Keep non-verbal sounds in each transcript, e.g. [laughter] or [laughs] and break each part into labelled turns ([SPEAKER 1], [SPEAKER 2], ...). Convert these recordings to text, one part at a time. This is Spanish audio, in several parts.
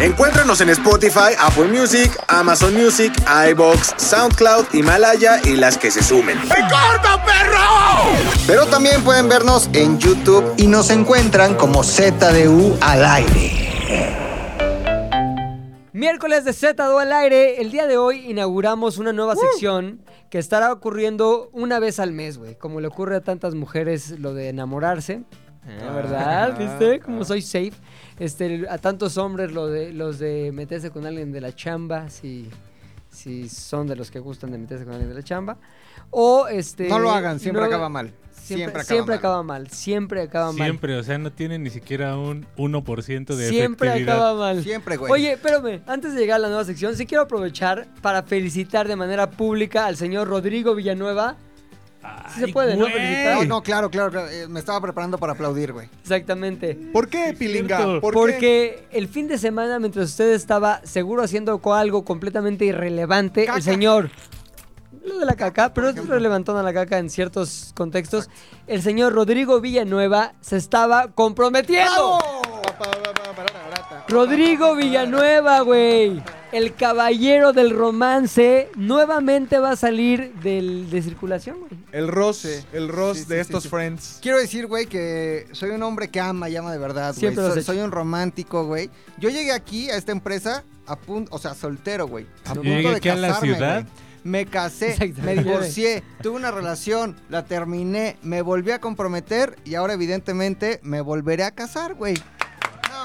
[SPEAKER 1] Encuéntranos en Spotify, Apple Music, Amazon Music, iBox, SoundCloud, Himalaya y las que se sumen.
[SPEAKER 2] Pero también pueden vernos en YouTube
[SPEAKER 3] y nos encuentran como ZDU al aire.
[SPEAKER 4] Miércoles de Z2 al aire, el día de hoy inauguramos una nueva
[SPEAKER 5] Uh.
[SPEAKER 4] sección que estará ocurriendo una vez al mes, güey. Como le ocurre a tantas mujeres lo de enamorarse.
[SPEAKER 5] Ah.
[SPEAKER 4] La ¿Verdad? ¿Viste? Como soy safe. Este, a tantos hombres lo de, los de meterse con alguien de la chamba, si, si son de los que gustan de meterse con alguien de la chamba. O este.
[SPEAKER 5] No lo hagan, siempre
[SPEAKER 4] luego-
[SPEAKER 5] acaba mal. Siempre,
[SPEAKER 4] siempre
[SPEAKER 5] acaba
[SPEAKER 4] acaba mal. Siempre acaba mal.
[SPEAKER 6] Siempre, o sea, no tiene ni siquiera un 1% de
[SPEAKER 4] Siempre
[SPEAKER 6] efectividad.
[SPEAKER 4] acaba mal.
[SPEAKER 5] mal. Siempre, güey.
[SPEAKER 4] Oye, espérame, antes de llegar a la nueva sección, sí quiero aprovechar para felicitar de manera pública al señor Rodrigo Villanueva. Sí se
[SPEAKER 6] Ay,
[SPEAKER 4] puede, ¿no?
[SPEAKER 6] güey.
[SPEAKER 4] Felicitar.
[SPEAKER 5] No, no, claro, claro, claro. Eh, me estaba preparando para aplaudir, güey.
[SPEAKER 4] Exactamente.
[SPEAKER 5] ¿Por qué, Pilinga?
[SPEAKER 6] cierto.
[SPEAKER 5] ¿Por qué?
[SPEAKER 4] Porque el fin de semana, mientras usted estaba seguro haciendo co- algo completamente irrelevante,
[SPEAKER 5] Caca.
[SPEAKER 4] el señor. Lo de la caca, pero es relevantona la caca en ciertos contextos. El señor Rodrigo Villanueva se estaba comprometiendo. Rodrigo Villanueva, güey. El caballero del romance nuevamente va a salir del, de circulación, güey.
[SPEAKER 7] El roce,
[SPEAKER 5] Sí.
[SPEAKER 7] el roce
[SPEAKER 5] Sí, sí,
[SPEAKER 7] de
[SPEAKER 5] sí,
[SPEAKER 7] estos
[SPEAKER 5] sí.
[SPEAKER 7] friends.
[SPEAKER 5] Quiero decir, güey, que soy un hombre que ama y ama de verdad, güey.
[SPEAKER 4] Siempre lo has
[SPEAKER 5] Soy,
[SPEAKER 4] hecho.
[SPEAKER 5] soy un romántico, güey. Yo llegué aquí a esta empresa a punto, o sea, soltero, güey. A punto
[SPEAKER 6] llegué
[SPEAKER 5] de
[SPEAKER 6] aquí a la
[SPEAKER 5] casarme,
[SPEAKER 6] ciudad.
[SPEAKER 5] güey. Me
[SPEAKER 6] [laughs]
[SPEAKER 5] casé,
[SPEAKER 4] Exacto.
[SPEAKER 5] me divorcié, tuve una relación, la terminé, me volví a comprometer y ahora evidentemente me volveré a casar, güey.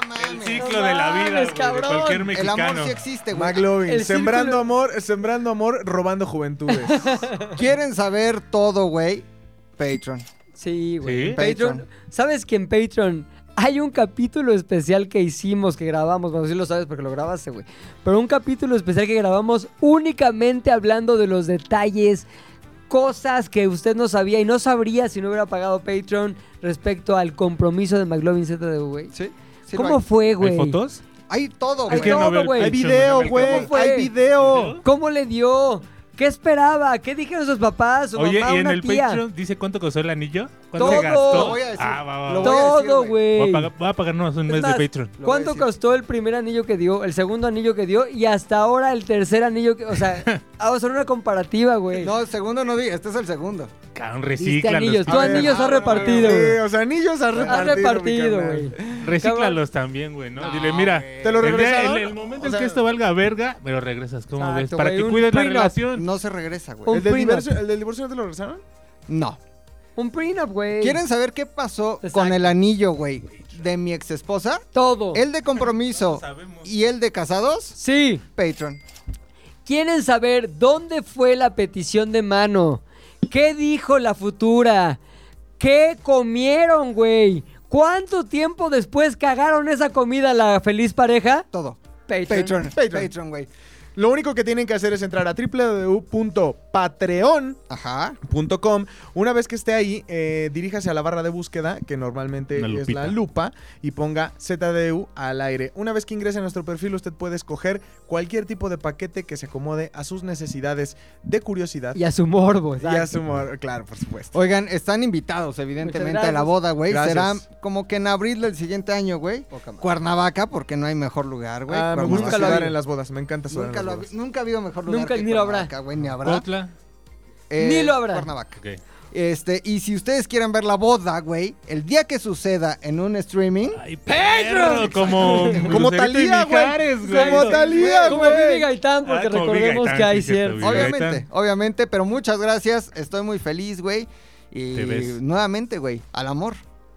[SPEAKER 5] No
[SPEAKER 6] El
[SPEAKER 5] mames.
[SPEAKER 6] ciclo de la vida,
[SPEAKER 4] mames,
[SPEAKER 6] güey, de
[SPEAKER 4] cabrón.
[SPEAKER 6] cualquier
[SPEAKER 5] El
[SPEAKER 6] mexicano.
[SPEAKER 5] amor sí existe, güey.
[SPEAKER 4] El
[SPEAKER 7] McLovin, sembrando
[SPEAKER 4] círculo-
[SPEAKER 7] amor, sembrando amor,
[SPEAKER 4] [laughs]
[SPEAKER 7] robando juventudes.
[SPEAKER 5] Quieren saber todo, güey. Patreon.
[SPEAKER 4] Sí, güey.
[SPEAKER 6] ¿Sí?
[SPEAKER 4] En Patreon.
[SPEAKER 5] Patreon.
[SPEAKER 4] ¿Sabes que en Patreon hay un capítulo especial que hicimos, que grabamos? Bueno, sí lo sabes porque lo grabaste, güey. Pero un capítulo especial que grabamos únicamente hablando de los detalles, cosas que usted no sabía y no sabría si no hubiera pagado Patreon respecto al compromiso de McLovin ZDU, güey.
[SPEAKER 5] Sí. sí lo
[SPEAKER 4] ¿Cómo
[SPEAKER 5] hay.
[SPEAKER 4] fue, güey?
[SPEAKER 6] ¿Hay fotos?
[SPEAKER 5] Hay todo,
[SPEAKER 4] Hay
[SPEAKER 5] güey.
[SPEAKER 6] que
[SPEAKER 4] todo,
[SPEAKER 6] veo el
[SPEAKER 4] güey.
[SPEAKER 7] Hay
[SPEAKER 6] caption, no
[SPEAKER 7] video,
[SPEAKER 6] veo el
[SPEAKER 7] güey.
[SPEAKER 4] ¿Cómo fue?
[SPEAKER 7] Hay video.
[SPEAKER 6] ¿Video?
[SPEAKER 4] ¿Cómo le dio? ¿Qué esperaba? ¿Qué dijeron sus papás, su
[SPEAKER 6] Oye,
[SPEAKER 4] mamá,
[SPEAKER 6] y en
[SPEAKER 4] una
[SPEAKER 6] el
[SPEAKER 4] tía?
[SPEAKER 6] Patreon dice cuánto costó el anillo, cuánto
[SPEAKER 4] Todo.
[SPEAKER 6] se gastó.
[SPEAKER 5] Lo voy a decir.
[SPEAKER 6] Ah, va, va, va.
[SPEAKER 5] Lo voy a decir,
[SPEAKER 4] Todo,
[SPEAKER 5] güey.
[SPEAKER 6] Voy
[SPEAKER 4] güey.
[SPEAKER 6] a pagar- voy a pagarnos un
[SPEAKER 4] Es
[SPEAKER 6] mes de
[SPEAKER 4] más,
[SPEAKER 6] Patreon.
[SPEAKER 5] Lo voy a
[SPEAKER 4] ¿Cuánto
[SPEAKER 5] decir.
[SPEAKER 4] costó el primer anillo que dio, el segundo anillo que dio y hasta ahora el tercer anillo que, o sea, vamos a hacer una comparativa, güey.
[SPEAKER 5] No, el segundo no diga, este es el segundo.
[SPEAKER 6] Cabrón,
[SPEAKER 4] Diste
[SPEAKER 6] recíclalos.
[SPEAKER 4] anillos, tú
[SPEAKER 7] A ver,
[SPEAKER 4] anillos has
[SPEAKER 7] ah,
[SPEAKER 4] repartido,
[SPEAKER 7] Sí,
[SPEAKER 4] güey.
[SPEAKER 7] o sea, anillos ha repartido.
[SPEAKER 4] Has
[SPEAKER 7] mi
[SPEAKER 4] repartido,
[SPEAKER 7] carnal.
[SPEAKER 4] güey.
[SPEAKER 6] Recíclalos también, güey, ¿no? Dile, mira,
[SPEAKER 7] ¿Te lo
[SPEAKER 6] el, día-
[SPEAKER 7] regresaron?
[SPEAKER 6] el- el momento
[SPEAKER 7] O
[SPEAKER 6] en
[SPEAKER 7] sea-
[SPEAKER 6] que esto valga verga, me lo regresas, ¿cómo
[SPEAKER 4] Exacto,
[SPEAKER 6] ves? Para
[SPEAKER 4] güey,
[SPEAKER 6] que
[SPEAKER 4] un
[SPEAKER 6] cuides la
[SPEAKER 4] prenup.
[SPEAKER 6] relación.
[SPEAKER 5] No se regresa,
[SPEAKER 4] Un-
[SPEAKER 5] güey.
[SPEAKER 7] ¿El del,
[SPEAKER 4] prenup.
[SPEAKER 7] divorcio, ¿El del divorcio no te lo regresaron?
[SPEAKER 5] No.
[SPEAKER 4] Un prenup, güey.
[SPEAKER 5] ¿Quieren saber qué pasó
[SPEAKER 4] Exacto.
[SPEAKER 5] con el anillo, güey, de mi ex esposa?
[SPEAKER 4] todo?
[SPEAKER 5] El de compromiso y el de casados,
[SPEAKER 4] Sí.
[SPEAKER 5] Patreon.
[SPEAKER 4] ¿Quieren saber dónde fue la petición de mano? ¿Qué dijo la futura? ¿Qué comieron, güey? ¿Cuánto tiempo después cagaron esa comida la feliz pareja?
[SPEAKER 5] Todo.
[SPEAKER 4] Patreon.
[SPEAKER 5] Patreon.
[SPEAKER 7] Patreon.
[SPEAKER 5] Patreon, güey.
[SPEAKER 7] Lo único que tienen que hacer es entrar a www.patreon.com.
[SPEAKER 5] Ajá.
[SPEAKER 7] Una vez que esté ahí, eh, diríjase a la barra de búsqueda, que normalmente
[SPEAKER 6] Una
[SPEAKER 7] es
[SPEAKER 6] lupita.
[SPEAKER 7] la lupa, y ponga ZDU al aire. Una vez que ingrese a nuestro perfil, usted puede escoger cualquier tipo de paquete que se acomode a sus necesidades de curiosidad
[SPEAKER 4] Y a su morbo,
[SPEAKER 7] y
[SPEAKER 4] exacto.
[SPEAKER 7] a su humor. Claro, por supuesto.
[SPEAKER 5] Oigan, están invitados, evidentemente,
[SPEAKER 4] Muchas
[SPEAKER 5] a la
[SPEAKER 4] gracias.
[SPEAKER 5] boda, güey.
[SPEAKER 7] Gracias.
[SPEAKER 5] Será como que en abril del siguiente año, güey. Cuernavaca, porque no hay mejor lugar, güey.
[SPEAKER 7] Ah, me
[SPEAKER 5] Cuernavaca.
[SPEAKER 7] gusta
[SPEAKER 4] lo ha
[SPEAKER 7] sudar
[SPEAKER 4] habido.
[SPEAKER 7] en las bodas, me encanta sudar
[SPEAKER 5] Nunca, lo
[SPEAKER 7] en las
[SPEAKER 5] ha,
[SPEAKER 7] bodas.
[SPEAKER 5] nunca ha habido mejor lugar.
[SPEAKER 4] Nunca,
[SPEAKER 5] que
[SPEAKER 4] ni lo habrá.
[SPEAKER 5] Cuernavaca, güey, ni habrá. Eh,
[SPEAKER 6] Otla.
[SPEAKER 4] Ni lo habrá.
[SPEAKER 5] Cuernavaca.
[SPEAKER 6] Ok.
[SPEAKER 5] Este, y si ustedes quieren ver la boda, güey, el día que suceda en un streaming,
[SPEAKER 6] Ay, perro, como
[SPEAKER 7] Como
[SPEAKER 6] Lucerito y
[SPEAKER 7] Talía, güey.
[SPEAKER 6] Mijares, güey.
[SPEAKER 7] Como Talía,
[SPEAKER 4] Como Vivi
[SPEAKER 7] güey.
[SPEAKER 4] Gaitán, porque
[SPEAKER 6] Ah, como Vivi
[SPEAKER 4] recordemos
[SPEAKER 6] Gaitán,
[SPEAKER 4] que hay
[SPEAKER 6] sí, cierto,
[SPEAKER 4] cierto.
[SPEAKER 6] Vivi.
[SPEAKER 5] obviamente,
[SPEAKER 6] Gaitán.
[SPEAKER 5] obviamente, pero muchas gracias, estoy muy feliz, güey. Y
[SPEAKER 6] Te ves.
[SPEAKER 5] nuevamente, güey, al amor,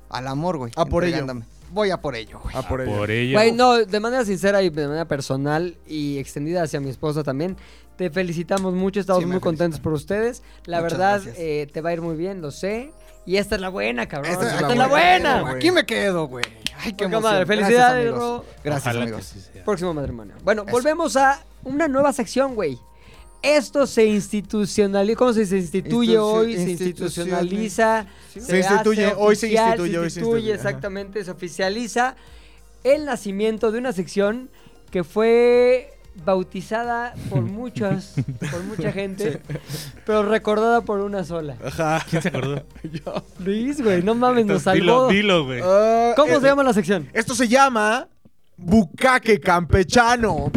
[SPEAKER 5] al amor, güey.
[SPEAKER 7] A por ello.
[SPEAKER 5] entregándome. Voy a por ello, güey.
[SPEAKER 7] Ah, por ello.
[SPEAKER 6] Por ella.
[SPEAKER 4] Güey, no, de manera sincera y de manera personal y extendida hacia mi esposa también, te felicitamos mucho, estamos
[SPEAKER 5] Sí, me
[SPEAKER 4] muy contentos por ustedes. La
[SPEAKER 5] Muchas
[SPEAKER 4] verdad,
[SPEAKER 5] gracias.
[SPEAKER 4] eh, te va a ir muy bien, lo sé. Y esta es la buena, cabrón.
[SPEAKER 5] Esta
[SPEAKER 4] Esta,
[SPEAKER 5] es
[SPEAKER 4] es pues, la buena.
[SPEAKER 5] güey. Aquí me quedo, güey. Ay, qué
[SPEAKER 4] Poca
[SPEAKER 5] emoción.
[SPEAKER 4] madre,
[SPEAKER 5] Gracias,
[SPEAKER 4] felicidades,
[SPEAKER 5] amigos.
[SPEAKER 4] bro.
[SPEAKER 5] Gracias,
[SPEAKER 6] Ojalá que
[SPEAKER 5] amigos.
[SPEAKER 6] sí sea.
[SPEAKER 4] Próximo matrimonio. Bueno,
[SPEAKER 5] Eso.
[SPEAKER 4] volvemos a una nueva sección, güey. Esto se institucionaliza, ¿cómo se dice? instituye
[SPEAKER 5] Institucio-
[SPEAKER 4] hoy? Se
[SPEAKER 5] instituciones.
[SPEAKER 4] institucionaliza.
[SPEAKER 5] Sí.
[SPEAKER 7] Se instituye,
[SPEAKER 4] hace
[SPEAKER 7] hoy se
[SPEAKER 4] oficial,
[SPEAKER 7] instituye, hoy se instituye, ajá.
[SPEAKER 4] exactamente, se oficializa el nacimiento de una sección que fue bautizada
[SPEAKER 7] [laughs]
[SPEAKER 4] por muchas, por mucha gente, pero recordada por una sola.
[SPEAKER 6] ¿Quién se acordó?
[SPEAKER 4] Luis, güey, no mames, nos
[SPEAKER 6] Entonces, dilo,
[SPEAKER 4] salvó.
[SPEAKER 6] dilo, güey.
[SPEAKER 7] Ah,
[SPEAKER 4] ¿Cómo
[SPEAKER 7] eh,
[SPEAKER 4] se llama la sección?
[SPEAKER 7] Esto se llama Bucaque Campechano.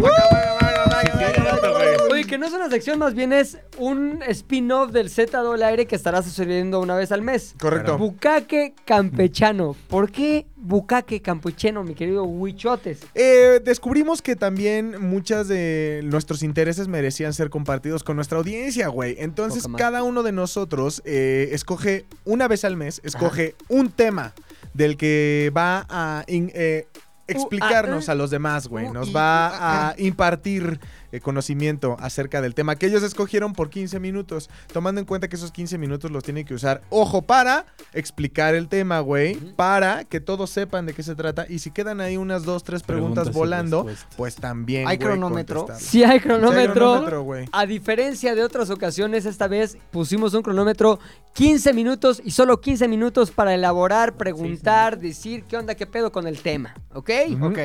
[SPEAKER 4] Oye, que no es una sección, más bien es un spin-off del Z al aire que estará sucediendo una vez al mes.
[SPEAKER 7] Correcto.
[SPEAKER 4] Bucaque campechano. ¿Por qué bucaque campechano, mi querido Huichotes?
[SPEAKER 7] Eh, descubrimos que también muchas de nuestros intereses merecían ser compartidos con nuestra audiencia, güey. Entonces,
[SPEAKER 4] Poca madre.
[SPEAKER 7] cada uno de nosotros eh, escoge una vez al mes, escoge un tema del que va a in- eh, explicarnos a los demás, güey.
[SPEAKER 5] U,
[SPEAKER 7] Nos
[SPEAKER 5] I, U,
[SPEAKER 7] va
[SPEAKER 5] A,
[SPEAKER 7] a impartir eh, conocimiento acerca del tema que ellos escogieron por 15 minutos, tomando en cuenta que esos 15 minutos los tienen que usar, ojo, para explicar el tema, güey, para que todos sepan de qué se trata y si quedan ahí unas dos, tres preguntas,
[SPEAKER 6] Preguntas y
[SPEAKER 7] volando,
[SPEAKER 6] respuestas.
[SPEAKER 7] pues también.
[SPEAKER 5] ¿Hay
[SPEAKER 7] güey,
[SPEAKER 5] cronómetro?
[SPEAKER 7] contestarlas.
[SPEAKER 4] Si hay
[SPEAKER 7] Sí, hay
[SPEAKER 4] cronómetro.
[SPEAKER 7] cronómetro, güey.
[SPEAKER 4] a diferencia de otras ocasiones, esta vez pusimos un cronómetro 15 minutos y solo 15 minutos para elaborar, preguntar, decir qué onda, qué pedo con el tema, ¿ok?
[SPEAKER 5] Ok.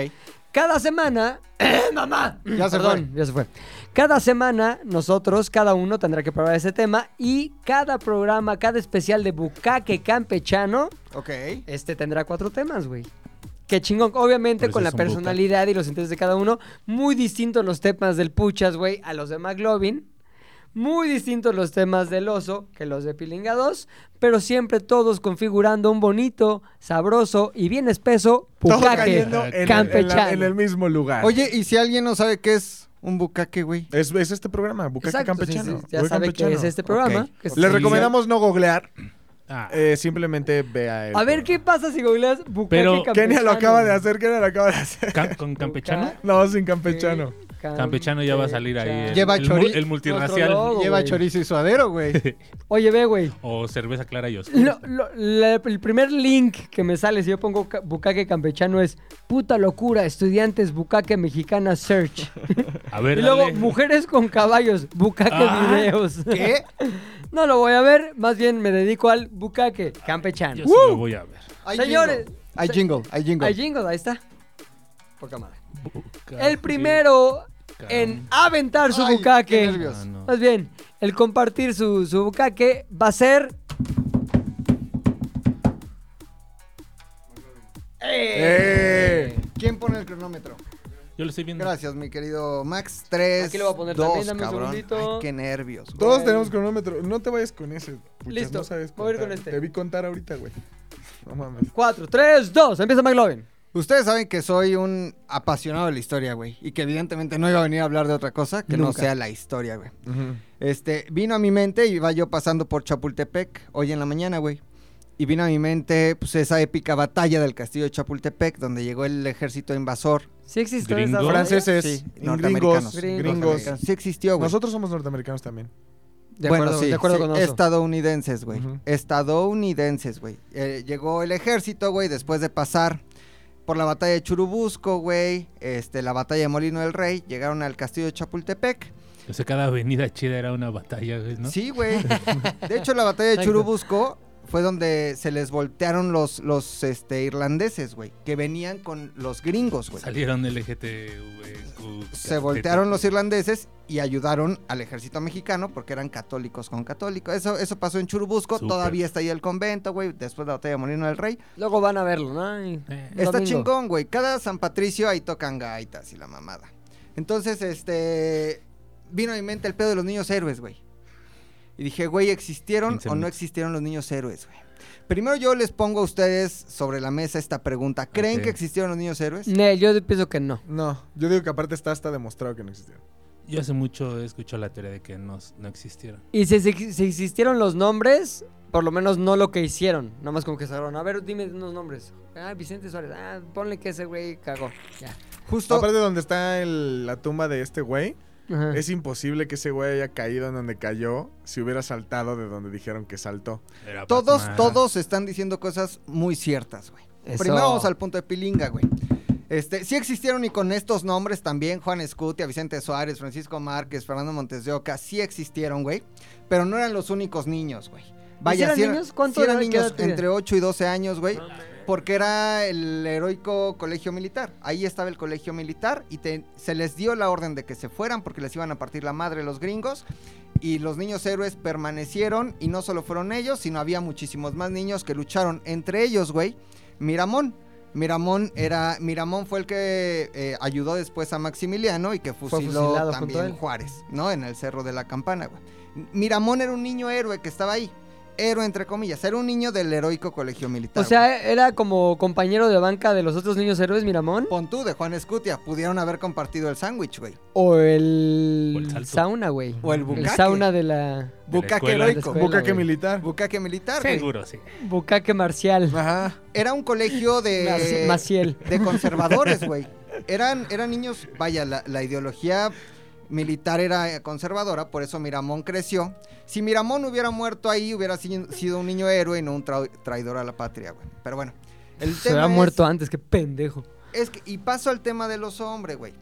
[SPEAKER 4] Cada semana... [clears throat] ¡Mamá!
[SPEAKER 5] Ya se
[SPEAKER 4] Perdón, ya se fue. Cada semana nosotros, cada uno tendrá que probar ese tema y cada programa, cada especial de Bucaque Campechano
[SPEAKER 5] Ok.
[SPEAKER 4] este tendrá cuatro temas, güey. Qué chingón. Obviamente
[SPEAKER 6] Por eso
[SPEAKER 4] con la
[SPEAKER 6] es un
[SPEAKER 4] personalidad y los intereses de cada uno. Muy distintos los temas del Puchas, güey, a los de McLovin. Muy distintos los temas del oso que los de Pilinga 2, pero siempre todos configurando un bonito, sabroso y bien espeso
[SPEAKER 7] Todo
[SPEAKER 4] bucaque
[SPEAKER 7] cayendo en el- en la-
[SPEAKER 4] campechano.
[SPEAKER 7] en el mismo lugar.
[SPEAKER 5] Oye, ¿y si alguien no sabe qué es un bucaque, güey?
[SPEAKER 7] Es, es este programa, Bucaque
[SPEAKER 4] Exacto, sí,
[SPEAKER 7] Campechano.
[SPEAKER 4] sí, ya
[SPEAKER 7] güey,
[SPEAKER 4] sabe que
[SPEAKER 7] campechano.
[SPEAKER 4] es este programa.
[SPEAKER 5] Ok.
[SPEAKER 4] que se
[SPEAKER 7] Les
[SPEAKER 4] inicia-
[SPEAKER 7] recomendamos no googlear,
[SPEAKER 6] Ah,
[SPEAKER 7] eh, simplemente vea el
[SPEAKER 4] A ver
[SPEAKER 7] programa.
[SPEAKER 4] qué pasa si googleas bucaque
[SPEAKER 6] Pero-
[SPEAKER 4] campechano.
[SPEAKER 7] Kenia lo acaba de hacer, Kenia lo acaba de hacer.
[SPEAKER 6] ¿cam- ¿Con campechano?
[SPEAKER 7] No, sin campechano.
[SPEAKER 6] Campechano ya va a salir ahí. eh. El,
[SPEAKER 5] Lleva
[SPEAKER 6] el,
[SPEAKER 5] chori-
[SPEAKER 6] mu- el multirracial.
[SPEAKER 4] nuestro logo.
[SPEAKER 5] Lleva
[SPEAKER 4] güey.
[SPEAKER 5] chorizo y suadero, güey.
[SPEAKER 4] Oye, ve, güey.
[SPEAKER 6] O cerveza clara y oscura.
[SPEAKER 4] Lo- lo- la- el primer link que me sale si yo pongo ca- bucaque campechano es puta locura, estudiantes bucaque mexicana search.
[SPEAKER 6] A ver,
[SPEAKER 4] y luego
[SPEAKER 6] dale.
[SPEAKER 4] mujeres con caballos, bucaque
[SPEAKER 6] Ah,
[SPEAKER 4] videos.
[SPEAKER 5] ¿Qué?
[SPEAKER 4] No lo voy a ver, más bien me dedico al bucaque campechano.
[SPEAKER 6] Yo sí lo voy a ver.
[SPEAKER 5] Hay
[SPEAKER 4] Señores.
[SPEAKER 5] jingle. Hay jingle, hay jingle.
[SPEAKER 4] Ay, jingles, ahí está. Poca madre. El primero en aventar su
[SPEAKER 5] Ay, qué
[SPEAKER 4] bucaque.
[SPEAKER 5] nervios.
[SPEAKER 6] Ah, no.
[SPEAKER 4] Más bien, el compartir su, su bucaque va a ser.
[SPEAKER 7] ¡Eh!
[SPEAKER 5] ¿Quién pone el cronómetro?
[SPEAKER 6] Yo lo estoy viendo.
[SPEAKER 5] Gracias, mi querido Max. Tres,
[SPEAKER 4] Aquí lo voy a poner
[SPEAKER 5] dos,
[SPEAKER 4] también, dame un
[SPEAKER 5] cabrón.
[SPEAKER 4] segundito.
[SPEAKER 5] Ay, qué nervios. güey.
[SPEAKER 7] [laughs] Todos tenemos cronómetro. No te vayas con ese. puchas,
[SPEAKER 4] Listo,
[SPEAKER 7] No sabes
[SPEAKER 4] voy a ir
[SPEAKER 7] contar.
[SPEAKER 4] con este.
[SPEAKER 7] Te vi contar ahorita, güey. No mames.
[SPEAKER 4] 4, 3, 2. Empieza McLovin.
[SPEAKER 5] Ustedes saben que soy un apasionado de la historia, güey. Y que evidentemente no iba a venir a hablar de otra cosa que no
[SPEAKER 4] Nunca.
[SPEAKER 5] sea la historia, güey. Este, vino a mi mente, iba yo pasando por Chapultepec hoy en la mañana, güey. Y vino a mi mente, pues, esa épica batalla del castillo de Chapultepec, donde llegó el ejército invasor.
[SPEAKER 4] Sí existen
[SPEAKER 6] Gringo.
[SPEAKER 4] esas
[SPEAKER 6] ¿Dónde?
[SPEAKER 7] Franceses,
[SPEAKER 5] Sí,
[SPEAKER 7] gringos,
[SPEAKER 5] norteamericanos.
[SPEAKER 7] gringos.
[SPEAKER 4] Norteamericanos.
[SPEAKER 5] Sí existió, güey.
[SPEAKER 7] Nosotros somos norteamericanos también.
[SPEAKER 4] De
[SPEAKER 5] Bueno,
[SPEAKER 4] acuerdo,
[SPEAKER 5] sí,
[SPEAKER 4] de acuerdo
[SPEAKER 5] sí,
[SPEAKER 4] con Oso.
[SPEAKER 5] Estadounidenses, güey.
[SPEAKER 7] Ujú.
[SPEAKER 5] Estadounidenses, güey. Eh, llegó el ejército, güey, después de pasar por la batalla de Churubusco, güey. Este, la batalla de Molino del Rey. Llegaron al castillo de Chapultepec.
[SPEAKER 6] O sea, cada avenida chida era una batalla, güey, ¿no?
[SPEAKER 4] [laughs]
[SPEAKER 5] Sí, güey. De hecho, la batalla de
[SPEAKER 4] Exacto.
[SPEAKER 5] Churubusco fue donde se les voltearon los, los este, irlandeses, güey. Que venían con los gringos, güey.
[SPEAKER 6] Salieron LGTBQ.
[SPEAKER 5] pues. Se
[SPEAKER 6] pues,
[SPEAKER 5] voltearon los irlandeses y ayudaron al ejército mexicano porque eran católicos con católicos. Eso, eso pasó en Churubusco,
[SPEAKER 6] Súper.
[SPEAKER 5] todavía está ahí el convento, güey, después de la batalla de Molino del Rey.
[SPEAKER 4] Luego van a verlo, ¿no? Y-
[SPEAKER 6] Eh,
[SPEAKER 4] Un
[SPEAKER 5] Está
[SPEAKER 4] domingo.
[SPEAKER 5] chingón, güey. Cada San Patricio ahí tocan gaitas y la mamada. Entonces, este, vino a mi mente el pedo de los niños héroes, güey. Y dije, güey, ¿existieron
[SPEAKER 6] Quince
[SPEAKER 5] o no
[SPEAKER 6] minutos.
[SPEAKER 5] existieron los niños héroes, güey? Primero yo les pongo a ustedes sobre la mesa esta pregunta. ¿Creen
[SPEAKER 6] Ok.
[SPEAKER 5] que existieron los niños héroes?
[SPEAKER 4] Ne, yo pienso que no.
[SPEAKER 7] No, yo digo que aparte está hasta demostrado que no existieron.
[SPEAKER 6] Yo hace mucho he escuchado la teoría de que no, no existieron.
[SPEAKER 4] Y si, si- si existieron los nombres, por lo menos no lo que hicieron. Nada más como que sacaron. A ver, dime unos nombres. Ah, Vicente Suárez. Ah, ponle que ese güey cagó. Ya.
[SPEAKER 5] Justo
[SPEAKER 7] Aparte donde está el- la tumba de este güey,
[SPEAKER 4] Ajá.
[SPEAKER 7] es imposible que ese güey haya caído en donde cayó si hubiera saltado de donde dijeron que saltó.
[SPEAKER 6] Era
[SPEAKER 5] todos,
[SPEAKER 6] Batman.
[SPEAKER 5] todos están diciendo cosas muy ciertas, güey.
[SPEAKER 4] Eso.
[SPEAKER 5] Primero vamos al punto de pilinga, güey. Este, sí existieron y con estos nombres también, Juan Escutia, Vicente Suárez, Francisco Márquez, Fernando Montes de Oca, sí existieron, güey. Pero no eran los únicos niños, güey. Vaya,
[SPEAKER 4] eran
[SPEAKER 5] sí
[SPEAKER 4] niños? ¿Cuánto
[SPEAKER 5] sí eran
[SPEAKER 4] era- qué
[SPEAKER 5] niños
[SPEAKER 4] edad tenían?
[SPEAKER 5] entre 8 y 12 años, güey. Porque era el heroico colegio militar. Ahí estaba el colegio militar y te- se les dio la orden de que se fueran porque les iban a partir la madre los gringos. Y los niños héroes permanecieron y no solo fueron ellos, sino había muchísimos más niños que lucharon. Entre ellos, güey, Miramón. Miramón era Miramón fue el que eh, ayudó después a Maximiliano y que fusiló
[SPEAKER 4] fusilado junto a
[SPEAKER 5] también
[SPEAKER 4] él.
[SPEAKER 5] Juárez, ¿no? En el Cerro de la Campana, güey. Miramón era un niño héroe que estaba ahí. Héroe entre comillas, era un niño del heroico colegio militar.
[SPEAKER 4] O sea, era como compañero de banca de los otros niños héroes, Miramón.
[SPEAKER 5] Pon tú de Juan Escutia, pudieron haber compartido el sándwich, güey.
[SPEAKER 4] O el,
[SPEAKER 6] O el salto.
[SPEAKER 4] sauna, güey.
[SPEAKER 5] O el bucaque.
[SPEAKER 4] sauna de la
[SPEAKER 5] Bucaque
[SPEAKER 6] escuela,
[SPEAKER 5] heroico.
[SPEAKER 4] de la escuela,
[SPEAKER 7] Boca que
[SPEAKER 4] güey.
[SPEAKER 7] militar.
[SPEAKER 5] Bucaque militar, güey.
[SPEAKER 6] Seguro, sí.
[SPEAKER 4] Bucaque marcial.
[SPEAKER 5] Ajá. Era un colegio de.
[SPEAKER 4] Maci- Maciel. [laughs]
[SPEAKER 5] de conservadores, güey. Eran, eran niños, vaya, la, la ideología militar era eh, conservadora, por eso Miramón creció. Si Miramón hubiera muerto ahí, hubiera si- sido un niño héroe y no un tra- traidor a la patria, güey. Pero bueno, el
[SPEAKER 4] Se
[SPEAKER 5] tema
[SPEAKER 4] había
[SPEAKER 5] es-
[SPEAKER 4] muerto antes, qué pendejo.
[SPEAKER 5] es que, y paso al tema de los hombres, güey.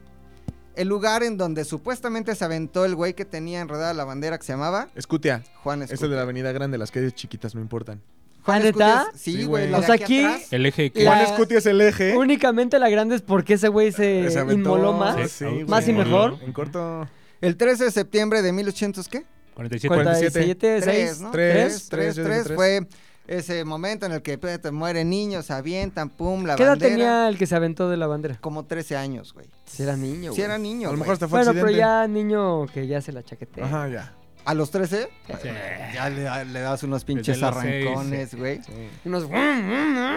[SPEAKER 5] El lugar en donde supuestamente se aventó el güey que tenía enredada la bandera que se llamaba
[SPEAKER 7] Escutia.
[SPEAKER 5] Juan
[SPEAKER 7] Es el de
[SPEAKER 5] Escutia.
[SPEAKER 7] la Avenida Grande, las calles chiquitas no importan.
[SPEAKER 5] Juan
[SPEAKER 4] ¿Ah, neta?
[SPEAKER 5] Escutia es- Sí,
[SPEAKER 7] Sí,
[SPEAKER 5] güey.
[SPEAKER 7] güey.
[SPEAKER 5] la
[SPEAKER 4] O
[SPEAKER 5] de
[SPEAKER 4] sea, aquí-
[SPEAKER 5] atrás.
[SPEAKER 6] El eje que...
[SPEAKER 4] La-
[SPEAKER 7] Juan Escutia es el eje.
[SPEAKER 4] Únicamente la grande es porque ese güey se,
[SPEAKER 7] ¿Eh? Se aventó.
[SPEAKER 4] inmoló más.
[SPEAKER 7] Sí,
[SPEAKER 6] Sí,
[SPEAKER 7] güey.
[SPEAKER 4] más y mejor.
[SPEAKER 7] En corto.
[SPEAKER 5] El 13 de septiembre de 1800, ¿qué?
[SPEAKER 6] 47.
[SPEAKER 4] 47, 6.
[SPEAKER 5] Tres, ¿no?
[SPEAKER 7] Tres,
[SPEAKER 5] Tres,
[SPEAKER 7] tres,
[SPEAKER 5] tres,
[SPEAKER 7] yo dije
[SPEAKER 5] tres.
[SPEAKER 7] tres.
[SPEAKER 5] Fue ese momento en el que pues, te mueren niños, se avientan, pum, la
[SPEAKER 4] ¿Qué edad
[SPEAKER 5] bandera.
[SPEAKER 4] tenía el que se aventó de la bandera?
[SPEAKER 5] Como 13 años, güey.
[SPEAKER 4] Si era niño,
[SPEAKER 5] Si era niño,
[SPEAKER 7] A lo
[SPEAKER 5] güey.
[SPEAKER 7] mejor hasta fue
[SPEAKER 4] Bueno, pero
[SPEAKER 7] accidente.
[SPEAKER 4] ya niño que ya eh, se la chaquetea.
[SPEAKER 7] Ajá, ya.
[SPEAKER 5] ¿A los 13?
[SPEAKER 6] Sí.
[SPEAKER 5] Ya le, le das unos pinches
[SPEAKER 6] Desde los seis,
[SPEAKER 5] arrancones, güey.
[SPEAKER 4] Unos- "Mm,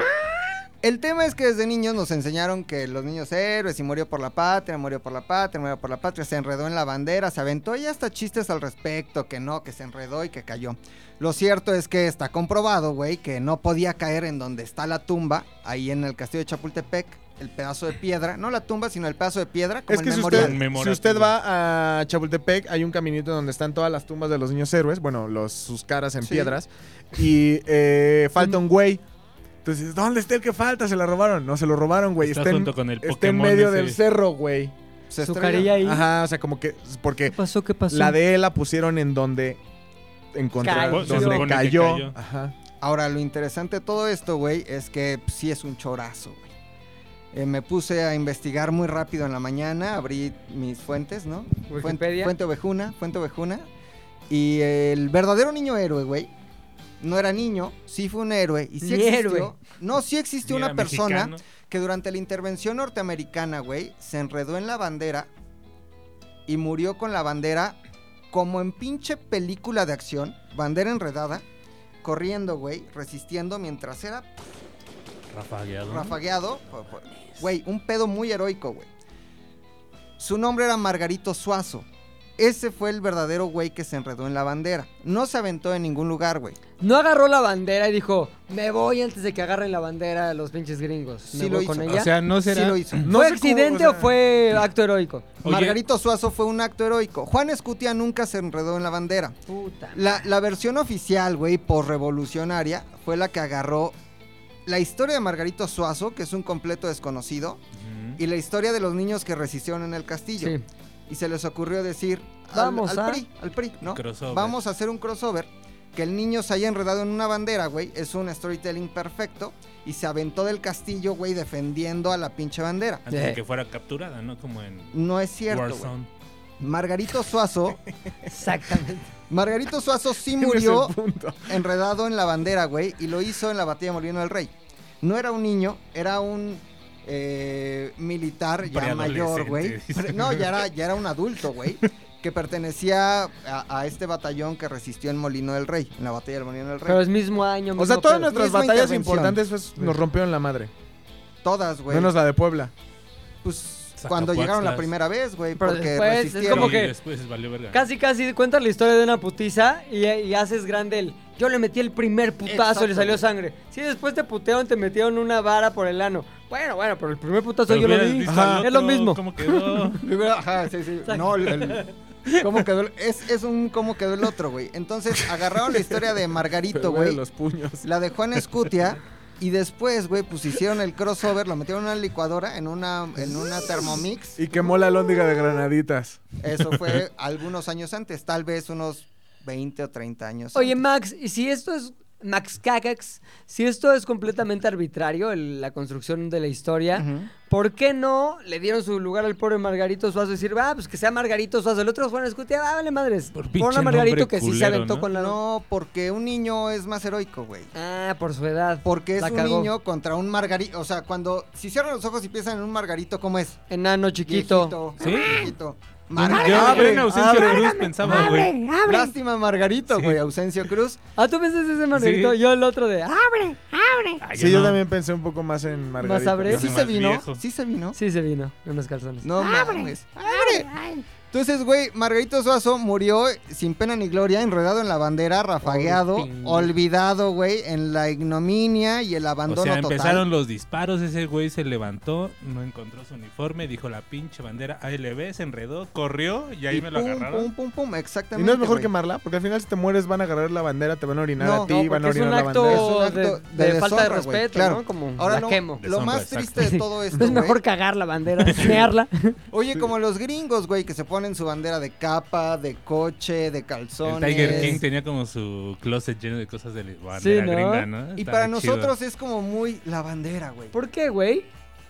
[SPEAKER 5] El tema es que desde niños nos enseñaron que los niños héroes y murió por la patria, murió por la patria, murió por la patria, se enredó en la bandera, se aventó y hasta chistes al respecto, que no, que se enredó y que cayó. Lo cierto es que está comprobado, güey, que no podía caer en donde está la tumba, ahí en el castillo de Chapultepec, el pedazo de piedra, no la tumba, sino el pedazo de piedra, como
[SPEAKER 7] Es que
[SPEAKER 5] el
[SPEAKER 7] si
[SPEAKER 5] memorial.
[SPEAKER 7] usted, si
[SPEAKER 6] Memorativo.
[SPEAKER 7] usted va a Chapultepec, hay un caminito donde están todas las tumbas de los niños héroes, bueno, los, sus caras en
[SPEAKER 5] Sí.
[SPEAKER 7] piedras, y eh, falta un güey. Entonces, ¿dónde está el que falta? Se la robaron. No, se lo robaron, güey.
[SPEAKER 6] Está
[SPEAKER 7] en-
[SPEAKER 6] junto con el
[SPEAKER 7] está en
[SPEAKER 6] Pokémon
[SPEAKER 7] medio
[SPEAKER 6] ese.
[SPEAKER 7] del cerro, güey.
[SPEAKER 5] Se
[SPEAKER 4] su
[SPEAKER 5] estrella.
[SPEAKER 4] carilla ahí. Ah,
[SPEAKER 7] Ajá, o sea, como que, porque
[SPEAKER 4] ¿Qué pasó? ¿Qué pasó?
[SPEAKER 7] la de él la pusieron en donde encontraron,
[SPEAKER 4] Cayó. Se
[SPEAKER 7] donde
[SPEAKER 6] supone que
[SPEAKER 7] cayó.
[SPEAKER 6] cayó.
[SPEAKER 7] Ajá.
[SPEAKER 5] Ahora, lo interesante de todo esto, güey, es que pues, sí es un chorazo, güey. Eh, me puse a investigar muy rápido en la mañana, abrí mis fuentes, ¿no? Fuente-
[SPEAKER 4] Wikipedia.
[SPEAKER 5] Fuente Ovejuna, Fuente Ovejuna. Y el verdadero niño héroe, güey, no era niño, sí fue un héroe. Y sí
[SPEAKER 4] Ni
[SPEAKER 5] existió.
[SPEAKER 4] héroe.
[SPEAKER 5] No, sí existió
[SPEAKER 6] Mira,
[SPEAKER 5] una persona
[SPEAKER 6] mexicano.
[SPEAKER 5] que durante la intervención norteamericana, güey, se enredó en la bandera y murió con la bandera como en pinche película de acción, bandera enredada, corriendo, güey, resistiendo mientras era
[SPEAKER 6] Rafagueado.
[SPEAKER 5] rafagueado. por- por- Güey, un pedo muy heroico, güey. Su nombre era Margarito Suazo. Ese fue el verdadero güey que se enredó en la bandera. No se aventó en ningún lugar, güey.
[SPEAKER 4] No agarró la bandera y dijo, me voy antes de que agarren la bandera los pinches gringos.
[SPEAKER 5] Sí
[SPEAKER 4] Me
[SPEAKER 5] lo
[SPEAKER 4] voy
[SPEAKER 5] hizo.
[SPEAKER 4] con
[SPEAKER 6] O
[SPEAKER 4] ella.
[SPEAKER 6] sea, no
[SPEAKER 5] Sí
[SPEAKER 6] será...
[SPEAKER 5] lo hizo.
[SPEAKER 7] No
[SPEAKER 4] ¿Fue
[SPEAKER 7] sé cómo,
[SPEAKER 4] accidente
[SPEAKER 7] o
[SPEAKER 4] o,
[SPEAKER 7] sea-
[SPEAKER 4] fue acto heroico?
[SPEAKER 6] Oye.
[SPEAKER 5] Margarito Suazo fue un acto heroico. Juan Escutia nunca se enredó en la bandera.
[SPEAKER 4] Puta.
[SPEAKER 5] La, la versión oficial, güey, por revolucionaria, fue la que agarró la historia de Margarito Suazo, que es un completo desconocido,
[SPEAKER 6] Ujú.
[SPEAKER 5] y la historia de los niños que resistieron en el castillo.
[SPEAKER 4] Sí.
[SPEAKER 5] Y se les ocurrió decir al,
[SPEAKER 4] Vamos
[SPEAKER 5] al
[SPEAKER 4] a-
[SPEAKER 5] PRI, al PRI, ¿no?
[SPEAKER 6] Crossover.
[SPEAKER 5] Vamos a hacer un crossover. Que el niño se haya enredado en una bandera, güey, es un storytelling perfecto. Y se aventó del castillo, güey, defendiendo a la pinche bandera.
[SPEAKER 6] Antes de
[SPEAKER 4] Eh.
[SPEAKER 6] que fuera capturada, ¿no? Como en
[SPEAKER 5] No es cierto, güey.
[SPEAKER 6] Warzone.
[SPEAKER 5] Margarito Suazo,
[SPEAKER 6] [laughs]
[SPEAKER 4] Exactamente.
[SPEAKER 5] Margarito Suazo sí
[SPEAKER 7] Tienes el
[SPEAKER 5] murió
[SPEAKER 7] punto.
[SPEAKER 5] enredado en la bandera, güey, y lo hizo en la batalla de Molino del Rey. No era un niño, era un eh, militar ya
[SPEAKER 6] Preadolescente,
[SPEAKER 5] mayor, güey.
[SPEAKER 6] dice.
[SPEAKER 5] Pre- No, ya era, ya era un adulto, güey, que pertenecía a, a este batallón que resistió en Molino del Rey, en la batalla del Molino del Rey.
[SPEAKER 4] Pero es mismo año, mismo
[SPEAKER 7] O sea, todas
[SPEAKER 4] pedo.
[SPEAKER 7] nuestras
[SPEAKER 5] Misma
[SPEAKER 7] batallas
[SPEAKER 5] intervención.
[SPEAKER 7] importantes pues, nos rompieron la madre.
[SPEAKER 5] Todas, güey.
[SPEAKER 7] Menos la de Puebla.
[SPEAKER 5] Pues cuando llegaron la primera vez, güey,
[SPEAKER 4] Pero
[SPEAKER 5] porque
[SPEAKER 4] después es
[SPEAKER 5] resistieron.
[SPEAKER 4] como
[SPEAKER 6] Y
[SPEAKER 4] que-
[SPEAKER 6] después valió verga.
[SPEAKER 4] Casi, casi cuentas la historia de una putiza y, y haces grande el. Yo le metí el primer putazo y le
[SPEAKER 5] Exacto,
[SPEAKER 4] salió
[SPEAKER 5] güey.
[SPEAKER 4] sangre. Sí, después te putearon, te metieron una vara por el ano. Bueno, bueno, pero el primer putazo
[SPEAKER 6] Pero
[SPEAKER 4] yo lo
[SPEAKER 6] hubieras
[SPEAKER 4] di.
[SPEAKER 6] visto al
[SPEAKER 4] Ajá. Es lo
[SPEAKER 6] otro,
[SPEAKER 4] mismo.
[SPEAKER 6] ¿Cómo
[SPEAKER 4] [laughs]
[SPEAKER 6] quedó?
[SPEAKER 5] Ajá, sí, sí. No, el- el- ¿Cómo quedó? el- Es, es un cómo quedó el otro, güey. Entonces agarraron la historia de Margarito,
[SPEAKER 7] Pero ve de
[SPEAKER 5] güey.
[SPEAKER 7] los puños.
[SPEAKER 5] La de Juan Escutia Y después, güey, pues hicieron el crossover, lo metieron en una licuadora, en una, en una Thermomix.
[SPEAKER 7] Y quemó la lóndiga de granaditas.
[SPEAKER 5] Eso fue algunos años antes, tal vez unos 20 o 30 años.
[SPEAKER 4] Oye,
[SPEAKER 5] antes.
[SPEAKER 4] Max, y si esto es. Max Cacax, si esto es completamente arbitrario, el- la construcción de la historia,
[SPEAKER 5] Ujú.
[SPEAKER 4] ¿por qué no le dieron su lugar al pobre Margarito Suazo y decir, ah, pues que sea Margarito Suazo? El otro Juan Escutia, ah, vale madres.
[SPEAKER 6] Por
[SPEAKER 4] Pon a
[SPEAKER 6] pinche
[SPEAKER 4] Margarito
[SPEAKER 6] nombre
[SPEAKER 4] que sí se
[SPEAKER 6] culero,
[SPEAKER 4] aventó
[SPEAKER 6] ¿no?
[SPEAKER 4] con la.
[SPEAKER 5] No, porque un niño es más heroico, güey.
[SPEAKER 4] Ah, por su edad.
[SPEAKER 5] Porque es
[SPEAKER 4] La
[SPEAKER 5] un
[SPEAKER 4] cagó.
[SPEAKER 5] niño contra un margarito. O sea, cuando si cierran los ojos y piensan en un margarito, ¿cómo es?
[SPEAKER 4] Enano chiquito.
[SPEAKER 5] Viejito,
[SPEAKER 6] ¿Sí?
[SPEAKER 5] chiquito.
[SPEAKER 6] Yo
[SPEAKER 5] Margarito.
[SPEAKER 6] en ausencia de Cruz pensaba, güey.
[SPEAKER 5] Lástima, Margarito, güey. Ausencio Cruz.
[SPEAKER 4] Ah, tú pensaste ese Margarito, yo el otro de. ¡Ah!
[SPEAKER 6] Ay,
[SPEAKER 7] Sí, yo
[SPEAKER 6] no.
[SPEAKER 7] también pensé un poco más en Margarita.
[SPEAKER 4] sabré.
[SPEAKER 5] Sí
[SPEAKER 6] más
[SPEAKER 5] se vino.
[SPEAKER 6] viejo.
[SPEAKER 5] Sí se vino.
[SPEAKER 4] Sí se vino en los calzones.
[SPEAKER 5] No mames. ¡Abre! Entonces, güey, Margarito Suazo murió sin pena ni gloria, enredado en la bandera, rafagueado,
[SPEAKER 4] Ping.
[SPEAKER 5] olvidado, güey, en la ignominia y el abandono
[SPEAKER 6] O sea,
[SPEAKER 5] total.
[SPEAKER 6] empezaron los disparos, ese güey se levantó, no encontró su uniforme, dijo la pinche bandera ALB, se enredó, corrió y ahí
[SPEAKER 5] y
[SPEAKER 6] me lo
[SPEAKER 5] pum,
[SPEAKER 6] agarraron.
[SPEAKER 5] Pum, pum, pum,
[SPEAKER 7] ¿Y
[SPEAKER 5] exactamente.
[SPEAKER 7] no es mejor
[SPEAKER 5] güey.
[SPEAKER 7] quemarla? Porque al final si te mueres van a agarrar la bandera, te van a orinar
[SPEAKER 5] No,
[SPEAKER 7] a ti,
[SPEAKER 5] no,
[SPEAKER 7] van a
[SPEAKER 4] es un
[SPEAKER 7] orinar la
[SPEAKER 4] acto,
[SPEAKER 7] bandera.
[SPEAKER 5] Es un
[SPEAKER 4] de,
[SPEAKER 5] acto de
[SPEAKER 4] de falta de
[SPEAKER 5] deshonra, güey,
[SPEAKER 4] respeto,
[SPEAKER 5] claro.
[SPEAKER 4] ¿no? Como
[SPEAKER 5] Ahora
[SPEAKER 4] la
[SPEAKER 5] lo,
[SPEAKER 4] quemo.
[SPEAKER 5] lo más
[SPEAKER 6] Deshonra, exacto.
[SPEAKER 5] triste
[SPEAKER 4] [laughs]
[SPEAKER 5] de todo esto,
[SPEAKER 4] es
[SPEAKER 5] güey,
[SPEAKER 4] mejor cagar la bandera, mearla.
[SPEAKER 5] Oye, como los gringos, güey, que se ponen su bandera de capa, de coche, de
[SPEAKER 6] El
[SPEAKER 5] calzones.
[SPEAKER 6] Tiger King tenía como su closet lleno de cosas de la bandera
[SPEAKER 4] Sí, ¿no?
[SPEAKER 6] gringa, ¿no?
[SPEAKER 5] Y
[SPEAKER 6] Estaba
[SPEAKER 5] para
[SPEAKER 6] chido.
[SPEAKER 5] nosotros es como muy la bandera, güey.
[SPEAKER 4] ¿Por qué, güey?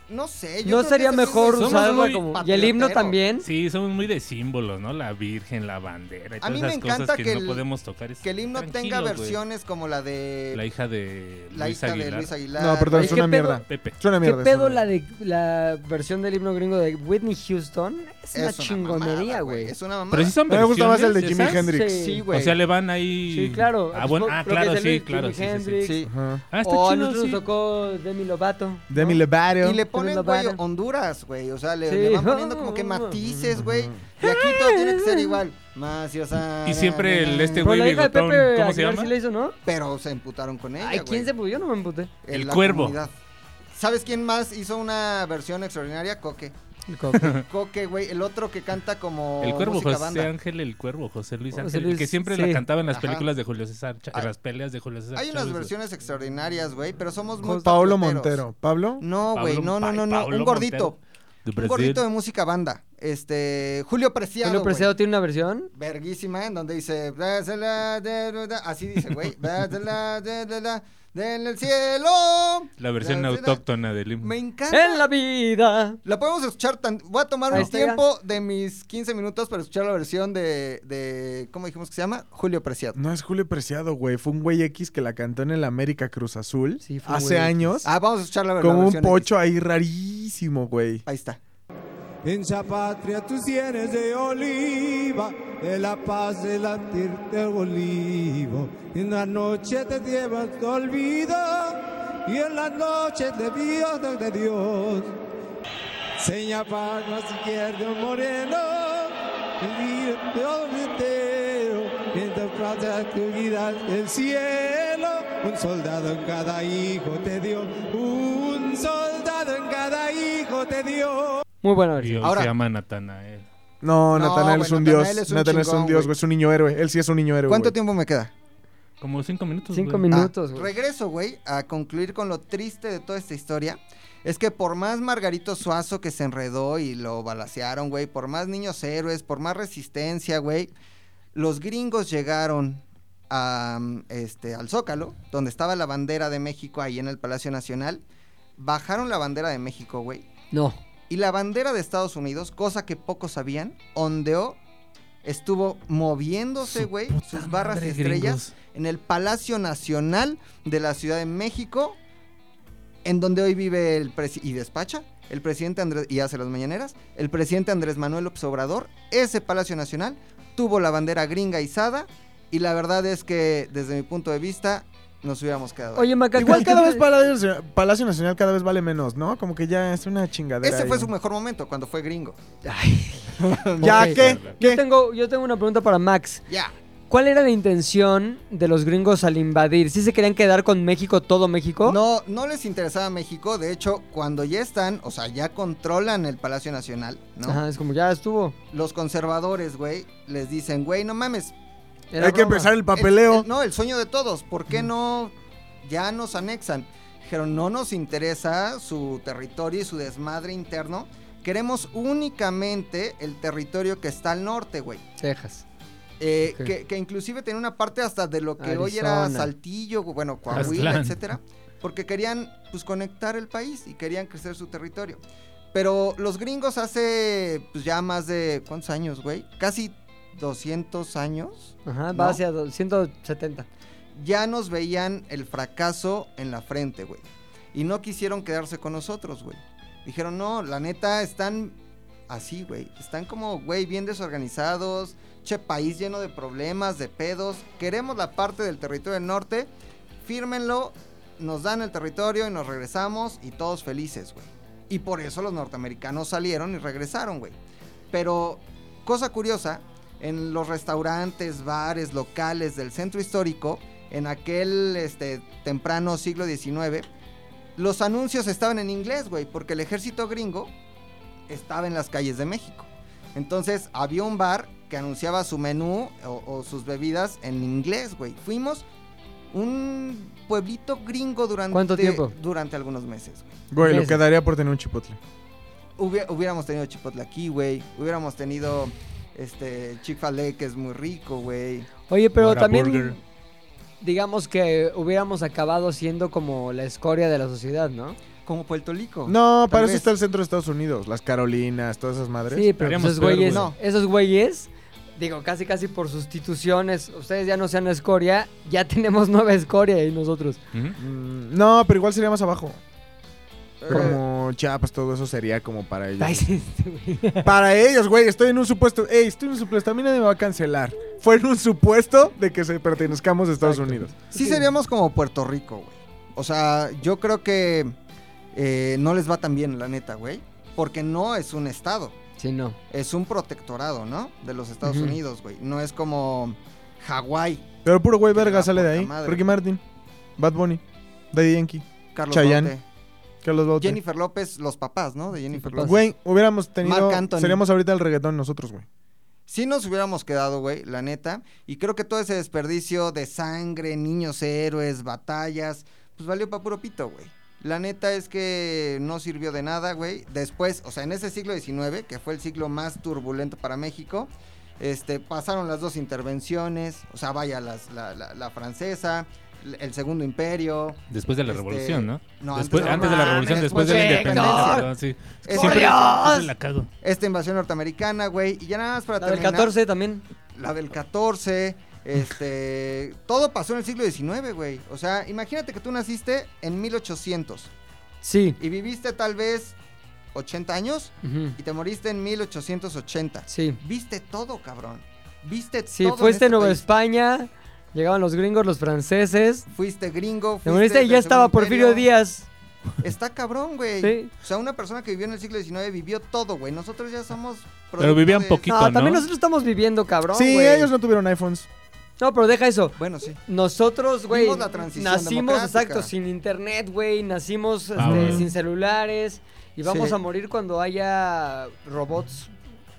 [SPEAKER 5] No sé. yo
[SPEAKER 4] ¿No
[SPEAKER 5] creo que
[SPEAKER 4] sería
[SPEAKER 5] ese sí es
[SPEAKER 4] mejor
[SPEAKER 5] el-
[SPEAKER 6] somos
[SPEAKER 4] usarla
[SPEAKER 6] muy
[SPEAKER 4] como... Y el himno
[SPEAKER 5] patriotero.
[SPEAKER 4] también.
[SPEAKER 6] Sí, somos muy de símbolos, ¿no? La Virgen, la bandera y
[SPEAKER 5] A
[SPEAKER 6] todas
[SPEAKER 5] mí me
[SPEAKER 6] esas
[SPEAKER 5] encanta
[SPEAKER 6] cosas que,
[SPEAKER 5] que
[SPEAKER 6] no
[SPEAKER 5] el-
[SPEAKER 6] podemos tocar. Es
[SPEAKER 5] Que el himno tenga
[SPEAKER 6] tranquilo, güey.
[SPEAKER 5] versiones como la de
[SPEAKER 6] La hija de
[SPEAKER 5] la
[SPEAKER 6] Luis
[SPEAKER 5] hija de
[SPEAKER 6] Aguilar.
[SPEAKER 5] Luis Aguilar.
[SPEAKER 7] No, perdón,
[SPEAKER 5] güey.
[SPEAKER 7] es
[SPEAKER 4] ¿qué
[SPEAKER 7] una
[SPEAKER 4] pedo?
[SPEAKER 7] mierda.
[SPEAKER 6] Pepe.
[SPEAKER 7] Suena
[SPEAKER 4] ¿Qué
[SPEAKER 7] mierda. es
[SPEAKER 4] pedo
[SPEAKER 7] una
[SPEAKER 4] la de la versión del himno gringo de Whitney Houston? Es una
[SPEAKER 5] Es una mamada,
[SPEAKER 4] chingonería, güey.
[SPEAKER 5] Es una mamada.
[SPEAKER 6] Pero sí son
[SPEAKER 7] Me gusta más el de
[SPEAKER 6] versiones
[SPEAKER 7] Jimi
[SPEAKER 6] esas.
[SPEAKER 7] Hendrix.
[SPEAKER 5] Sí,
[SPEAKER 4] Sí,
[SPEAKER 5] güey.
[SPEAKER 6] O sea, le van ahí...
[SPEAKER 4] Sí, claro.
[SPEAKER 6] Ah, bueno,
[SPEAKER 4] Pues,
[SPEAKER 6] ah,
[SPEAKER 4] lo que
[SPEAKER 6] claro,
[SPEAKER 4] es de
[SPEAKER 6] sí,
[SPEAKER 4] Luis,
[SPEAKER 6] claro.
[SPEAKER 4] Jimi
[SPEAKER 6] sí, sí, sí.
[SPEAKER 4] Hendrix.
[SPEAKER 5] Sí.
[SPEAKER 7] Ajá.
[SPEAKER 4] O
[SPEAKER 6] Ah, está
[SPEAKER 4] a
[SPEAKER 6] chido,
[SPEAKER 4] Oh, nosotros
[SPEAKER 6] sí.
[SPEAKER 4] nos tocó Demi Lovato.
[SPEAKER 7] Demi Lovato.
[SPEAKER 5] Y le ponen,
[SPEAKER 4] la
[SPEAKER 5] güey,
[SPEAKER 4] vara.
[SPEAKER 5] Honduras, güey. O sea, le,
[SPEAKER 4] Sí.
[SPEAKER 5] le van poniendo como que matices, güey. Y aquí todo tiene que ser igual. Más y,
[SPEAKER 6] Y siempre el este
[SPEAKER 4] Pero
[SPEAKER 6] güey
[SPEAKER 4] la hija de
[SPEAKER 6] bigotón,
[SPEAKER 4] Pepe
[SPEAKER 6] ¿cómo se
[SPEAKER 4] Aguilar
[SPEAKER 6] llama?
[SPEAKER 4] sí le hizo, ¿no?
[SPEAKER 5] Pero se emputaron con ella.
[SPEAKER 4] Ay, ¿quién
[SPEAKER 5] güey,
[SPEAKER 4] se pudo? Yo no me emputé.
[SPEAKER 5] en
[SPEAKER 6] El
[SPEAKER 5] la
[SPEAKER 6] cuervo.
[SPEAKER 5] comunidad. ¿Sabes quién más hizo una versión extraordinaria? Coque.
[SPEAKER 4] El coco.
[SPEAKER 5] Coque, güey. El otro que canta como.
[SPEAKER 6] El cuervo
[SPEAKER 5] música
[SPEAKER 6] José
[SPEAKER 5] banda.
[SPEAKER 6] Ángel, el cuervo José Luis
[SPEAKER 4] José
[SPEAKER 6] Ángel, el
[SPEAKER 4] Luis,
[SPEAKER 6] que siempre
[SPEAKER 4] sí.
[SPEAKER 6] la cantaba en las
[SPEAKER 5] Ajá.
[SPEAKER 6] películas de Julio César, Cha-
[SPEAKER 5] Hay-
[SPEAKER 6] en las peleas de Julio César.
[SPEAKER 5] Hay unas
[SPEAKER 6] Chávez.
[SPEAKER 5] versiones extraordinarias, güey, pero somos muy.
[SPEAKER 7] Pablo
[SPEAKER 5] patrioteros.
[SPEAKER 7] Montero. ¿Pablo?
[SPEAKER 5] No, güey, no,
[SPEAKER 6] Pablo-
[SPEAKER 5] no, no, no.
[SPEAKER 6] Pablo
[SPEAKER 5] Un gordito.
[SPEAKER 6] Montero. De
[SPEAKER 5] Un
[SPEAKER 6] Brasil.
[SPEAKER 5] gordito de música banda. Este. Julio Preciado.
[SPEAKER 4] Julio
[SPEAKER 5] güey.
[SPEAKER 4] Preciado tiene una versión.
[SPEAKER 5] verguísima en donde dice "Brásela de la- da-", así dice
[SPEAKER 4] [laughs]
[SPEAKER 5] güey "Brásela de la- da- del cielo
[SPEAKER 6] La versión
[SPEAKER 5] Brásela-
[SPEAKER 6] autóctona del himno.
[SPEAKER 5] me
[SPEAKER 7] Ah,
[SPEAKER 5] encanta
[SPEAKER 4] En la vida.
[SPEAKER 5] la podemos escuchar tan voy a tomar
[SPEAKER 4] Ahí
[SPEAKER 5] un
[SPEAKER 4] está.
[SPEAKER 5] tiempo de mis 15 minutos para escuchar la versión de, de cómo dijimos que se llama Julio
[SPEAKER 4] Mm.
[SPEAKER 5] Preciado
[SPEAKER 7] No es Julio Preciado, güey. Fue un güey X que la cantó en el América Cruz Azul
[SPEAKER 4] Sí, fue un
[SPEAKER 7] hace
[SPEAKER 4] güey X.
[SPEAKER 7] años.
[SPEAKER 5] ah vamos a escuchar la, la
[SPEAKER 7] Como un
[SPEAKER 5] versión X.
[SPEAKER 7] pocho ahí rarísimo, güey.
[SPEAKER 5] ahí está
[SPEAKER 8] Hincha patria, tus sienes de oliva, de la paz el latir de olivo. En la noche te llevas tu olvido, y en la noche te violas de Dios. Seña palmas izquierdo moreno, todo entero, mientras plata guía el cielo. Un soldado en cada hijo te dio, un soldado en cada hijo te dio.
[SPEAKER 4] Muy buena
[SPEAKER 6] Y
[SPEAKER 4] versión.
[SPEAKER 6] hoy
[SPEAKER 5] Ahora-
[SPEAKER 6] se llama Natanael.
[SPEAKER 7] No,
[SPEAKER 5] No,
[SPEAKER 7] Natanael
[SPEAKER 5] güey,
[SPEAKER 7] es un
[SPEAKER 5] Natanael
[SPEAKER 7] dios.
[SPEAKER 5] es un
[SPEAKER 7] Natanael es un
[SPEAKER 5] chingón,
[SPEAKER 7] dios,
[SPEAKER 5] güey.
[SPEAKER 7] güey. Es un niño héroe. Él sí es un niño héroe.
[SPEAKER 5] cuánto
[SPEAKER 7] güey.
[SPEAKER 5] tiempo me queda
[SPEAKER 6] Como cinco minutos.
[SPEAKER 4] Cinco
[SPEAKER 6] güey.
[SPEAKER 4] minutos,
[SPEAKER 5] Ah,
[SPEAKER 4] güey.
[SPEAKER 5] regreso, güey, a concluir con lo triste de toda esta historia. Es que por más Margarito Suazo que se enredó y lo balacearon, güey, por más niños héroes, por más resistencia, güey, los gringos llegaron a, mm, este, al Zócalo, donde estaba la bandera de México ahí en el Palacio Nacional, bajaron la bandera de México, güey,
[SPEAKER 4] No.
[SPEAKER 5] y la bandera de Estados Unidos, cosa que pocos sabían, ondeó, estuvo moviéndose,
[SPEAKER 6] Su
[SPEAKER 5] güey,
[SPEAKER 6] puta
[SPEAKER 5] sus barras y
[SPEAKER 6] madre,
[SPEAKER 5] estrellas
[SPEAKER 6] gringos.
[SPEAKER 5] en el Palacio Nacional de la Ciudad de México, en donde hoy vive el presi- y despacha el presidente Andrés y hace las mañaneras, el presidente Andrés Manuel López Obrador, ese Palacio Nacional tuvo la bandera gringa izada y la verdad es que desde mi punto de vista nos hubiéramos quedado. ahí.
[SPEAKER 4] Oye, Maca,
[SPEAKER 7] Igual cada vez
[SPEAKER 4] ¿qué-
[SPEAKER 7] Palacio, Palacio Nacional cada vez vale menos, ¿no? Como que ya es una chingadera.
[SPEAKER 5] ese fue
[SPEAKER 7] ahí.
[SPEAKER 5] su mejor momento cuando fue gringo. [laughs]
[SPEAKER 7] ¿Ya
[SPEAKER 4] Ok.
[SPEAKER 7] qué?
[SPEAKER 4] Yo
[SPEAKER 7] ¿Qué?
[SPEAKER 4] tengo, yo tengo una pregunta para Max.
[SPEAKER 5] Ya.
[SPEAKER 4] ¿Cuál era la intención de los gringos al invadir? ¿Sí se querían quedar con México, todo México?
[SPEAKER 5] No, no les interesaba México, de hecho, cuando ya están, o sea, ya controlan el Palacio Nacional, ¿no?
[SPEAKER 4] Ajá, es como ya estuvo.
[SPEAKER 5] Los conservadores, güey, les dicen, "Güey, no mames,
[SPEAKER 4] Era
[SPEAKER 7] Hay que
[SPEAKER 4] broma.
[SPEAKER 7] empezar el papeleo.
[SPEAKER 5] El- el- no, el sueño de todos. ¿Por qué no ya nos anexan? Dijeron, no nos interesa su territorio y su desmadre interno. Queremos únicamente el territorio que está al norte, güey.
[SPEAKER 4] Texas.
[SPEAKER 5] Eh,
[SPEAKER 4] Ok.
[SPEAKER 5] que, que inclusive tenía una parte hasta de lo que hoy era
[SPEAKER 4] Arizona.
[SPEAKER 5] Saltillo, bueno, Coahuila,
[SPEAKER 6] Aztlán.
[SPEAKER 5] etcétera, porque querían pues conectar el país y querían crecer su territorio. Pero los gringos hace pues ya más de ¿cuántos años, güey? Casi 200 años
[SPEAKER 4] Ajá, va
[SPEAKER 5] ¿No?
[SPEAKER 4] hacia do- 170.
[SPEAKER 5] ya nos veían el fracaso en la frente, güey. Y no quisieron quedarse con nosotros, güey. Dijeron, no, la neta, están así, güey. Están como, güey, bien desorganizados. Che, país lleno de problemas, de pedos. Queremos la parte del territorio del norte. Fírmenlo, nos dan el territorio y nos regresamos y todos felices, güey. Y por eso los norteamericanos salieron y regresaron, güey. Pero, cosa curiosa, en los restaurantes, bares, locales del centro histórico, en aquel este, temprano siglo XIX, los anuncios estaban en inglés, güey, porque el ejército gringo estaba en las calles de México. Entonces había un bar que anunciaba su menú o, o sus bebidas en inglés, güey. Fuimos un pueblito gringo durante,
[SPEAKER 4] ¿Cuánto tiempo?
[SPEAKER 5] durante algunos meses, güey.
[SPEAKER 7] Güey, lo
[SPEAKER 4] Ese.
[SPEAKER 7] quedaría por tener un chipotle.
[SPEAKER 5] Hubi- hubiéramos tenido chipotle aquí, güey. Hubiéramos tenido este Chick-fil-A que es muy rico, güey.
[SPEAKER 4] Oye, pero
[SPEAKER 6] Whataburger.
[SPEAKER 4] también digamos que hubiéramos acabado siendo como la escoria de la sociedad, ¿no?
[SPEAKER 5] Como Puerto Rico.
[SPEAKER 7] No,
[SPEAKER 5] Tal
[SPEAKER 7] para eso
[SPEAKER 5] vez.
[SPEAKER 7] está el centro de Estados Unidos, las Carolinas, todas esas madres.
[SPEAKER 4] Sí, pero pues
[SPEAKER 6] Estaríamos
[SPEAKER 4] esos
[SPEAKER 6] peor,
[SPEAKER 4] güeyes,
[SPEAKER 6] güey.
[SPEAKER 4] esos güeyes, digo, casi casi por sustituciones, ustedes ya no sean escoria, ya [laughs] tenemos nueva escoria y nosotros.
[SPEAKER 6] Ujú.
[SPEAKER 7] Mm, no, pero igual sería más abajo.
[SPEAKER 5] Eh,
[SPEAKER 7] Como Chiapas, todo eso sería como para ellos.
[SPEAKER 4] Ay, sí, este güey.
[SPEAKER 7] Para ellos, güey, estoy en un supuesto. Ey, estoy en un supuesto. A mí nadie me va a cancelar. Fue en un supuesto de que se pertenezcamos a Estados Unidos.
[SPEAKER 5] Sí seríamos como Puerto Rico, güey. O sea, yo creo que eh, no les va tan bien, la neta, güey. Porque no es un estado.
[SPEAKER 4] Sí, no.
[SPEAKER 5] Es un protectorado, ¿no? De los Estados
[SPEAKER 4] Ujú.
[SPEAKER 5] Unidos, güey. No es como Hawái,
[SPEAKER 7] Pero puro güey verga
[SPEAKER 5] Ah,
[SPEAKER 7] sale de
[SPEAKER 5] poca
[SPEAKER 7] ahí.
[SPEAKER 5] madre.
[SPEAKER 7] Ricky Martin, Bad Bunny, Daddy Yankee,
[SPEAKER 5] Carlos
[SPEAKER 7] Chayanne.
[SPEAKER 5] Baute.
[SPEAKER 7] Carlos Baute.
[SPEAKER 5] Jennifer López, los papás, ¿no? De Jennifer
[SPEAKER 4] Papás.
[SPEAKER 5] López.
[SPEAKER 7] Güey, hubiéramos tenido.
[SPEAKER 5] Marc Anthony.
[SPEAKER 7] Seríamos ahorita el reggaetón nosotros, güey.
[SPEAKER 5] Si nos hubiéramos quedado, güey, la neta. Y creo que todo ese desperdicio de sangre, niños héroes, batallas, pues valió para puro pito, güey. La neta es que no sirvió de nada, güey. Después, o sea, en ese siglo XIX, que fue el siglo más turbulento para México, este, pasaron las dos intervenciones, o sea, vaya, las- la, la- la francesa, el Segundo Imperio.
[SPEAKER 6] Después de la
[SPEAKER 5] Este,
[SPEAKER 6] revolución, ¿no?
[SPEAKER 5] no,
[SPEAKER 6] después,
[SPEAKER 5] antes-
[SPEAKER 6] antes de
[SPEAKER 5] no
[SPEAKER 6] la
[SPEAKER 5] mames,
[SPEAKER 6] revolución, después de la
[SPEAKER 5] güey,
[SPEAKER 6] independencia.
[SPEAKER 5] no.
[SPEAKER 6] ¿no? Sí.
[SPEAKER 5] Es-
[SPEAKER 6] Siempre, siempre la cago. [clears throat]
[SPEAKER 5] Esta invasión norteamericana, güey. Y ya nada más para
[SPEAKER 4] La del
[SPEAKER 5] terminar.
[SPEAKER 4] 14 también.
[SPEAKER 5] la del 14, este, todo pasó en el siglo XIX, güey. O sea, imagínate que tú naciste en 1800
[SPEAKER 4] Sí.
[SPEAKER 5] y viviste tal vez 80 años
[SPEAKER 4] Ujú.
[SPEAKER 5] y te moriste en 1880.
[SPEAKER 4] Sí.
[SPEAKER 5] Viste todo, cabrón. Viste
[SPEAKER 4] Sí,
[SPEAKER 5] todo. en
[SPEAKER 4] fuiste
[SPEAKER 5] este
[SPEAKER 4] Nueva
[SPEAKER 5] país.
[SPEAKER 4] España, llegaban los gringos, los franceses.
[SPEAKER 5] Fuiste gringo. Fuiste
[SPEAKER 4] Te moriste y
[SPEAKER 5] del
[SPEAKER 4] ya estaba
[SPEAKER 5] Segundo
[SPEAKER 4] Porfirio
[SPEAKER 5] Imperio.
[SPEAKER 4] Díaz.
[SPEAKER 5] Está cabrón, güey.
[SPEAKER 4] Sí.
[SPEAKER 5] O sea, una persona que vivió en el siglo XIX vivió todo, güey. Nosotros ya somos.
[SPEAKER 6] Pero vivían
[SPEAKER 5] producto de-
[SPEAKER 6] poquito,
[SPEAKER 4] No, Ah, también
[SPEAKER 6] ¿no?
[SPEAKER 4] nosotros estamos viviendo, cabrón.
[SPEAKER 7] sí,
[SPEAKER 4] güey.
[SPEAKER 7] ellos no tuvieron iPhones.
[SPEAKER 4] No, pero deja eso.
[SPEAKER 5] Bueno, sí.
[SPEAKER 4] Nosotros, güey,
[SPEAKER 5] Vimos la transición
[SPEAKER 4] nacimos,
[SPEAKER 5] democrática.
[SPEAKER 4] exacto, sin internet, güey, nacimos
[SPEAKER 6] Ah,
[SPEAKER 4] este,
[SPEAKER 6] bueno.
[SPEAKER 4] sin celulares y vamos
[SPEAKER 5] Sí.
[SPEAKER 4] a morir cuando haya robots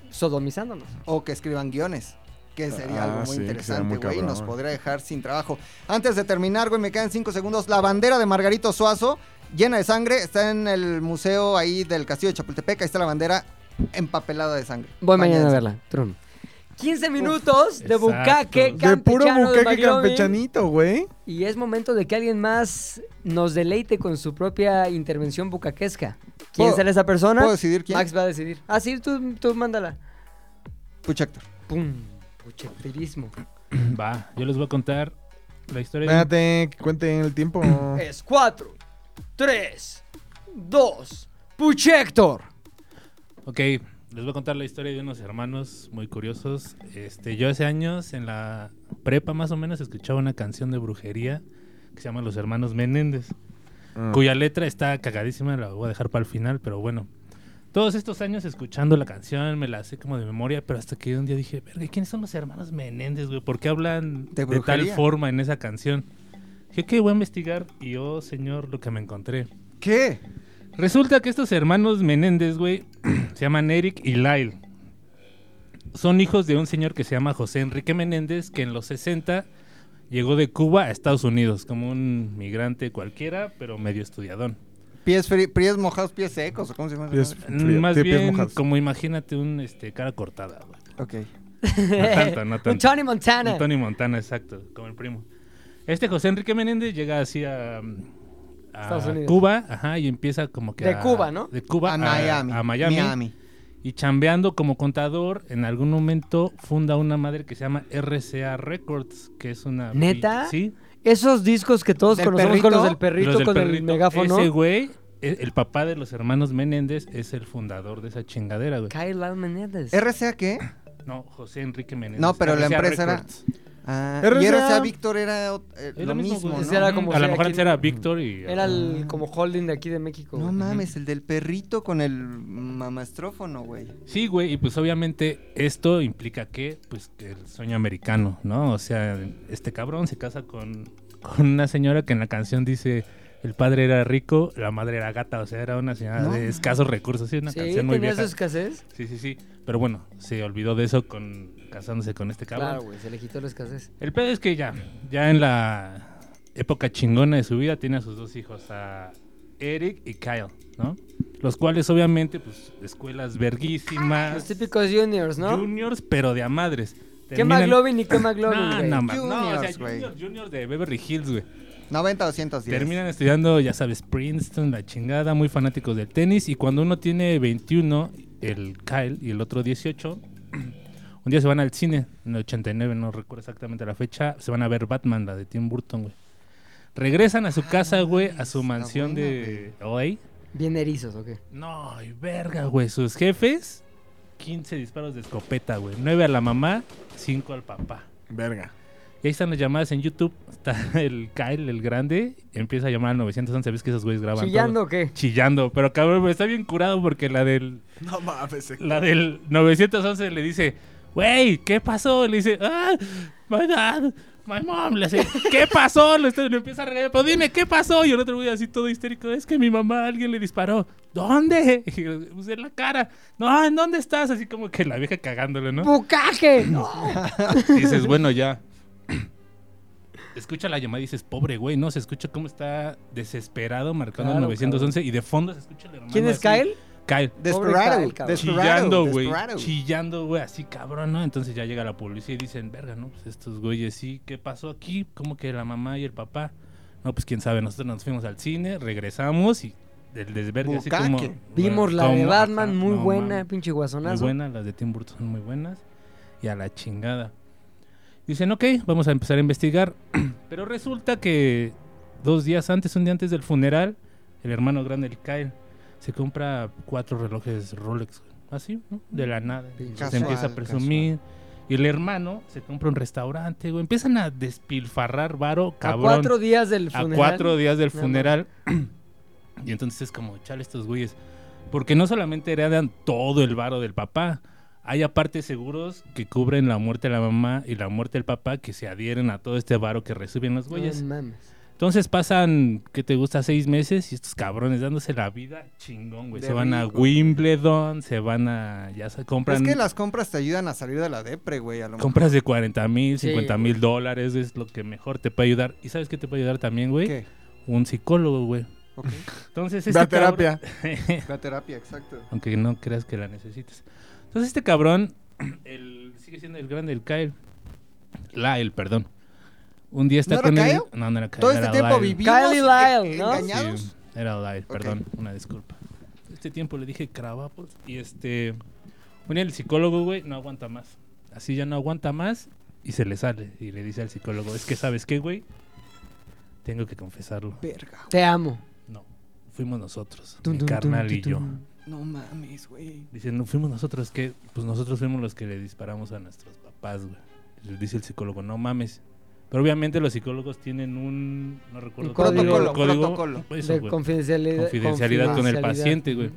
[SPEAKER 4] sodomizándonos.
[SPEAKER 5] o que escriban guiones. Que sería
[SPEAKER 7] Ah,
[SPEAKER 5] algo muy
[SPEAKER 7] sí, que sería
[SPEAKER 5] interesante,
[SPEAKER 7] muy
[SPEAKER 5] güey. y Nos
[SPEAKER 7] cabrón.
[SPEAKER 5] podría dejar sin trabajo. Antes de terminar, güey, me quedan cinco segundos. La bandera de Margarito Suazo, llena de sangre, está en el museo ahí del Castillo de Chapultepec. Ahí está la bandera empapelada de sangre.
[SPEAKER 4] Voy mañana a
[SPEAKER 5] Bañense.
[SPEAKER 4] verla, Trun. 15 minutos de
[SPEAKER 6] exacto.
[SPEAKER 4] bucaque
[SPEAKER 7] De puro
[SPEAKER 4] campechano de
[SPEAKER 7] bucaque
[SPEAKER 4] Maglovin.
[SPEAKER 7] campechanito, güey.
[SPEAKER 4] Y es momento de que alguien más nos deleite con su propia intervención bucaquesca. ¿Quién
[SPEAKER 5] ¿Puedo-
[SPEAKER 4] será esa persona?
[SPEAKER 5] ¿Puedo decidir quién?
[SPEAKER 4] Max va a decidir. Ah, sí, tú, tú mándala.
[SPEAKER 5] Puch Héctor.
[SPEAKER 4] Pum, pucheterismo.
[SPEAKER 6] Va, yo les voy a contar la historia de un
[SPEAKER 7] Espérate, que cuenten el
[SPEAKER 5] [clears throat]
[SPEAKER 7] tiempo.
[SPEAKER 4] es 4, 3, 2, Puchector.
[SPEAKER 6] Ok, les voy a contar la historia de unos hermanos muy curiosos. Este, yo hace años en la prepa más o menos escuchaba una canción de brujería que se llama Los Hermanos Menéndez,
[SPEAKER 7] Mm.
[SPEAKER 6] cuya letra está cagadísima, la voy a dejar para el final, pero bueno. Todos estos años escuchando la canción, me la sé como de memoria, pero hasta que un día dije, verga, ¿quiénes son los hermanos Menéndez, güey? ¿Por qué hablan
[SPEAKER 5] De
[SPEAKER 6] de, tal
[SPEAKER 5] brujería.
[SPEAKER 6] forma en esa canción? Dije, ok, voy a investigar y oh, señor, lo que me encontré.
[SPEAKER 5] ¿Qué?
[SPEAKER 6] Resulta que estos hermanos Menéndez, güey, [clears throat] se llaman Eric y Lyle. Son hijos de un señor que se llama José Enrique Menéndez, que en los 60 Llegó de Cuba a Estados Unidos, como un migrante cualquiera, pero medio estudiadón.
[SPEAKER 5] Pies, fri- pies mojados, pies secos, ¿o ¿cómo se llama?
[SPEAKER 7] Pies-
[SPEAKER 6] Mm, Más
[SPEAKER 7] Sí, pies
[SPEAKER 6] bien,
[SPEAKER 7] mojados.
[SPEAKER 6] como imagínate un este, cara cortada,
[SPEAKER 4] [laughs]
[SPEAKER 6] güey.
[SPEAKER 5] Ok.
[SPEAKER 6] No tanto, no
[SPEAKER 4] Un
[SPEAKER 6] tanto.
[SPEAKER 4] Tony Montana.
[SPEAKER 6] Un Tony Montana, exacto, como el primo. Este José Enrique Menéndez llega así a, a
[SPEAKER 4] Estados Unidos.
[SPEAKER 6] Cuba, ajá, y empieza como que
[SPEAKER 4] De
[SPEAKER 6] a-
[SPEAKER 4] Cuba, ¿no?
[SPEAKER 6] De Cuba
[SPEAKER 5] A Miami.
[SPEAKER 6] a Miami.
[SPEAKER 5] Miami.
[SPEAKER 6] Y chambeando como contador, en algún momento funda una madre que se llama RCA Records, que es una...
[SPEAKER 4] ¿Neta?
[SPEAKER 6] Sí.
[SPEAKER 4] Esos discos que todos
[SPEAKER 5] ¿Del
[SPEAKER 4] conocemos
[SPEAKER 5] perrito?
[SPEAKER 4] con los del
[SPEAKER 6] Los
[SPEAKER 4] perrito,
[SPEAKER 6] del
[SPEAKER 4] con el
[SPEAKER 6] perrito.
[SPEAKER 4] megáfono.
[SPEAKER 6] Ese güey, e- el papá de los hermanos Menéndez, es el fundador de esa chingadera, güey.
[SPEAKER 4] Kyle Al Menéndez.
[SPEAKER 5] ¿RCA qué?
[SPEAKER 6] No, José Enrique Menéndez.
[SPEAKER 5] No, pero la
[SPEAKER 6] RCA
[SPEAKER 5] empresa era-
[SPEAKER 6] Records.
[SPEAKER 5] Ah,
[SPEAKER 7] RCA.
[SPEAKER 5] Y RCA Víctor era ot- eh,
[SPEAKER 6] Es
[SPEAKER 5] lo
[SPEAKER 6] mismo,
[SPEAKER 5] mismo,
[SPEAKER 6] güey.
[SPEAKER 5] ¿no?
[SPEAKER 4] Ese era como-
[SPEAKER 6] A
[SPEAKER 4] sea,
[SPEAKER 6] lo mejor
[SPEAKER 4] aquí-
[SPEAKER 6] antes era Víctor y...
[SPEAKER 4] Era el como holding de aquí de México.
[SPEAKER 5] No
[SPEAKER 4] güey.
[SPEAKER 5] mames, el del perrito con el mamastrófono, güey.
[SPEAKER 6] Sí, güey, y pues obviamente esto implica que, pues, que el sueño americano, ¿no? O sea, este cabrón se casa con, con una señora que en la canción dice el padre era rico, la madre era gata, o sea, era una señora
[SPEAKER 5] No.
[SPEAKER 6] de escasos recursos, sí, una
[SPEAKER 4] sí,
[SPEAKER 6] canción muy
[SPEAKER 4] tenía
[SPEAKER 6] vieja.
[SPEAKER 4] su escasez.
[SPEAKER 6] Sí, sí, sí, pero bueno, se olvidó de eso con casándose con este cabrón.
[SPEAKER 4] Claro, güey, se le quitó la escasez.
[SPEAKER 6] El pedo es que ya, ya en la época chingona de su vida tiene a sus dos hijos, a Eric y Kyle, ¿no? Los cuales obviamente, pues, escuelas
[SPEAKER 4] Los
[SPEAKER 6] verguísimas,
[SPEAKER 4] típicos juniors, ¿no?
[SPEAKER 6] juniors, pero de a madres.
[SPEAKER 4] ¿Qué McLovin y qué McLovin,
[SPEAKER 6] [laughs] No,
[SPEAKER 4] güey?
[SPEAKER 6] no, ma- no, o sea,
[SPEAKER 5] Juniors, güey.
[SPEAKER 6] juniors, juniors de Beverly Hills, güey.
[SPEAKER 5] 90 210.
[SPEAKER 6] Terminan estudiando, ya sabes, Princeton, la chingada, muy fanáticos del tenis. Y cuando uno tiene 21, el Kyle y el otro 18, [clears throat] un día se van al cine, en el 89, no recuerdo exactamente la fecha, se van a ver Batman, la de Tim Burton, güey. Regresan a su
[SPEAKER 4] Ah,
[SPEAKER 6] casa, güey, a su mansión
[SPEAKER 5] buena,
[SPEAKER 6] de hoy.
[SPEAKER 4] Bien erizos, ¿o qué?
[SPEAKER 6] No, y verga, güey. Sus jefes, 15 disparos de escopeta, güey. 9 a la mamá, 5 al papá.
[SPEAKER 7] Verga.
[SPEAKER 6] Y ahí están las llamadas en YouTube. Está el Kyle, el grande. Empieza a llamar al 911. ¿Ves que esos güeyes graban? todo?
[SPEAKER 4] ¿Chillando o qué?
[SPEAKER 6] Chillando. Pero cabrón, está bien curado porque la del,
[SPEAKER 7] No mames. eh.
[SPEAKER 6] la del 911 le dice, güey, ¿qué pasó? Le dice, ah, my dad, my mom. Le dice, ¿qué pasó? Le, está- le empieza a regañar. Pero dime, ¿qué pasó? Y el otro güey así todo histérico. Es que mi mamá, alguien le disparó. ¿Dónde? [laughs] Y yo, "Pues en la cara. No, ¿en dónde estás? Así como que la vieja cagándole, ¿no?
[SPEAKER 4] ¡Bucaje!
[SPEAKER 6] dices, bueno, ya. [clears throat] Escucha la llamada y dices, pobre güey, no, se escucha cómo está desesperado marcando el
[SPEAKER 4] Claro,
[SPEAKER 6] 911 y de fondo se escucha el hermano.
[SPEAKER 4] ¿Quién es
[SPEAKER 6] así,
[SPEAKER 4] Kyle?
[SPEAKER 6] Kyle.
[SPEAKER 4] Pobre
[SPEAKER 5] Desperado,
[SPEAKER 4] Kyle, cabrón.
[SPEAKER 5] desperado,
[SPEAKER 6] Chillando, güey.
[SPEAKER 5] desperado.
[SPEAKER 6] Chillando, güey, así cabrón, ¿no? Entonces ya llega la policía y dicen, verga, ¿no? Pues estos güeyes sí, ¿qué pasó aquí? ¿Cómo que la mamá y el papá? No, pues quién sabe, nosotros nos fuimos al cine, regresamos y del desvergue así
[SPEAKER 5] Bucaque.
[SPEAKER 6] como...
[SPEAKER 4] Vimos la de
[SPEAKER 6] como-
[SPEAKER 4] Batman,
[SPEAKER 6] ajá,
[SPEAKER 4] muy
[SPEAKER 6] no
[SPEAKER 4] buena,
[SPEAKER 6] mames.
[SPEAKER 4] pinche
[SPEAKER 6] Muy
[SPEAKER 4] guasonazo.
[SPEAKER 6] buenas, las de Tim Burton son muy buenas. Y a la chingada. Dicen, ok, vamos a empezar a investigar. [clears throat] Pero resulta que dos días antes, un día antes del funeral, el hermano grande, el Kyle, se compra cuatro relojes Rolex. güey. Así, ¿no? De la nada.
[SPEAKER 5] Casual,
[SPEAKER 6] se empieza a presumir. Y el hermano se compra un restaurante, güey. Empiezan a despilfarrar varo,
[SPEAKER 4] A
[SPEAKER 6] cabrón
[SPEAKER 4] cuatro días del
[SPEAKER 6] a
[SPEAKER 4] funeral.
[SPEAKER 6] cuatro días del
[SPEAKER 4] No
[SPEAKER 6] funeral. [clears throat] y entonces es como, chale estos güeyes. Porque no solamente heredan todo el varo del papá, hay aparte seguros que cubren la muerte de la mamá y la muerte del papá que se adhieren a todo este varo que reciben los
[SPEAKER 4] No
[SPEAKER 6] güeyes.
[SPEAKER 4] mames.
[SPEAKER 6] Entonces pasan, ¿qué te gusta? Seis meses y estos cabrones dándose la vida chingón, güey.
[SPEAKER 5] De
[SPEAKER 6] Se van a
[SPEAKER 5] rico.
[SPEAKER 6] Wimbledon, se van a. Ya se compran.
[SPEAKER 5] Es que las compras te ayudan a salir de la depre, güey, a lo mejor.
[SPEAKER 6] Compras de 40 mil,
[SPEAKER 4] Sí,
[SPEAKER 6] 50
[SPEAKER 4] güey.
[SPEAKER 6] mil dólares, es lo que mejor te puede ayudar. ¿Y sabes qué te puede ayudar también, güey?
[SPEAKER 5] ¿Qué?
[SPEAKER 6] Un psicólogo, güey.
[SPEAKER 5] Ok.
[SPEAKER 6] [laughs] Entonces, este
[SPEAKER 7] Da
[SPEAKER 6] cabrón-
[SPEAKER 7] terapia.
[SPEAKER 5] La terapia, exacto.
[SPEAKER 6] aunque no creas que la necesites. Entonces, este cabrón, [clears throat] el, sigue siendo el grande, el Kyle. Lyle, perdón. Un día está
[SPEAKER 5] ¿No era
[SPEAKER 6] con él.
[SPEAKER 5] Kyle?
[SPEAKER 6] No, no era Kyle.
[SPEAKER 5] Todo este
[SPEAKER 6] era
[SPEAKER 5] tiempo
[SPEAKER 6] Lyle.
[SPEAKER 5] vivimos
[SPEAKER 4] Kyle y Lyle,
[SPEAKER 5] e-
[SPEAKER 4] ¿no?
[SPEAKER 5] engañados.
[SPEAKER 6] Sí, era Lyle,
[SPEAKER 5] Ok.
[SPEAKER 6] perdón, una disculpa. Este tiempo le dije cravapos y este... Un día el psicólogo, güey, no aguanta más. Así ya no aguanta más y se le sale. Y le dice al psicólogo, es que ¿sabes qué, güey? Tengo que confesarlo.
[SPEAKER 5] Verga.
[SPEAKER 4] Te amo.
[SPEAKER 6] No, fuimos nosotros,
[SPEAKER 4] Tun,
[SPEAKER 6] mi
[SPEAKER 4] tun, tun,
[SPEAKER 6] carnal y
[SPEAKER 4] tun,
[SPEAKER 6] yo.
[SPEAKER 4] tun.
[SPEAKER 5] No mames, güey.
[SPEAKER 6] Dicen, no fuimos nosotros que, pues nosotros fuimos los que le disparamos a nuestros papás, güey. Les dice el psicólogo, no mames. Pero obviamente los psicólogos tienen un, no recuerdo,
[SPEAKER 4] Un
[SPEAKER 6] cómo se llama,
[SPEAKER 4] código.
[SPEAKER 6] un
[SPEAKER 5] Protocolo.
[SPEAKER 6] eso,
[SPEAKER 4] de
[SPEAKER 6] güey.
[SPEAKER 4] confidencialidad,
[SPEAKER 6] Confidencialidad con el paciente, güey.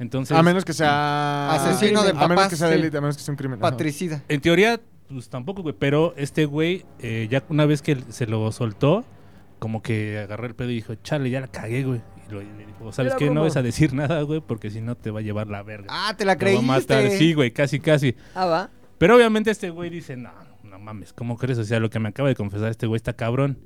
[SPEAKER 6] Entonces,
[SPEAKER 7] A menos que sea.
[SPEAKER 5] Asesino de
[SPEAKER 7] A menos que
[SPEAKER 5] papás,
[SPEAKER 7] sea
[SPEAKER 5] sí.
[SPEAKER 7] delito, a menos que sea un crimen. Ajá.
[SPEAKER 5] Patricida.
[SPEAKER 6] en teoría, pues tampoco, güey. Pero este güey, eh, ya una vez que se lo soltó, como que agarró el pedo y dijo, chale, ya la cagué, güey. Y lo- y le dijo, ¿sabes
[SPEAKER 4] Era
[SPEAKER 6] qué? No
[SPEAKER 4] broma.
[SPEAKER 6] vas a decir nada, güey, porque si no te va a llevar la verga.
[SPEAKER 5] Ah, te la
[SPEAKER 6] te va a
[SPEAKER 5] creíste.
[SPEAKER 6] matar, sí, güey, casi, casi.
[SPEAKER 4] Ah, va.
[SPEAKER 6] Pero obviamente este güey dice, no, no, no mames, ¿cómo crees? O sea, lo que me acaba de confesar este güey está cabrón.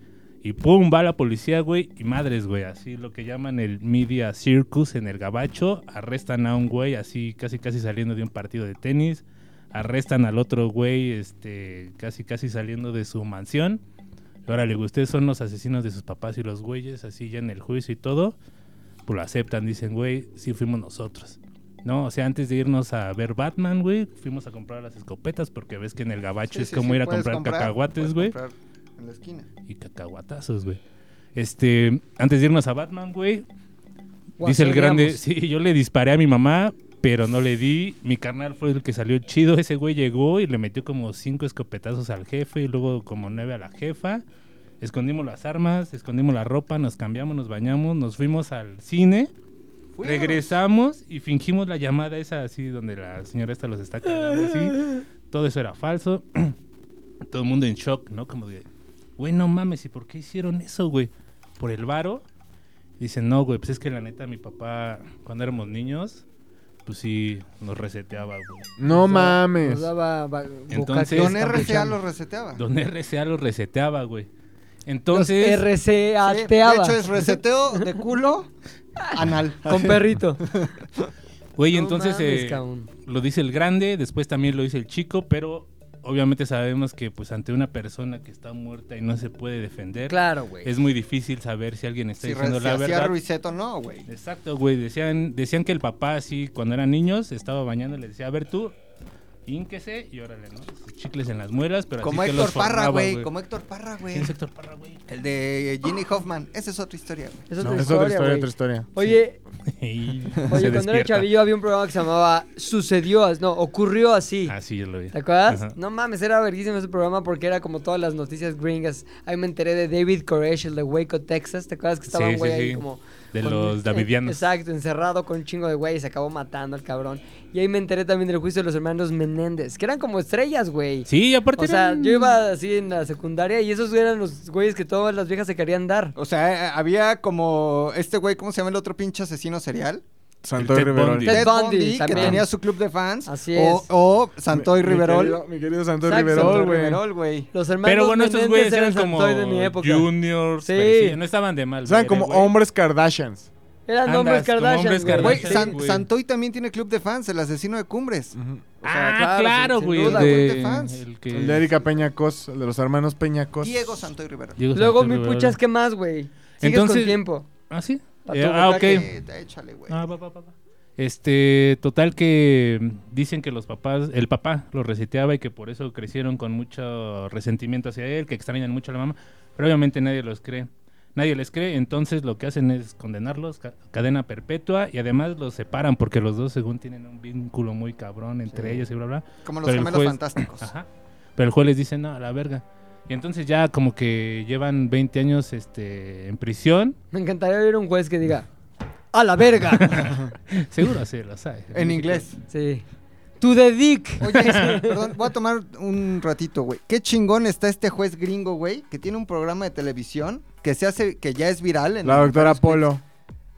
[SPEAKER 6] Y pum, va la policía, güey, y madres, güey, así lo que llaman el media circus en el gabacho, arrestan a un güey así casi casi saliendo de un partido de tenis, arrestan al otro güey, este, casi casi saliendo de su mansión. Y órale, güey, ustedes son los asesinos de sus papás y los güeyes, así ya en el juicio y todo, pues lo aceptan, dicen, güey, sí fuimos nosotros. No, o sea, antes de irnos a ver Batman, güey, fuimos a comprar las escopetas porque ves que en el gabacho es como ir a comprar cacahuates, güey
[SPEAKER 5] En la esquina.
[SPEAKER 6] y cacahuatazos, güey. Este, antes de irnos a Batman, güey, dice el
[SPEAKER 4] Guacareamos.
[SPEAKER 6] grande, sí, yo le disparé a mi mamá, pero no le di. Mi carnal fue el que salió chido, ese güey llegó y le metió como cinco escopetazos al jefe y luego como nueve a la jefa. Escondimos las armas, escondimos la ropa, nos cambiamos, nos bañamos, nos fuimos al cine. Regresamos y fingimos la llamada esa así donde la señora esta los está cagando así. Todo eso era falso. [clears throat] Todo el mundo en shock, ¿no? Como de, güey, no mames, ¿y por qué hicieron eso, güey? ¿Por el varo? Dicen, no, güey, pues es que la neta mi papá, cuando éramos niños, pues sí, nos reseteaba, güey.
[SPEAKER 7] No mames.
[SPEAKER 4] Nos daba va-
[SPEAKER 6] Entonces-
[SPEAKER 4] vocación.
[SPEAKER 5] Con
[SPEAKER 6] Está
[SPEAKER 5] RCA
[SPEAKER 6] escuchando.
[SPEAKER 5] lo reseteaba.
[SPEAKER 6] Don RCA lo reseteaba, güey.
[SPEAKER 4] Los
[SPEAKER 6] Entonces...
[SPEAKER 5] Sí,
[SPEAKER 4] RCAteaba
[SPEAKER 5] de hecho, es reseteo de
[SPEAKER 6] [laughs]
[SPEAKER 5] culo anal.
[SPEAKER 4] [laughs] con perrito.
[SPEAKER 6] Güey,
[SPEAKER 4] No
[SPEAKER 6] entonces
[SPEAKER 4] mames,
[SPEAKER 6] eh,
[SPEAKER 4] cabrón.
[SPEAKER 6] lo dice el grande, después también lo dice el chico, pero obviamente sabemos que pues ante una persona que está muerta y no se puede defender,
[SPEAKER 4] Claro, güey.
[SPEAKER 6] es muy difícil saber si alguien está
[SPEAKER 5] Si, re-
[SPEAKER 6] diciendo
[SPEAKER 5] si
[SPEAKER 6] la
[SPEAKER 5] hacía
[SPEAKER 6] verdad.
[SPEAKER 5] Ruiseto, no, güey.
[SPEAKER 6] Exacto, güey, decían decían que el papá así cuando eran niños estaba bañando le decía, "A ver tú, ínquese y órale, ¿no? Sus Chicles en las muelas, pero
[SPEAKER 5] Como
[SPEAKER 6] así que
[SPEAKER 5] Héctor,
[SPEAKER 6] los formaba,
[SPEAKER 5] Parra, güey.
[SPEAKER 6] güey.
[SPEAKER 5] Como Héctor Parra, güey.
[SPEAKER 6] ¿Quién es Héctor Parra, güey?
[SPEAKER 5] El de Ginny Hoffman. Esa es otra historia, güey.
[SPEAKER 4] Es otra
[SPEAKER 7] No, es
[SPEAKER 4] historia,
[SPEAKER 7] otra historia,
[SPEAKER 4] güey.
[SPEAKER 7] otra historia.
[SPEAKER 4] Oye, [laughs]
[SPEAKER 6] Y
[SPEAKER 4] oye
[SPEAKER 6] [laughs] se
[SPEAKER 4] cuando era
[SPEAKER 6] despierta.
[SPEAKER 4] chavillo había un programa que se llamaba Sucedió, as- no, ocurrió así.
[SPEAKER 6] Ah, sí, yo lo vi.
[SPEAKER 4] ¿Te acuerdas?
[SPEAKER 6] Ajá.
[SPEAKER 4] No mames, era verguísimo ese programa porque era como todas las noticias gringas. Ahí me enteré de David Koresh, el de Waco, Texas. ¿Te acuerdas que estaba
[SPEAKER 6] Sí,
[SPEAKER 4] un güey
[SPEAKER 6] sí,
[SPEAKER 4] ahí
[SPEAKER 6] sí.
[SPEAKER 4] como...
[SPEAKER 6] De
[SPEAKER 4] con-
[SPEAKER 6] los
[SPEAKER 4] eh,
[SPEAKER 6] Davidianos.
[SPEAKER 4] Exacto, encerrado con un chingo de güey y se acabó matando al cabrón. Y ahí me enteré también del juicio de los hermanos Menéndez, que eran como estrellas, güey.
[SPEAKER 6] Sí, y aparte
[SPEAKER 4] O sea,
[SPEAKER 6] eran-
[SPEAKER 4] yo iba así en la secundaria y esos eran los güeyes que todas las viejas se querían dar.
[SPEAKER 5] O sea, eh, había como este güey, ¿cómo se llama el otro pinche asesino serial?
[SPEAKER 7] Santoy
[SPEAKER 6] Ted
[SPEAKER 7] Riverol.
[SPEAKER 6] Bundy.
[SPEAKER 4] Ted Bundy,
[SPEAKER 5] que
[SPEAKER 4] también.
[SPEAKER 5] tenía su club de fans.
[SPEAKER 4] Así
[SPEAKER 5] o,
[SPEAKER 4] es.
[SPEAKER 5] O Santoy
[SPEAKER 7] Mi- mi
[SPEAKER 5] Riverol.
[SPEAKER 7] querido- Mi querido Santoy
[SPEAKER 4] Exacto,
[SPEAKER 7] Riverol,
[SPEAKER 5] Santoy
[SPEAKER 7] güey.
[SPEAKER 5] Riverol, güey.
[SPEAKER 4] Los hermanos
[SPEAKER 6] Pero bueno, estos
[SPEAKER 4] Menéndez
[SPEAKER 6] güey eran como
[SPEAKER 4] Santoy de mi época.
[SPEAKER 6] juniors,
[SPEAKER 4] Sí.
[SPEAKER 6] pero sí, no estaban de mal.
[SPEAKER 7] Saben
[SPEAKER 6] ver,
[SPEAKER 7] como
[SPEAKER 6] güey.
[SPEAKER 7] hombres Kardashians.
[SPEAKER 4] Eran
[SPEAKER 6] Andas
[SPEAKER 4] hombres
[SPEAKER 6] como
[SPEAKER 4] Kardashian.
[SPEAKER 6] hombres
[SPEAKER 4] güey.
[SPEAKER 5] Güey,
[SPEAKER 6] Sí,
[SPEAKER 5] San-
[SPEAKER 6] güey.
[SPEAKER 5] Santoy también tiene club de fans, el asesino de cumbres.
[SPEAKER 6] ah, claro,
[SPEAKER 5] sin- sin
[SPEAKER 6] güey.
[SPEAKER 5] duda,
[SPEAKER 6] el
[SPEAKER 5] güey,
[SPEAKER 6] de-
[SPEAKER 5] de fans.
[SPEAKER 6] el que-
[SPEAKER 7] El de Erika Peña Cos, el de los hermanos Peña Cos.
[SPEAKER 5] Diego Santoy Riverol.
[SPEAKER 6] Diego
[SPEAKER 4] Luego,
[SPEAKER 6] Santos
[SPEAKER 4] mi
[SPEAKER 6] Rivera.
[SPEAKER 4] puchas, ¿qué más, güey? Sigues
[SPEAKER 6] Entonces-
[SPEAKER 4] con tiempo.
[SPEAKER 6] Ah, sí.
[SPEAKER 5] Tato
[SPEAKER 6] Eh, ah, ok.
[SPEAKER 5] Butaque, eh, Échale, güey.
[SPEAKER 6] Ah, va, va, va, va. Este, total que mm, dicen que los papás, el papá lo reseteaba y que por eso crecieron con mucho resentimiento hacia él, que extrañan mucho a la mamá, pero obviamente nadie los cree. Nadie les cree, entonces lo que hacen es condenarlos, ca- cadena perpetua, y además los separan porque los dos según tienen un vínculo muy cabrón entre ellos y bla, bla.
[SPEAKER 5] como los
[SPEAKER 6] Pero el
[SPEAKER 5] gemelos
[SPEAKER 6] juez-
[SPEAKER 5] fantásticos.
[SPEAKER 6] Ajá. Pero el juez les dice, no, a la verga. Y entonces ya como que llevan 20 años este, en prisión. [laughs]
[SPEAKER 4] Me encantaría oír un juez que diga, ¡a la verga!
[SPEAKER 6] Seguro sí, lo sabe.
[SPEAKER 5] [laughs] En inglés.
[SPEAKER 4] sí. ¡To the dick!
[SPEAKER 5] Oye, sí, perdón, voy a tomar un ratito, güey. Qué chingón está este juez gringo, güey, que tiene un programa de televisión que se hace, que ya es viral. En
[SPEAKER 7] La doctora Polo.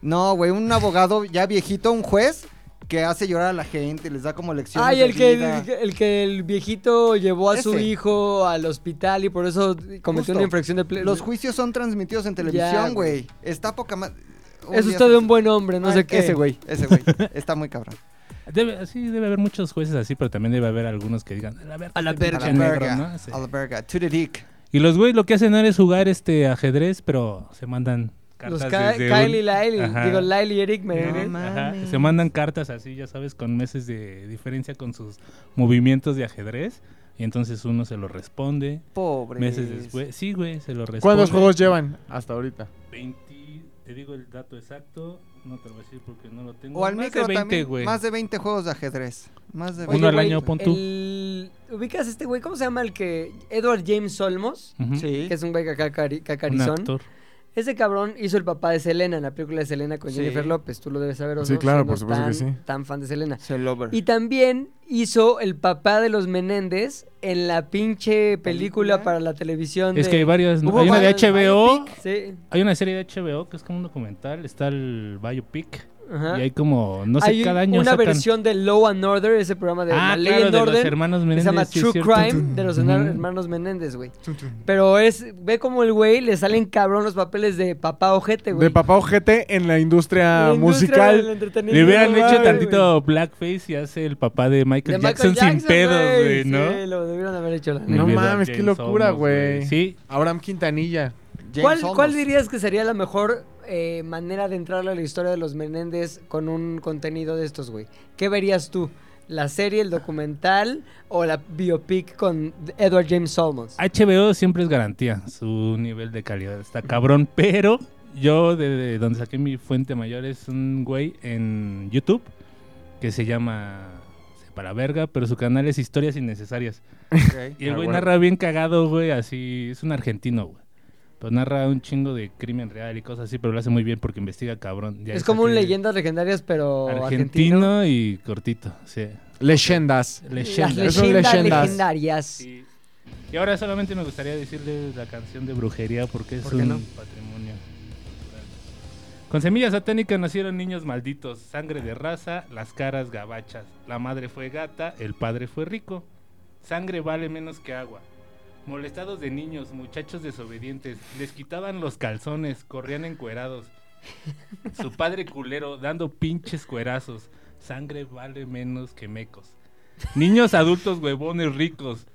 [SPEAKER 5] No, güey, un abogado ya viejito, un juez que hace llorar a la gente, les da como lecciones.
[SPEAKER 4] Ay,
[SPEAKER 5] de
[SPEAKER 4] el que,
[SPEAKER 5] vida.
[SPEAKER 4] el que el viejito llevó a su
[SPEAKER 5] Ese.
[SPEAKER 4] hijo al hospital y por eso cometió
[SPEAKER 5] Justo.
[SPEAKER 4] una infracción de... ple-
[SPEAKER 5] Los juicios son transmitidos en televisión, güey. Está poca más.
[SPEAKER 4] es usted un buen hombre,
[SPEAKER 6] Ah,
[SPEAKER 4] no sé qué.
[SPEAKER 5] Ah, Ese güey, ese
[SPEAKER 6] [laughs]
[SPEAKER 5] güey. Está muy cabrón.
[SPEAKER 6] Debe, sí, debe haber muchos jueces así, pero también debe haber algunos que digan, a la verga.
[SPEAKER 4] A la
[SPEAKER 6] este
[SPEAKER 4] verga.
[SPEAKER 5] A
[SPEAKER 6] pinche
[SPEAKER 5] la
[SPEAKER 6] negro",
[SPEAKER 5] verga,
[SPEAKER 6] ¿no? Sí.
[SPEAKER 5] a la verga, to the dick.
[SPEAKER 6] Y los güeyes lo que hacen no es jugar este ajedrez, pero se mandan cartas
[SPEAKER 4] Los Ka-
[SPEAKER 6] desde
[SPEAKER 4] Kylie
[SPEAKER 6] un-
[SPEAKER 4] Lyle,
[SPEAKER 6] Ajá.
[SPEAKER 4] digo Lyle y Eric
[SPEAKER 6] Ajá,
[SPEAKER 4] Menéndez.
[SPEAKER 5] mames.
[SPEAKER 6] Se mandan cartas así, ya sabes, con meses de diferencia con sus movimientos de ajedrez. Y entonces uno se lo responde.
[SPEAKER 5] Pobre.
[SPEAKER 6] Meses después. Sí, güey, se lo responde.
[SPEAKER 7] ¿Cuántos juegos llevan hasta ahorita?
[SPEAKER 6] 20, te digo el dato exacto, no te lo voy a decir porque no lo tengo.
[SPEAKER 5] O al
[SPEAKER 6] Más
[SPEAKER 5] micro
[SPEAKER 6] de 20,
[SPEAKER 5] también.
[SPEAKER 6] güey.
[SPEAKER 5] Más de 20 juegos de ajedrez. Más de
[SPEAKER 6] Uno
[SPEAKER 5] 20.
[SPEAKER 6] al
[SPEAKER 4] güey,
[SPEAKER 6] año, pon tú.
[SPEAKER 4] el- ¿Ubicas este güey? ¿Cómo se llama el que...? Edward James Solmos,
[SPEAKER 6] Ujú.
[SPEAKER 5] Sí.
[SPEAKER 4] que es un güey acá cacari-
[SPEAKER 6] Un
[SPEAKER 4] cacarizón.
[SPEAKER 6] actor.
[SPEAKER 4] Ese cabrón hizo el papá de Selena en la película de Selena con
[SPEAKER 5] Sí.
[SPEAKER 4] Jennifer López. Tú lo debes saber, ¿o
[SPEAKER 7] Sí,
[SPEAKER 4] no?
[SPEAKER 7] claro,
[SPEAKER 4] Siendo
[SPEAKER 7] por supuesto que
[SPEAKER 4] tan-
[SPEAKER 7] sí.
[SPEAKER 4] Tan fan de Selena.
[SPEAKER 5] Es el lover.
[SPEAKER 4] Y también hizo el papá de los Menéndez en la pinche película
[SPEAKER 5] ¿Película?
[SPEAKER 4] para la televisión.
[SPEAKER 6] Es
[SPEAKER 4] de-
[SPEAKER 6] que hay varias. ¿no?
[SPEAKER 4] Hubo
[SPEAKER 6] Hay una de
[SPEAKER 4] varias-
[SPEAKER 6] HBO.
[SPEAKER 4] Sí.
[SPEAKER 6] Hay una serie de HBO que es como un documental. Está el Biopic.
[SPEAKER 4] Ajá.
[SPEAKER 6] Y hay como, no sé,
[SPEAKER 4] Hay
[SPEAKER 6] cada año
[SPEAKER 4] una
[SPEAKER 6] sacan-
[SPEAKER 4] versión de Law and Order, ese programa de
[SPEAKER 6] Ah,
[SPEAKER 4] la Ley
[SPEAKER 6] claro,
[SPEAKER 4] and
[SPEAKER 6] de los
[SPEAKER 4] Orden,
[SPEAKER 6] hermanos
[SPEAKER 4] que
[SPEAKER 6] Menéndez.
[SPEAKER 4] se llama
[SPEAKER 6] sí, es
[SPEAKER 4] True
[SPEAKER 6] cierto.
[SPEAKER 4] Crime de los
[SPEAKER 6] Ujú.
[SPEAKER 4] hermanos Menéndez, güey. Pero es, ve como el güey le salen cabrón los papeles de papá ojete, güey.
[SPEAKER 7] De papá ojete en la industria,
[SPEAKER 4] La industria del
[SPEAKER 7] musical.
[SPEAKER 4] entretenimiento,
[SPEAKER 6] Le hubieran
[SPEAKER 4] güey.
[SPEAKER 6] hecho tantito blackface y hace el papá de
[SPEAKER 4] De
[SPEAKER 6] Michael,
[SPEAKER 4] Michael
[SPEAKER 6] Jackson, sin pedos, güey, ¿no?
[SPEAKER 4] Sí, lo debieron haber hecho la neta.
[SPEAKER 7] No
[SPEAKER 6] Olvida
[SPEAKER 7] mames, qué
[SPEAKER 6] James
[SPEAKER 7] locura,
[SPEAKER 6] Olmos,
[SPEAKER 7] güey.
[SPEAKER 6] Sí,
[SPEAKER 7] Abraham Quintanilla.
[SPEAKER 4] ¿Cuál, cuál dirías que sería la mejor eh, manera de entrarle a la historia de los Menéndez con un contenido de estos, güey? ¿Qué verías tú? ¿La serie, el documental o la biopic con Edward James Solomons?
[SPEAKER 6] HBO siempre es garantía. Su nivel de calidad está cabrón. Pero yo, de, de donde saqué mi fuente mayor, es un güey en YouTube que se llama Para Verga, pero su canal es Historias Innecesarias. [laughs] Y el güey
[SPEAKER 7] Ah, bueno.
[SPEAKER 6] narra bien cagado, güey, así. Es un argentino, güey. Pero narra un chingo de crimen real y cosas así, pero lo hace muy bien porque investiga cabrón. Ya
[SPEAKER 4] Es como un
[SPEAKER 6] saqué
[SPEAKER 4] leyendas legendarias, pero
[SPEAKER 6] Argentino,
[SPEAKER 4] argentino.
[SPEAKER 6] y cortito, sí.
[SPEAKER 7] Leyendas.
[SPEAKER 4] Las
[SPEAKER 6] Leyenda.
[SPEAKER 7] Leyendas.
[SPEAKER 4] leyendas
[SPEAKER 7] Son leyendas.
[SPEAKER 4] legendarias.
[SPEAKER 6] Sí. Y ahora solamente me gustaría decirles la canción de brujería porque es
[SPEAKER 4] ¿Por qué
[SPEAKER 6] un
[SPEAKER 4] no?
[SPEAKER 6] patrimonio. cultural. Con semillas satánicas nacieron niños malditos, sangre de raza, las caras gabachas. La madre fue gata, el padre fue rico. Sangre vale menos que agua. Molestados de niños, muchachos desobedientes, les quitaban los calzones, corrían encuerados. Su padre culero dando pinches cuerazos. Sangre vale menos que mecos. Niños adultos huevones ricos.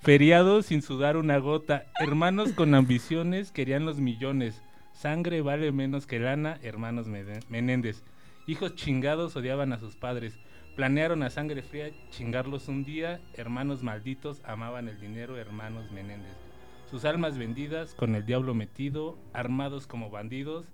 [SPEAKER 6] Feriados sin sudar una gota. Hermanos con ambiciones querían los millones. Sangre vale menos que lana, hermanos Mene- Menéndez. Hijos chingados odiaban a sus padres. Planearon a sangre fría chingarlos un día. Hermanos malditos amaban el dinero, hermanos Menéndez. Sus almas vendidas, con el diablo metido, armados como bandidos.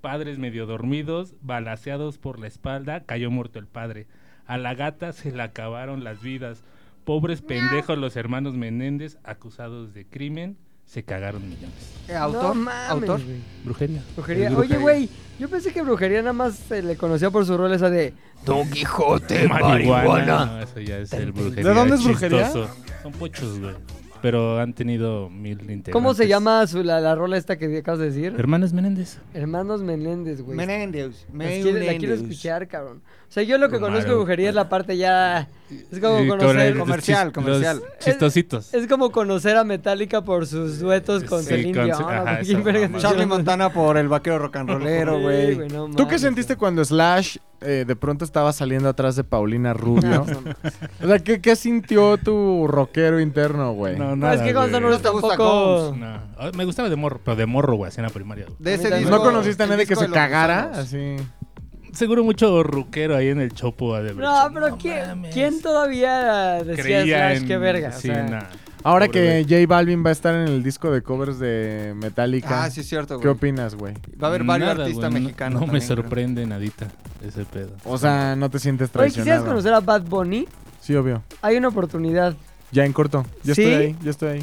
[SPEAKER 6] Padres medio dormidos, balaseados por la espalda, cayó muerto el padre. A la gata se le acabaron las vidas. Pobres pendejos los hermanos Menéndez, acusados de crimen, se cagaron millones.
[SPEAKER 5] Eh,
[SPEAKER 4] No
[SPEAKER 5] ¿Autor?
[SPEAKER 4] mames,
[SPEAKER 5] ¿Autor?
[SPEAKER 4] güey.
[SPEAKER 6] Brujería.
[SPEAKER 4] Brujería. Oye, güey, yo pensé que brujería nada más se le conocía por su rol esa de Don Quijote, marihuana.
[SPEAKER 6] No, eso ya es el brujería.
[SPEAKER 7] ¿De dónde es brujería?
[SPEAKER 6] chistoso. Son pochos, güey. Pero han tenido mil integrantes.
[SPEAKER 4] ¿Cómo se llama su- la, la rola esta que acabas de decir?
[SPEAKER 6] Hermanos Menéndez.
[SPEAKER 4] Hermanos Menéndez, güey.
[SPEAKER 5] Menéndez.
[SPEAKER 4] Las quiero- la quiero escuchar, cabrón. O sea, yo lo que conozco de
[SPEAKER 6] Claro.
[SPEAKER 4] brujería es la parte ya. Es como eh,
[SPEAKER 6] Y con
[SPEAKER 4] conocer.
[SPEAKER 6] el- los
[SPEAKER 5] Comercial,
[SPEAKER 6] chis-
[SPEAKER 5] comercial.
[SPEAKER 6] los chistositos.
[SPEAKER 4] Es como conocer a Metallica por sus duetos con
[SPEAKER 6] Sí,
[SPEAKER 4] Celine
[SPEAKER 6] con-
[SPEAKER 4] Dion.
[SPEAKER 6] ajá,
[SPEAKER 4] güey.
[SPEAKER 6] esa
[SPEAKER 4] ¿Qué verga
[SPEAKER 6] mamada.
[SPEAKER 4] te
[SPEAKER 5] Charlie
[SPEAKER 4] llamas?
[SPEAKER 5] Montana por el vaquero rock and rollero,
[SPEAKER 4] Sí,
[SPEAKER 5] güey.
[SPEAKER 4] güey, no
[SPEAKER 7] ¿Tú qué
[SPEAKER 4] mames,
[SPEAKER 7] sentiste
[SPEAKER 4] güey.
[SPEAKER 7] cuando Slash eh, de pronto estaba saliendo atrás de Paulina
[SPEAKER 4] [laughs] No,
[SPEAKER 7] Rubio?
[SPEAKER 4] pues, no.
[SPEAKER 7] o sea, ¿qué, qué sintió tu rockero interno, güey?
[SPEAKER 6] No,
[SPEAKER 4] No,
[SPEAKER 6] nada,
[SPEAKER 4] es que Gonzalo
[SPEAKER 6] güey.
[SPEAKER 4] no
[SPEAKER 5] ¿Te gusta
[SPEAKER 4] tampoco.
[SPEAKER 6] No. Ah, Me gustaba de morro, pero de morro, güey, así en la primaria. güey.
[SPEAKER 4] A mí
[SPEAKER 5] De ese
[SPEAKER 4] también.
[SPEAKER 5] disco,
[SPEAKER 7] ¿No conociste a
[SPEAKER 5] el
[SPEAKER 7] nadie que
[SPEAKER 5] disco de
[SPEAKER 7] se
[SPEAKER 5] los
[SPEAKER 7] cagara?
[SPEAKER 5] gusanos.
[SPEAKER 7] Así.
[SPEAKER 6] Seguro mucho ruquero ahí en el chopo. ha de haber
[SPEAKER 4] No,
[SPEAKER 6] dicho,
[SPEAKER 4] pero ¿quién, ¿quién todavía decía
[SPEAKER 6] Creía
[SPEAKER 4] Slash? Qué
[SPEAKER 6] en-
[SPEAKER 4] verga.
[SPEAKER 6] Sí,
[SPEAKER 4] o sea,
[SPEAKER 6] nah.
[SPEAKER 7] Ahora
[SPEAKER 6] Pobre
[SPEAKER 7] que J Balvin va a estar en el disco de covers de Metallica,
[SPEAKER 5] Ah, sí, es cierto,
[SPEAKER 7] ¿qué
[SPEAKER 5] güey.
[SPEAKER 7] opinas, güey?
[SPEAKER 5] Va a haber varios
[SPEAKER 6] Nada,
[SPEAKER 5] artistas
[SPEAKER 6] güey, no-
[SPEAKER 5] mexicanos.
[SPEAKER 6] No, me
[SPEAKER 5] también, creo.
[SPEAKER 6] sorprende nadita ese pedo.
[SPEAKER 7] O sea, ¿no te sientes
[SPEAKER 4] Oye, ¿quisieras
[SPEAKER 7] traicionado?
[SPEAKER 4] conocer a Bad Bunny?
[SPEAKER 7] Sí, obvio.
[SPEAKER 4] Hay una oportunidad.
[SPEAKER 7] Ya en corto. Yo
[SPEAKER 4] ¿Sí?
[SPEAKER 7] estoy ahí, yo estoy ahí.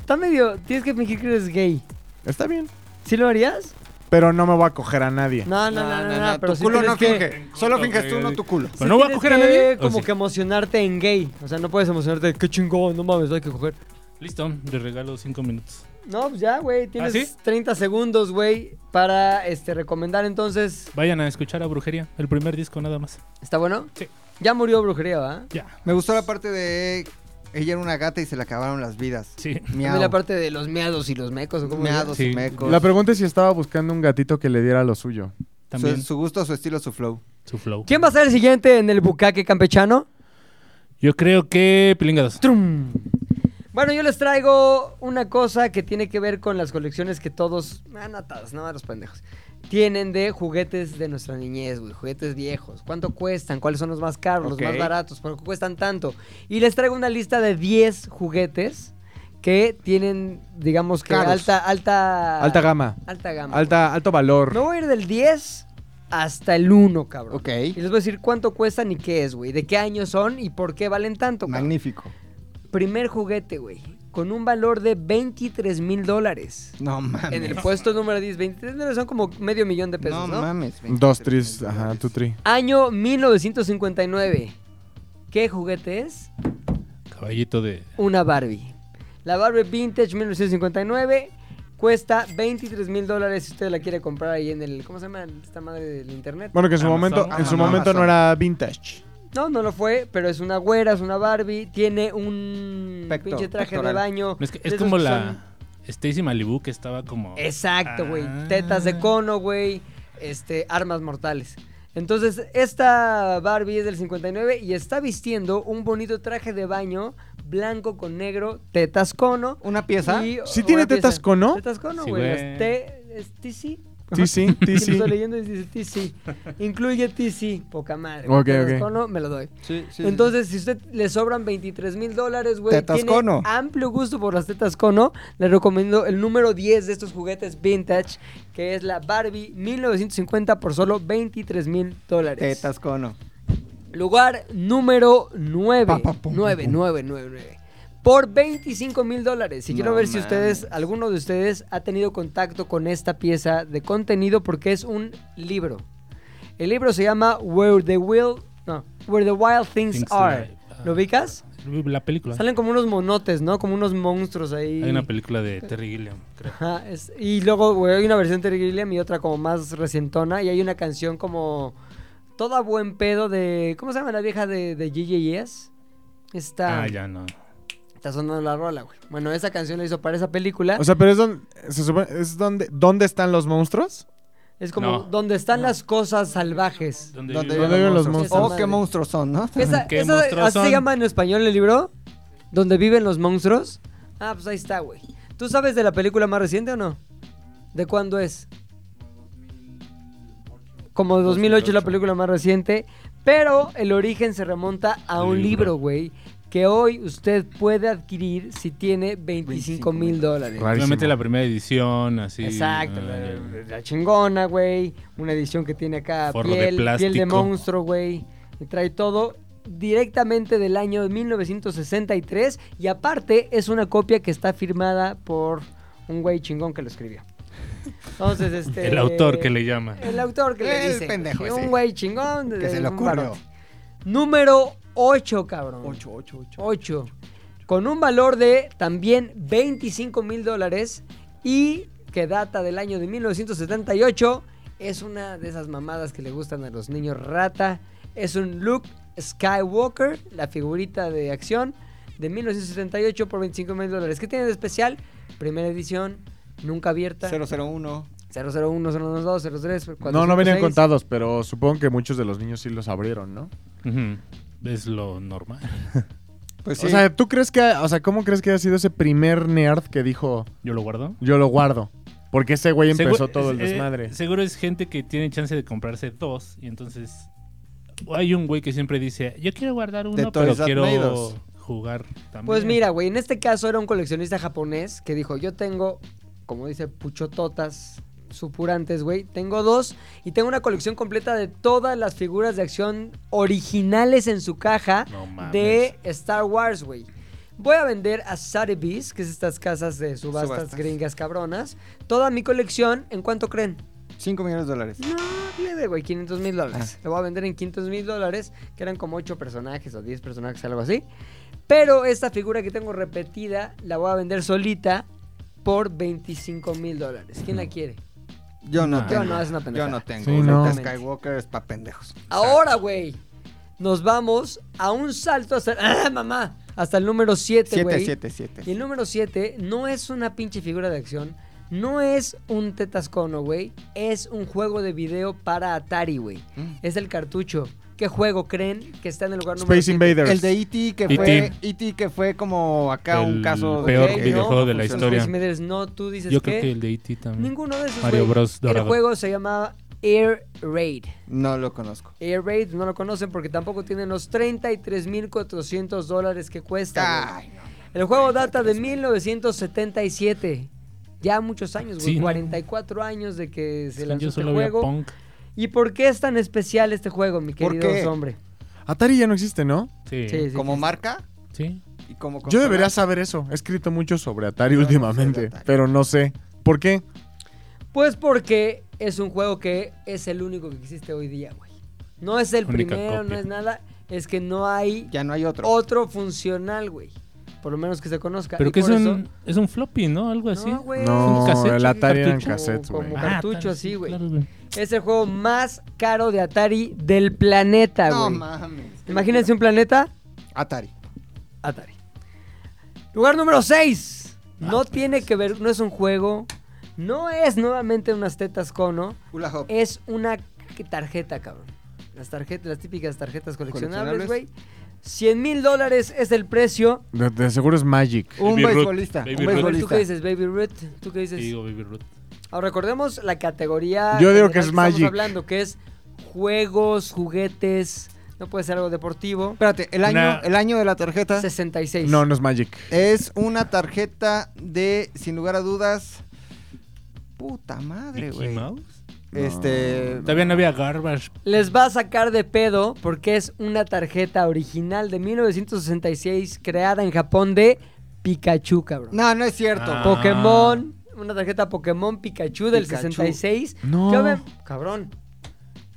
[SPEAKER 4] Está medio. Tienes que fingir que eres gay.
[SPEAKER 7] Está bien.
[SPEAKER 4] ¿Sí lo harías?
[SPEAKER 7] Pero no me voy a coger a nadie.
[SPEAKER 4] No, no, no, no. no,
[SPEAKER 5] no,
[SPEAKER 4] pero
[SPEAKER 5] tu
[SPEAKER 4] sí
[SPEAKER 5] culo no
[SPEAKER 4] tienes que-
[SPEAKER 5] finge. Solo finges tú, no tu culo.
[SPEAKER 6] Pero no voy a
[SPEAKER 4] tienes
[SPEAKER 6] coger a
[SPEAKER 4] que
[SPEAKER 6] nadie.
[SPEAKER 4] Como
[SPEAKER 6] ¿O sí?
[SPEAKER 4] que emocionarte en gay. O sea, no puedes emocionarte de qué chingón, no mames, hay que coger.
[SPEAKER 6] Listo, le regalo cinco minutos.
[SPEAKER 4] No, pues ya, güey. Tienes
[SPEAKER 6] ¿Ah, sí?
[SPEAKER 4] 30 segundos, güey, para este, recomendar entonces.
[SPEAKER 6] Vayan a escuchar a Brujería, el primer disco nada más.
[SPEAKER 4] ¿Está bueno?
[SPEAKER 6] Sí.
[SPEAKER 4] Ya murió brujería, ¿va?
[SPEAKER 6] Ya,
[SPEAKER 5] Me gustó la parte de ella era una gata y se le acabaron las vidas.
[SPEAKER 6] sí.
[SPEAKER 5] Miau.
[SPEAKER 4] También la parte de los meados y los mecos. ¿o cómo
[SPEAKER 5] Meados
[SPEAKER 6] Sí.
[SPEAKER 5] y mecos.
[SPEAKER 7] La pregunta es si estaba buscando un gatito que le diera lo suyo.
[SPEAKER 6] También
[SPEAKER 5] Su,
[SPEAKER 6] su,
[SPEAKER 5] su gusto, su estilo, su flow.
[SPEAKER 6] flow.
[SPEAKER 4] se llama? ¿Quién va a ser el siguiente en el bucaque campechano?
[SPEAKER 6] Yo creo que Pilinga 2.
[SPEAKER 4] ¡Trum! Bueno, yo les traigo una cosa que tiene que ver con las colecciones que todos, ah, no todos, no los pendejos, tienen de juguetes de nuestra niñez, güey, juguetes viejos. ¿Cuánto cuestan? ¿Cuáles son los más caros, los más baratos? ¿Por qué cuestan tanto? Y les traigo una lista de 10 juguetes que tienen, digamos que
[SPEAKER 5] Caros.
[SPEAKER 4] alta, alta...
[SPEAKER 7] Alta gama.
[SPEAKER 4] Alta gama.
[SPEAKER 7] Alta, alto valor.
[SPEAKER 4] Me voy a ir del 10 hasta el 1, cabrón.
[SPEAKER 5] Ok.
[SPEAKER 4] Y les voy a decir cuánto cuestan y qué es, güey. De qué año son y por qué valen tanto, cabrón.
[SPEAKER 5] Magnífico.
[SPEAKER 4] Primer juguete, güey. Con un valor de 23 mil dólares.
[SPEAKER 5] No mames.
[SPEAKER 4] En el puesto número 10, 23 dólares son como medio millón de pesos,
[SPEAKER 5] no,
[SPEAKER 4] ¿no?
[SPEAKER 5] mames.
[SPEAKER 7] Dos, tres, ajá, tu tri.
[SPEAKER 4] Año 1959. ¿Qué juguete es?
[SPEAKER 6] Caballito de.
[SPEAKER 4] Una Barbie. La Barbie Vintage 1959 Cuesta 23 mil dólares si usted la quiere comprar ahí en el. ¿Cómo se llama esta madre del internet?
[SPEAKER 7] Bueno, que en su
[SPEAKER 6] Amazon.
[SPEAKER 7] momento, en su
[SPEAKER 5] Amazon.
[SPEAKER 7] momento no era vintage.
[SPEAKER 4] No, no lo fue, pero es una güera, es una Barbie. Tiene un
[SPEAKER 5] Pecto-
[SPEAKER 4] pinche traje
[SPEAKER 5] pectoral.
[SPEAKER 4] de baño.
[SPEAKER 6] No, es, que-
[SPEAKER 4] de
[SPEAKER 6] es
[SPEAKER 4] esos
[SPEAKER 6] como
[SPEAKER 4] que
[SPEAKER 6] la Stacy Malibu que estaba como.
[SPEAKER 4] son- Exacto, güey.
[SPEAKER 6] Ah.
[SPEAKER 4] Tetas de cono, güey. Este, armas mortales. Entonces, esta Barbie es del 59 y está vistiendo un bonito traje de baño blanco con negro, tetas cono.
[SPEAKER 5] Una pieza.
[SPEAKER 4] Y-
[SPEAKER 7] ¿Sí tiene
[SPEAKER 4] una pieza.
[SPEAKER 7] tetas cono?
[SPEAKER 4] Tetas cono,
[SPEAKER 6] Sí,
[SPEAKER 4] güey.
[SPEAKER 6] güey.
[SPEAKER 4] Las T- es TC. [laughs]
[SPEAKER 7] Sí, sí, sí,
[SPEAKER 4] Sí.
[SPEAKER 7] sí.
[SPEAKER 4] Estoy leyendo y dice TC. Incluye TC. Poca madre.
[SPEAKER 7] Ok,
[SPEAKER 4] Tetas
[SPEAKER 7] ok.
[SPEAKER 4] cono, me lo doy.
[SPEAKER 5] Sí, sí, sí.
[SPEAKER 4] Entonces, si usted le sobran 23 mil dólares, güey,
[SPEAKER 5] Tetas
[SPEAKER 4] tiene
[SPEAKER 5] cono.
[SPEAKER 4] amplio gusto por las tetas cono, le recomiendo el número 10 de estos juguetes vintage, que es la Barbie 1950 por solo 23 mil dólares.
[SPEAKER 5] Tetas cono.
[SPEAKER 4] Lugar número 9.
[SPEAKER 5] Pa, pa, pum,
[SPEAKER 4] 9,
[SPEAKER 5] pum, pum.
[SPEAKER 4] 9, 9, 9. Por 25 mil dólares. Y quiero
[SPEAKER 5] No
[SPEAKER 4] ver si ustedes,
[SPEAKER 5] mames.
[SPEAKER 4] alguno de ustedes, ha tenido contacto con esta pieza de contenido porque es un libro. El libro se llama Where the Will, no, Where the Wild Things,
[SPEAKER 6] Things
[SPEAKER 4] Are.
[SPEAKER 6] Lie. Ah.
[SPEAKER 4] ¿Lo ubicas?
[SPEAKER 6] La película.
[SPEAKER 4] Salen como unos monotes, ¿no? Como unos monstruos ahí.
[SPEAKER 6] Hay una película de Terry Gilliam, creo.
[SPEAKER 4] Ajá, es- y luego, güey, hay una versión de Terry Gilliam y otra como más recientona. Y hay una canción como toda buen pedo de. ¿Cómo se llama la vieja de, de GJS? Está,
[SPEAKER 6] Ah, ya no.
[SPEAKER 4] está sonando la rola, güey. Bueno, esa canción la hizo para esa película.
[SPEAKER 7] O sea, pero es donde, se supone- es donde, ¿dónde están los monstruos?
[SPEAKER 4] es como
[SPEAKER 6] no.
[SPEAKER 4] donde están las cosas salvajes.
[SPEAKER 6] ¿Dónde
[SPEAKER 5] ¿Dónde
[SPEAKER 6] vive?
[SPEAKER 7] viven
[SPEAKER 5] viven
[SPEAKER 7] los
[SPEAKER 5] los
[SPEAKER 4] monstruos?
[SPEAKER 5] monstruos?
[SPEAKER 4] Esa
[SPEAKER 5] Oh, qué
[SPEAKER 4] madre.
[SPEAKER 5] monstruos son, ¿no? [laughs]
[SPEAKER 4] Esa,
[SPEAKER 6] ¿Qué
[SPEAKER 4] esa-
[SPEAKER 6] monstruos
[SPEAKER 4] ¿Así se
[SPEAKER 6] son?
[SPEAKER 4] llama en español el libro? ¿Donde viven los monstruos? Ah, pues ahí está, güey. ¿Tú sabes de la película más reciente o no? ¿De cuándo es? Como 2008 es la película más reciente, pero el origen se remonta a
[SPEAKER 6] Al
[SPEAKER 4] un
[SPEAKER 6] libro.
[SPEAKER 4] libro, güey, que hoy usted puede adquirir si tiene 25 mil dólares.
[SPEAKER 6] Realmente la primera edición, así.
[SPEAKER 4] Exacto,
[SPEAKER 6] ah,
[SPEAKER 4] la,
[SPEAKER 6] ya, ya.
[SPEAKER 4] la chingona, güey. Una edición que tiene acá
[SPEAKER 6] Forro de
[SPEAKER 4] piel, piel de
[SPEAKER 6] plástico.
[SPEAKER 4] monstruo, güey. Y trae todo directamente del año 1963. Y aparte es una copia que está firmada por un güey chingón que lo escribió.
[SPEAKER 6] [laughs]
[SPEAKER 4] Entonces, este...
[SPEAKER 6] El autor que le llama.
[SPEAKER 4] El autor que le
[SPEAKER 5] El
[SPEAKER 4] dice.
[SPEAKER 5] pendejo
[SPEAKER 4] güey,
[SPEAKER 5] ese.
[SPEAKER 4] Un güey chingón. de-
[SPEAKER 5] Que se
[SPEAKER 4] de
[SPEAKER 5] le
[SPEAKER 4] un
[SPEAKER 5] ocurrió.
[SPEAKER 4] barote. Número 8, cabrón.
[SPEAKER 5] 8, 8.
[SPEAKER 4] 8. Con un valor de también 25 mil dólares y que data del año de 1978. Es una de esas mamadas que le gustan a los niños rata. Es un Luke Skywalker, la figurita de acción de 1978 por 25 mil dólares. ¿Qué tiene de especial? Primera edición, nunca abierta.
[SPEAKER 5] 001.
[SPEAKER 4] 001, 012, 03,
[SPEAKER 7] No, no
[SPEAKER 4] 456.
[SPEAKER 7] venían contados, pero supongo que muchos de los niños sí los abrieron, ¿no?
[SPEAKER 6] Ujú. Es lo normal.
[SPEAKER 5] Pues
[SPEAKER 7] O sea, ¿tú crees que, o sea, cómo crees que haya sido ese primer nerd que dijo,
[SPEAKER 6] Yo lo guardo.
[SPEAKER 7] yo lo guardo? Porque ese güey empezó
[SPEAKER 6] Segu-
[SPEAKER 7] todo el
[SPEAKER 6] eh,
[SPEAKER 7] desmadre.
[SPEAKER 6] seguro es gente que tiene chance de comprarse dos y entonces hay un güey que siempre dice, yo quiero guardar uno, pero
[SPEAKER 5] Toys That Made
[SPEAKER 6] quiero
[SPEAKER 5] Us".
[SPEAKER 6] jugar también.
[SPEAKER 4] Pues mira, güey, en este caso era un coleccionista japonés que dijo, yo tengo, como dice, puchototas supurantes, güey, tengo dos y tengo una colección completa de todas las figuras de acción originales en su caja
[SPEAKER 6] No mames.
[SPEAKER 4] de Star Wars, güey. Voy a vender a Sotheby's, que es estas casas de subastas,
[SPEAKER 5] Subastas.
[SPEAKER 4] gringas cabronas, toda mi colección, ¿en cuánto creen?
[SPEAKER 5] 5 millones de dólares.
[SPEAKER 4] No, leve, güey, 500 mil dólares. Lo voy a vender en 500 mil dólares, que eran como 8 personajes o 10 personajes, algo así. Pero esta figura que tengo repetida la voy a vender solita por 25 mil dólares. ¿Quién la quiere?
[SPEAKER 5] Yo no
[SPEAKER 6] No.
[SPEAKER 5] tengo.
[SPEAKER 4] Yo no, es una pendejada.
[SPEAKER 5] Yo no tengo.
[SPEAKER 7] Sí, no.
[SPEAKER 5] Ahorita Skywalker es pa' pendejos.
[SPEAKER 4] Ahora, güey, nos vamos a un salto hasta... [laughs] ¡Ah, mamá! Hasta el número 7,
[SPEAKER 5] 7,
[SPEAKER 4] Este güey.
[SPEAKER 5] 7,
[SPEAKER 4] Y
[SPEAKER 5] 7.
[SPEAKER 4] el número 7 no es una pinche figura de acción. No es un tetascono, güey. Es un juego de video para Atari, güey.
[SPEAKER 5] Mm.
[SPEAKER 4] Es el cartucho. ¿Qué juego creen que está en el lugar número
[SPEAKER 7] Space
[SPEAKER 4] siete?
[SPEAKER 7] Invaders.
[SPEAKER 5] El de E.T. que
[SPEAKER 6] E.T..
[SPEAKER 5] fue E.T. que fue como acá
[SPEAKER 6] E El
[SPEAKER 5] un caso
[SPEAKER 6] peor
[SPEAKER 5] que-
[SPEAKER 6] videojuego
[SPEAKER 5] no
[SPEAKER 6] de la
[SPEAKER 5] funcionó.
[SPEAKER 6] historia.
[SPEAKER 4] pues, Space Invaders, no, tú dices
[SPEAKER 6] Yo
[SPEAKER 4] pues que...
[SPEAKER 6] creo que el de E.T. también.
[SPEAKER 4] Ninguno de esos,
[SPEAKER 6] Mario
[SPEAKER 4] güey.
[SPEAKER 6] Bros.
[SPEAKER 4] El
[SPEAKER 6] dorado.
[SPEAKER 4] juego se llamaba Air Raid.
[SPEAKER 5] No lo conozco.
[SPEAKER 4] Air Raid no lo conocen porque tampoco tienen los 33.400 dólares que cuesta, güey.
[SPEAKER 5] Ay, no.
[SPEAKER 4] El juego data de 1977. Ya muchos años, güey.
[SPEAKER 6] Sí, ¿no?
[SPEAKER 4] 44 años de que se
[SPEAKER 6] Sí,
[SPEAKER 4] lanzó
[SPEAKER 6] Yo
[SPEAKER 4] este
[SPEAKER 6] solo veía
[SPEAKER 4] juego.
[SPEAKER 6] Punk.
[SPEAKER 4] ¿Y por qué es tan especial este juego, mi
[SPEAKER 5] ¿Por
[SPEAKER 4] querido
[SPEAKER 5] qué?
[SPEAKER 4] hombre?
[SPEAKER 7] Atari ya no existe, ¿no?
[SPEAKER 6] Sí.
[SPEAKER 4] Sí, sí,
[SPEAKER 5] Como
[SPEAKER 4] sí.
[SPEAKER 5] marca
[SPEAKER 6] Sí.
[SPEAKER 5] y como
[SPEAKER 7] Yo
[SPEAKER 5] consola.
[SPEAKER 7] debería saber eso. He escrito mucho sobre Atari
[SPEAKER 5] Yo no sé de
[SPEAKER 7] últimamente,
[SPEAKER 5] Atari.
[SPEAKER 7] pero no sé. ¿Por qué?
[SPEAKER 4] Pues porque es un juego que es el único que existe hoy día, güey. No es el
[SPEAKER 6] Única
[SPEAKER 4] primero, no
[SPEAKER 6] copia.
[SPEAKER 4] es nada. Es que no hay
[SPEAKER 5] Ya no hay otro.
[SPEAKER 4] otro funcional, güey. por lo menos que se conozca.
[SPEAKER 6] Pero
[SPEAKER 4] Y
[SPEAKER 6] que es
[SPEAKER 4] por
[SPEAKER 6] un, es un floppy, ¿no? Algo
[SPEAKER 4] eso-
[SPEAKER 6] así.
[SPEAKER 4] No, güey.
[SPEAKER 6] ¿Es
[SPEAKER 7] No,
[SPEAKER 6] un cassette?
[SPEAKER 7] el Atari era en
[SPEAKER 6] ¿Cartucho?
[SPEAKER 7] cassette,
[SPEAKER 4] Como-
[SPEAKER 7] güey.
[SPEAKER 4] como-
[SPEAKER 6] Ah,
[SPEAKER 4] cartucho
[SPEAKER 6] tal-
[SPEAKER 4] así, güey.
[SPEAKER 6] claro, güey.
[SPEAKER 4] Es el juego más caro de Atari del planeta,
[SPEAKER 5] No
[SPEAKER 4] güey.
[SPEAKER 5] mames.
[SPEAKER 4] Imagínense un planeta
[SPEAKER 5] Atari.
[SPEAKER 4] Atari. Lugar número 6.
[SPEAKER 7] Ah,
[SPEAKER 4] No tiene
[SPEAKER 7] pues.
[SPEAKER 4] que ver, no es un juego, no es nuevamente unas tetas cono,
[SPEAKER 5] Hula Hop.
[SPEAKER 4] es una c- tarjeta, cabrón. Las tarjetas, las típicas tarjetas coleccionables, güey. 100 mil dólares es el precio.
[SPEAKER 7] De, de seguro es Magic.
[SPEAKER 5] un
[SPEAKER 6] Baby Ruth.
[SPEAKER 5] beisbolista.
[SPEAKER 6] Baby
[SPEAKER 5] Un
[SPEAKER 4] A
[SPEAKER 6] Ruth.
[SPEAKER 4] ver, ¿Tú qué
[SPEAKER 5] beisbolista.
[SPEAKER 4] dices, Baby Ruth? ¿Tú qué dices?
[SPEAKER 6] Sí, digo Baby Ruth.
[SPEAKER 4] Ahora recordemos la categoría.
[SPEAKER 7] Yo digo
[SPEAKER 4] general
[SPEAKER 7] que es
[SPEAKER 4] estamos
[SPEAKER 7] Magic.
[SPEAKER 4] hablando que es juegos, juguetes, no puede ser algo deportivo.
[SPEAKER 5] Espérate, el año,
[SPEAKER 6] Una-
[SPEAKER 5] el año de la tarjeta
[SPEAKER 4] 66.
[SPEAKER 7] No, no es Magic.
[SPEAKER 5] es una tarjeta de, sin lugar a dudas. Puta madre,
[SPEAKER 6] Mickey
[SPEAKER 5] güey.
[SPEAKER 6] Mouse.
[SPEAKER 5] Este.
[SPEAKER 6] Todavía no había Garbage.
[SPEAKER 4] Les va a sacar de pedo porque es una tarjeta original de 1966 creada en Japón de Pikachu, cabrón.
[SPEAKER 5] No, no es cierto.
[SPEAKER 6] Ah.
[SPEAKER 4] Pokémon, una tarjeta Pokémon Pikachu del
[SPEAKER 5] Pikachu.
[SPEAKER 4] 66.
[SPEAKER 7] No.
[SPEAKER 4] ¿Qué obvia- cabrón.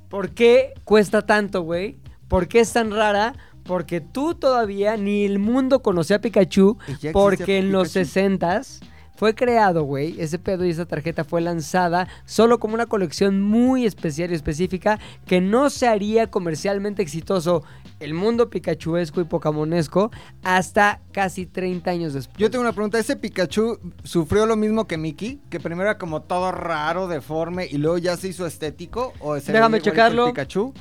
[SPEAKER 4] ¿Por qué cuesta tanto, güey? ¿Por qué es tan rara? Porque tú todavía ni el mundo conocía a Pikachu
[SPEAKER 5] Y ya existía
[SPEAKER 4] porque en los
[SPEAKER 5] Pikachu.
[SPEAKER 4] 60s fue creado, güey, ese pedo y esa tarjeta fue lanzada solo como una colección muy especial y específica que no se haría comercialmente exitoso el mundo pikachuesco y pocamonesco hasta casi 30 años después.
[SPEAKER 5] Yo tengo una pregunta. ¿Ese Pikachu sufrió lo mismo que Mickey? Que primero era como todo raro, deforme y luego ya se hizo estético. ¿O se
[SPEAKER 4] Déjame
[SPEAKER 5] veía igualito el
[SPEAKER 4] checarlo.
[SPEAKER 5] Pikachu?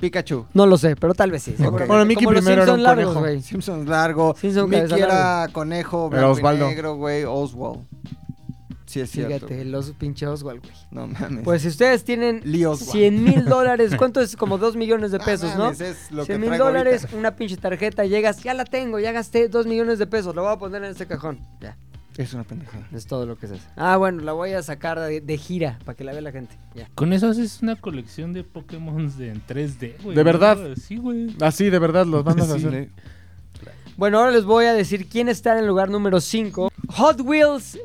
[SPEAKER 5] Pikachu.
[SPEAKER 4] No lo sé, pero tal vez sí. seguramente.
[SPEAKER 7] Bueno, Mickey
[SPEAKER 4] Como los
[SPEAKER 7] primero era
[SPEAKER 4] Simpson
[SPEAKER 7] un
[SPEAKER 4] largos,
[SPEAKER 7] conejo.
[SPEAKER 4] güey.
[SPEAKER 5] Simpsons largo.
[SPEAKER 4] Simpson cabeza
[SPEAKER 5] Mickey
[SPEAKER 4] larga.
[SPEAKER 5] era conejo,
[SPEAKER 7] Era
[SPEAKER 5] blanco y
[SPEAKER 7] Osvaldo.
[SPEAKER 5] negro, güey. Oswald. Sí, es cierto.
[SPEAKER 4] Fíjate, los pinche Oswald, güey.
[SPEAKER 5] No mames.
[SPEAKER 4] Pues si ustedes tienen
[SPEAKER 5] Lee Oswald.
[SPEAKER 4] 100
[SPEAKER 5] [laughs]
[SPEAKER 4] mil dólares, ¿cuánto es? Como 2 millones de pesos, ¿no?
[SPEAKER 5] mames, es lo que
[SPEAKER 4] 100 mil
[SPEAKER 5] traigo ahorita.
[SPEAKER 4] dólares, una pinche tarjeta, llegas, ya la tengo, ya gasté 2 millones de pesos, la voy a poner en este cajón. Ya,
[SPEAKER 5] Es una pendejada.
[SPEAKER 4] es todo lo que se hace. Ah, bueno, la voy a sacar de, de gira para que la vea la gente. Ya.
[SPEAKER 6] Con eso haces una colección de Pokémon de- en 3D, güey.
[SPEAKER 7] ¿De
[SPEAKER 6] ¿no?
[SPEAKER 7] verdad?
[SPEAKER 6] Sí, güey.
[SPEAKER 7] Así, de verdad, los mandas a
[SPEAKER 6] Sí.
[SPEAKER 7] hacer.
[SPEAKER 4] Bueno, ahora les voy a decir quién está en el lugar número 5. Hot Wheels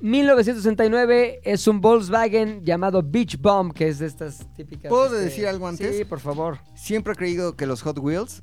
[SPEAKER 4] 1969 es un Volkswagen llamado Beach Bomb, que es de estas típicas. este,
[SPEAKER 5] ¿Puedo decir algo antes?
[SPEAKER 4] Sí, por favor.
[SPEAKER 5] Siempre he creído que los Hot Wheels,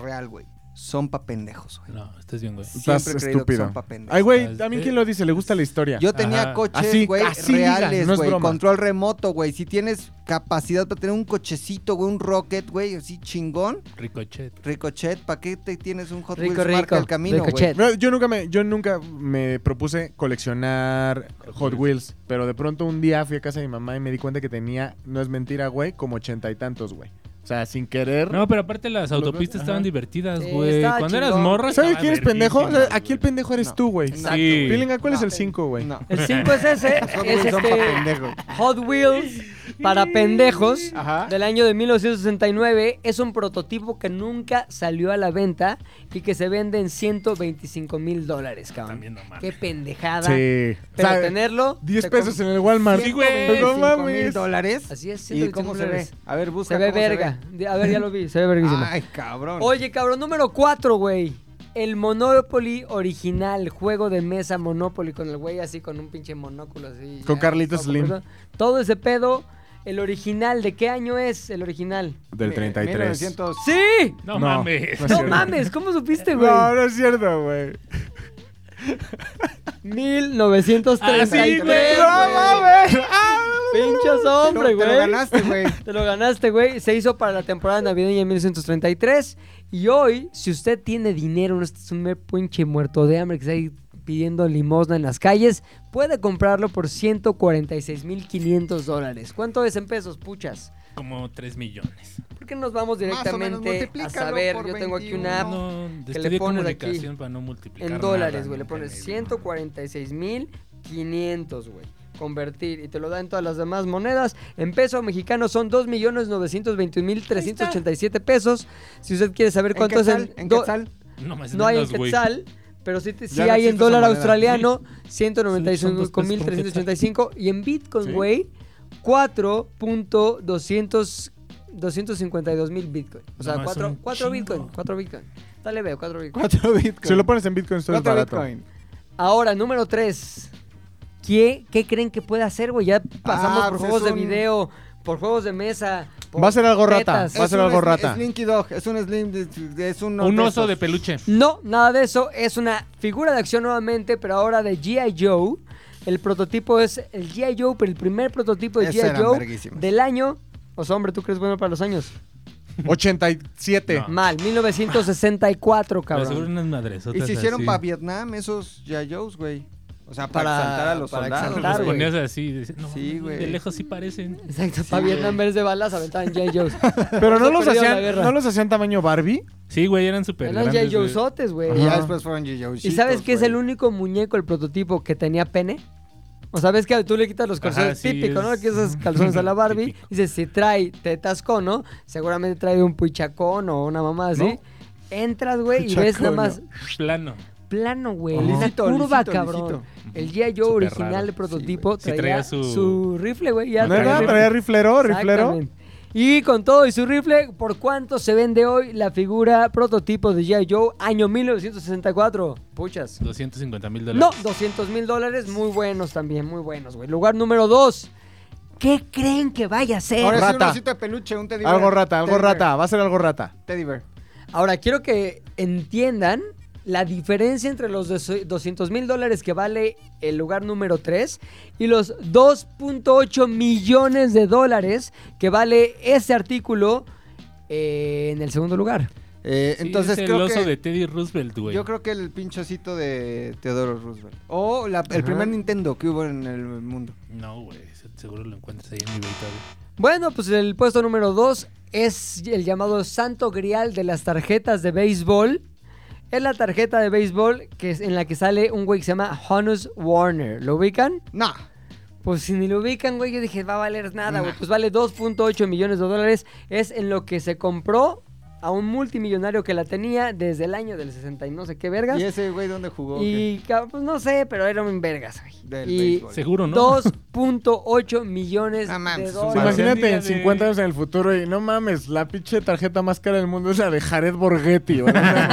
[SPEAKER 5] real, güey, son pa' pendejos, güey.
[SPEAKER 6] No, estás bien, güey.
[SPEAKER 7] Estás
[SPEAKER 5] Siempre he creído que
[SPEAKER 7] estúpido.
[SPEAKER 5] son pa' pendejos.
[SPEAKER 7] Ay, güey,
[SPEAKER 6] Estás-
[SPEAKER 7] también quién lo dice, le gusta la historia.
[SPEAKER 5] Yo tenía
[SPEAKER 6] Ajá.
[SPEAKER 5] coches,
[SPEAKER 7] Así-
[SPEAKER 5] güey,
[SPEAKER 7] así digan,
[SPEAKER 5] reales,
[SPEAKER 7] no es
[SPEAKER 5] güey.
[SPEAKER 7] broma.
[SPEAKER 5] control remoto, güey. Si tienes capacidad para tener un cochecito, güey, un rocket, güey, así chingón,
[SPEAKER 6] Ricochet.
[SPEAKER 5] ricochet, ¿para qué te tienes un Hot
[SPEAKER 4] Rico,
[SPEAKER 5] Wheels
[SPEAKER 4] rico.
[SPEAKER 5] marca el camino, güey?
[SPEAKER 4] Ricochet.
[SPEAKER 7] Mira, Yo nunca me, yo nunca me propuse coleccionar Hot Wheels, pero de pronto un día fui a casa de mi mamá y me di cuenta que tenía, no es mentira, güey, como ochenta y tantos, güey. O sea, sin querer.
[SPEAKER 6] No, pero aparte las
[SPEAKER 7] Los
[SPEAKER 6] autopistas
[SPEAKER 7] dos-
[SPEAKER 6] estaban
[SPEAKER 7] ajá.
[SPEAKER 6] divertidas,
[SPEAKER 4] Sí,
[SPEAKER 6] güey.
[SPEAKER 4] estaba
[SPEAKER 6] Cuando eras
[SPEAKER 4] chingón.
[SPEAKER 6] morra
[SPEAKER 7] ¿Sabes
[SPEAKER 6] estaban
[SPEAKER 7] quién es pendejo? O sea,
[SPEAKER 6] verguísimas,
[SPEAKER 7] aquí el
[SPEAKER 6] güey.
[SPEAKER 7] pendejo eres
[SPEAKER 5] No.
[SPEAKER 7] tú, güey.
[SPEAKER 6] Sí.
[SPEAKER 7] Pilinga, ¿cuál es
[SPEAKER 5] No.
[SPEAKER 7] el 5, güey? [laughs]
[SPEAKER 5] No.
[SPEAKER 4] El 5 es ese,
[SPEAKER 5] [laughs]
[SPEAKER 4] es
[SPEAKER 5] Hot Wheels son pa'
[SPEAKER 4] este
[SPEAKER 5] pendejos.
[SPEAKER 4] Hot Wheels para pendejos
[SPEAKER 5] Ajá.
[SPEAKER 4] del año de 1969. Es un prototipo que nunca salió a la venta y que se vende en 125 mil dólares, cabrón.
[SPEAKER 6] También no mames.
[SPEAKER 4] Qué pendejada.
[SPEAKER 7] Sí.
[SPEAKER 4] Pero
[SPEAKER 7] O sea,
[SPEAKER 4] tenerlo.
[SPEAKER 7] 10
[SPEAKER 4] te
[SPEAKER 7] pesos
[SPEAKER 4] com-
[SPEAKER 7] en el Walmart.
[SPEAKER 6] Sí, güey.
[SPEAKER 7] Pues No
[SPEAKER 5] 5 mil
[SPEAKER 7] mames.
[SPEAKER 5] dólares.
[SPEAKER 4] Así es,
[SPEAKER 5] ¿Y cómo se ve?
[SPEAKER 4] 125
[SPEAKER 5] A ver, busca
[SPEAKER 4] Se ve
[SPEAKER 5] cómo
[SPEAKER 4] verga. Di- A ver, ya lo vi. Se ve verguísimo.
[SPEAKER 5] Ay, cabrón.
[SPEAKER 4] Oye, cabrón, número 4, güey. El Monopoly original, juego de mesa Monopoly con el güey así con un pinche monóculo así.
[SPEAKER 7] Con
[SPEAKER 4] ya,
[SPEAKER 7] Carlitos
[SPEAKER 4] todo
[SPEAKER 7] Slim.
[SPEAKER 4] completo. Todo ese pedo, el original, ¿de qué año es el original?
[SPEAKER 7] Del 33.
[SPEAKER 5] 1900.
[SPEAKER 4] ¡Sí!
[SPEAKER 6] No,
[SPEAKER 7] No, Pues,
[SPEAKER 6] mames.
[SPEAKER 7] no es
[SPEAKER 4] No
[SPEAKER 7] cierto.
[SPEAKER 4] mames, ¿cómo supiste, güey?
[SPEAKER 7] No, no es
[SPEAKER 5] [laughs]
[SPEAKER 7] cierto, güey.
[SPEAKER 4] 1933.
[SPEAKER 6] Así, güey.
[SPEAKER 4] güey.
[SPEAKER 6] No
[SPEAKER 7] mames.
[SPEAKER 4] Pinches hombre,
[SPEAKER 5] Te lo-
[SPEAKER 4] güey.
[SPEAKER 5] Te lo ganaste, güey.
[SPEAKER 4] Te lo ganaste, güey. Se hizo para la temporada navideña de 1933. Y hoy, si usted tiene dinero, no es un mero pinche muerto de hambre que está ahí pidiendo limosna en las calles, puede comprarlo por 146.500 dólares. ¿Cuánto es en pesos, puchas?
[SPEAKER 6] [laughs] Como 3 millones.
[SPEAKER 4] ¿Por qué nos vamos
[SPEAKER 5] menos
[SPEAKER 4] directamente a
[SPEAKER 5] multiplícalo
[SPEAKER 4] saber?
[SPEAKER 5] por
[SPEAKER 4] Yo tengo aquí
[SPEAKER 5] 21.
[SPEAKER 4] una app
[SPEAKER 6] No,
[SPEAKER 4] Ah, que le
[SPEAKER 6] estudié
[SPEAKER 4] pones aquí
[SPEAKER 6] comunicación para no multiplicar.
[SPEAKER 4] en dólares,
[SPEAKER 6] nada,
[SPEAKER 4] güey. Le
[SPEAKER 6] nunca
[SPEAKER 4] pones
[SPEAKER 6] me-
[SPEAKER 4] 146.500, güey. Convertir y te lo dan todas las demás monedas. En peso mexicano son 2.921.387 pesos. Si usted quiere saber
[SPEAKER 5] ¿En
[SPEAKER 4] cuánto es
[SPEAKER 5] quetzal?
[SPEAKER 4] en,
[SPEAKER 5] ¿En
[SPEAKER 4] do-
[SPEAKER 5] quetzal?
[SPEAKER 6] No, más
[SPEAKER 4] no hay en
[SPEAKER 6] menos, güey.
[SPEAKER 4] quetzal, pero sí, te- sí
[SPEAKER 5] Ya no
[SPEAKER 4] hay en
[SPEAKER 5] existe esa
[SPEAKER 4] dólar
[SPEAKER 5] moneda.
[SPEAKER 4] australiano
[SPEAKER 6] Son dos pesos por
[SPEAKER 4] 195.385 y en bitcoin,
[SPEAKER 7] Sí.
[SPEAKER 4] güey, 4.200 252 mil bitcoin. O sea,
[SPEAKER 6] No, es
[SPEAKER 4] 4,
[SPEAKER 6] un chingo.
[SPEAKER 4] bitcoin. 4 bitcoin. Dale, veo, 4 bitcoin.
[SPEAKER 5] 4 bitcoins.
[SPEAKER 7] Si lo pones en Bitcoin, esto es
[SPEAKER 5] Cuatro
[SPEAKER 7] barato.
[SPEAKER 5] bitcoin.
[SPEAKER 4] Ahora, número 3. ¿Qué, ¿Qué creen que puede hacer, güey? Ya pasamos
[SPEAKER 5] Ah,
[SPEAKER 4] por
[SPEAKER 5] pues
[SPEAKER 4] juegos
[SPEAKER 5] es
[SPEAKER 4] de
[SPEAKER 5] un-
[SPEAKER 4] video, por juegos de mesa. por
[SPEAKER 7] Va a ser algo rata.
[SPEAKER 4] tetas.
[SPEAKER 7] Va a ser algo rata.
[SPEAKER 5] Slinky Dog, es un Slim, de- es un...
[SPEAKER 6] Un oso
[SPEAKER 5] esos.
[SPEAKER 6] de peluche.
[SPEAKER 4] No, nada de eso. Es una figura de acción nuevamente, pero ahora de G.I. Joe. El prototipo es el G.I. Joe, pero el primer prototipo de
[SPEAKER 5] Esos
[SPEAKER 4] G.I.
[SPEAKER 5] eran
[SPEAKER 4] Joe
[SPEAKER 5] verguísimos.
[SPEAKER 4] del año. O sea, hombre, ¿tú crees bueno para los años?
[SPEAKER 7] 87.
[SPEAKER 6] No.
[SPEAKER 4] Mal, 1964,
[SPEAKER 6] Ah. Pero seguro
[SPEAKER 4] cabrón.
[SPEAKER 6] unas madresotas
[SPEAKER 5] Y se hicieron
[SPEAKER 6] así.
[SPEAKER 5] para Vietnam esos Yayos, güey. O sea, para,
[SPEAKER 4] Para-
[SPEAKER 5] exaltar a los
[SPEAKER 4] para
[SPEAKER 5] soldados.
[SPEAKER 4] exaltar,
[SPEAKER 6] Los
[SPEAKER 5] güey.
[SPEAKER 6] ponías así. y dices, no,
[SPEAKER 5] Sí, güey.
[SPEAKER 6] de lejos sí parecen.
[SPEAKER 4] Exacto, para Vietnam verdes de balas aventaban G.I. Joes.
[SPEAKER 7] [laughs] Pero no
[SPEAKER 4] Se
[SPEAKER 7] los,
[SPEAKER 4] perdió la
[SPEAKER 7] hacían,
[SPEAKER 4] guerra.
[SPEAKER 7] ¿no los hacían tamaño Barbie.
[SPEAKER 6] Sí, güey, eran súper
[SPEAKER 4] Eran
[SPEAKER 6] grandes.
[SPEAKER 4] G.I.
[SPEAKER 6] güey.
[SPEAKER 4] Joesotes, güey.
[SPEAKER 5] Y ya después fueron Yayos.
[SPEAKER 4] ¿Y sabes que es el único muñeco, el prototipo, que tenía pene? O sabes que tú le quitas los
[SPEAKER 6] Ajá,
[SPEAKER 4] calzones,
[SPEAKER 6] sí,
[SPEAKER 4] típico, ¿no?
[SPEAKER 6] es-
[SPEAKER 4] Que esos calzones a la Barbie.
[SPEAKER 6] Típico.
[SPEAKER 4] Dices, si trae tetas cono, seguramente trae un puchacón o una mamá así.
[SPEAKER 7] ¿No?
[SPEAKER 4] Entras, güey, y ves nada más
[SPEAKER 6] Plano.
[SPEAKER 4] plano, güey.
[SPEAKER 5] Ajá.
[SPEAKER 4] Una
[SPEAKER 5] Lisito,
[SPEAKER 4] curva,
[SPEAKER 5] lisito,
[SPEAKER 4] cabrón.
[SPEAKER 5] lisito.
[SPEAKER 4] El G.I. Joe
[SPEAKER 6] Súper
[SPEAKER 4] original,
[SPEAKER 6] raro.
[SPEAKER 4] el prototipo,
[SPEAKER 6] Sí,
[SPEAKER 4] traía,
[SPEAKER 6] traía
[SPEAKER 4] su...
[SPEAKER 6] su-
[SPEAKER 4] rifle, güey. Ya
[SPEAKER 7] ¿No
[SPEAKER 4] traía
[SPEAKER 7] era?
[SPEAKER 4] rifle.
[SPEAKER 7] Traía riflero, riflero.
[SPEAKER 4] Exactamente. Y con todo y su rifle, ¿por cuánto se vende hoy la figura prototipo de G.I. Joe año 1964? Puchas.
[SPEAKER 6] 250 mil
[SPEAKER 4] No,
[SPEAKER 6] dólares.
[SPEAKER 4] 200 mil dólares, muy buenos también, muy buenos, güey. Lugar número dos. ¿Qué creen que vaya a ser?
[SPEAKER 5] Ahora
[SPEAKER 4] Ahora,
[SPEAKER 5] es un
[SPEAKER 7] Rata.
[SPEAKER 5] osito de peluche, un teddy bear.
[SPEAKER 7] Algo rata, algo
[SPEAKER 5] Teddy bear,
[SPEAKER 7] rata. Va a ser algo rata.
[SPEAKER 5] Teddy bear.
[SPEAKER 4] quiero que entiendan la diferencia entre los 200 mil dólares que vale el lugar número 3 y los 2.8 millones de dólares que vale ese artículo eh, en el segundo lugar.
[SPEAKER 5] Eh,
[SPEAKER 6] Sí,
[SPEAKER 5] entonces
[SPEAKER 6] es el
[SPEAKER 5] creo
[SPEAKER 6] oso
[SPEAKER 5] que...
[SPEAKER 6] de Teddy Roosevelt, güey.
[SPEAKER 5] Yo creo que el pinchocito de Teodoro Roosevelt. O la- el
[SPEAKER 4] Ajá.
[SPEAKER 5] primer Nintendo que hubo en el mundo.
[SPEAKER 6] No, güey, se- seguro lo encuentras ahí en mi beta, güey.
[SPEAKER 4] Bueno, pues el puesto número 2 es el llamado santo grial de las tarjetas de béisbol. Es la tarjeta de béisbol que es en la que sale un güey que se llama Honus Warner. ¿Lo ubican?
[SPEAKER 5] No.
[SPEAKER 4] Pues si ni lo ubican, güey, yo dije, va a valer nada, güey. Pues vale 2.8 millones de dólares. Es en lo que se compró a un multimillonario que la tenía desde el año del 60 y no sé qué vergas.
[SPEAKER 5] ¿Y ese güey dónde jugó? o qué?
[SPEAKER 4] Y ca- pues no sé, pero era un vergas, güey.
[SPEAKER 5] Del
[SPEAKER 4] y
[SPEAKER 5] béisbol.
[SPEAKER 6] Seguro, ¿no?
[SPEAKER 4] 2.8 millones
[SPEAKER 5] No mames,
[SPEAKER 4] de
[SPEAKER 5] es un
[SPEAKER 7] Sí,
[SPEAKER 4] dólares.
[SPEAKER 6] Parecía el
[SPEAKER 7] Imagínate
[SPEAKER 6] día
[SPEAKER 7] en
[SPEAKER 6] de-
[SPEAKER 7] 50 años en el futuro y no mames, la pinche tarjeta más cara del mundo es la de Jared Borghetti. ¿verdad? Una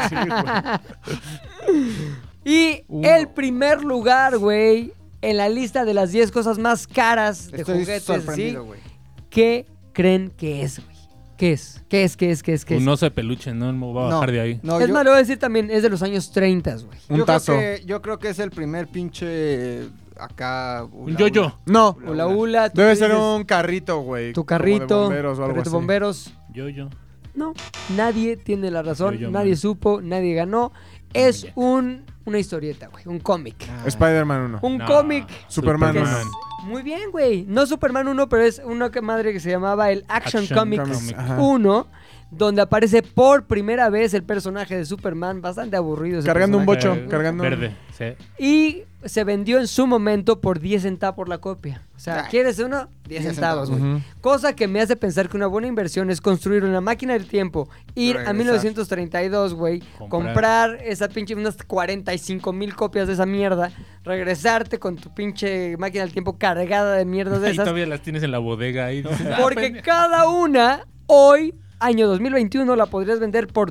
[SPEAKER 4] [laughs]
[SPEAKER 7] mamada así, güey.
[SPEAKER 4] Y
[SPEAKER 7] Uno.
[SPEAKER 4] el primer lugar, güey, en la lista de las 10 cosas más caras de
[SPEAKER 5] Estoy
[SPEAKER 4] juguetes, ¿sí?
[SPEAKER 5] sorprendido, güey.
[SPEAKER 4] ¿Qué creen que es, güey? ¿Qué es? ¿Qué es? ¿Qué es? ¿Qué es? ¿Qué es?
[SPEAKER 6] Un oso de peluche, Pues no me voy a bajar de ahí.
[SPEAKER 5] No,
[SPEAKER 4] es
[SPEAKER 5] yo,
[SPEAKER 4] más, lo voy a decir también, es de los años 30, güey.
[SPEAKER 5] yo
[SPEAKER 7] Un tazo.
[SPEAKER 5] Creo que, yo creo que es el primer pinche eh, acá.
[SPEAKER 6] Un
[SPEAKER 5] hula,
[SPEAKER 6] yo-yo.
[SPEAKER 5] hula.
[SPEAKER 7] No,
[SPEAKER 4] Ula Ula. tú
[SPEAKER 7] debe
[SPEAKER 4] dices
[SPEAKER 7] ser un carrito, güey.
[SPEAKER 4] Tu
[SPEAKER 7] como de
[SPEAKER 4] carrito,
[SPEAKER 7] bomberos o algo
[SPEAKER 4] carrito
[SPEAKER 7] así.
[SPEAKER 4] bomberos.
[SPEAKER 6] Yo-yo.
[SPEAKER 4] No, nadie tiene la razón,
[SPEAKER 6] Yo-Yo
[SPEAKER 4] nadie
[SPEAKER 6] Man.
[SPEAKER 4] supo, nadie ganó. Es un, una historieta, güey, un cómic.
[SPEAKER 7] Ah, Spider-Man 1.
[SPEAKER 4] Un
[SPEAKER 6] No,
[SPEAKER 4] cómic.
[SPEAKER 7] Superman.
[SPEAKER 4] Que es-
[SPEAKER 7] Man.
[SPEAKER 4] Muy bien, güey. No Superman 1, pero es una que madre que se llamaba el Action,
[SPEAKER 6] Action
[SPEAKER 4] Comics
[SPEAKER 6] Comics,
[SPEAKER 7] ajá.
[SPEAKER 4] 1, donde aparece por primera vez el personaje de Superman, bastante aburrido. ese
[SPEAKER 7] Cargando un
[SPEAKER 4] personaje.
[SPEAKER 7] bocho,
[SPEAKER 6] Eh,
[SPEAKER 7] cargando un-
[SPEAKER 6] Verde, sí.
[SPEAKER 4] Y se vendió en su momento por 10 centavos por la copia. O sea,
[SPEAKER 5] Ah.
[SPEAKER 4] ¿quieres uno? 10
[SPEAKER 5] 10
[SPEAKER 4] centavos,
[SPEAKER 5] centavos,
[SPEAKER 4] güey.
[SPEAKER 7] Ujú.
[SPEAKER 4] Cosa que me hace pensar que una buena inversión es construir una máquina del tiempo, ir a
[SPEAKER 5] Regresar.
[SPEAKER 4] 1932, güey, comprar.
[SPEAKER 6] Comprar.
[SPEAKER 4] esa pinche, unas 45 mil copias de esa mierda, regresarte con tu pinche máquina del tiempo cargada de mierdas de
[SPEAKER 6] [laughs] Ahí
[SPEAKER 4] esas.
[SPEAKER 6] todavía las tienes en la bodega ahí. dices, ah,
[SPEAKER 4] Porque
[SPEAKER 6] pendejo.
[SPEAKER 4] cada una, hoy, año 2021, la podrías vender por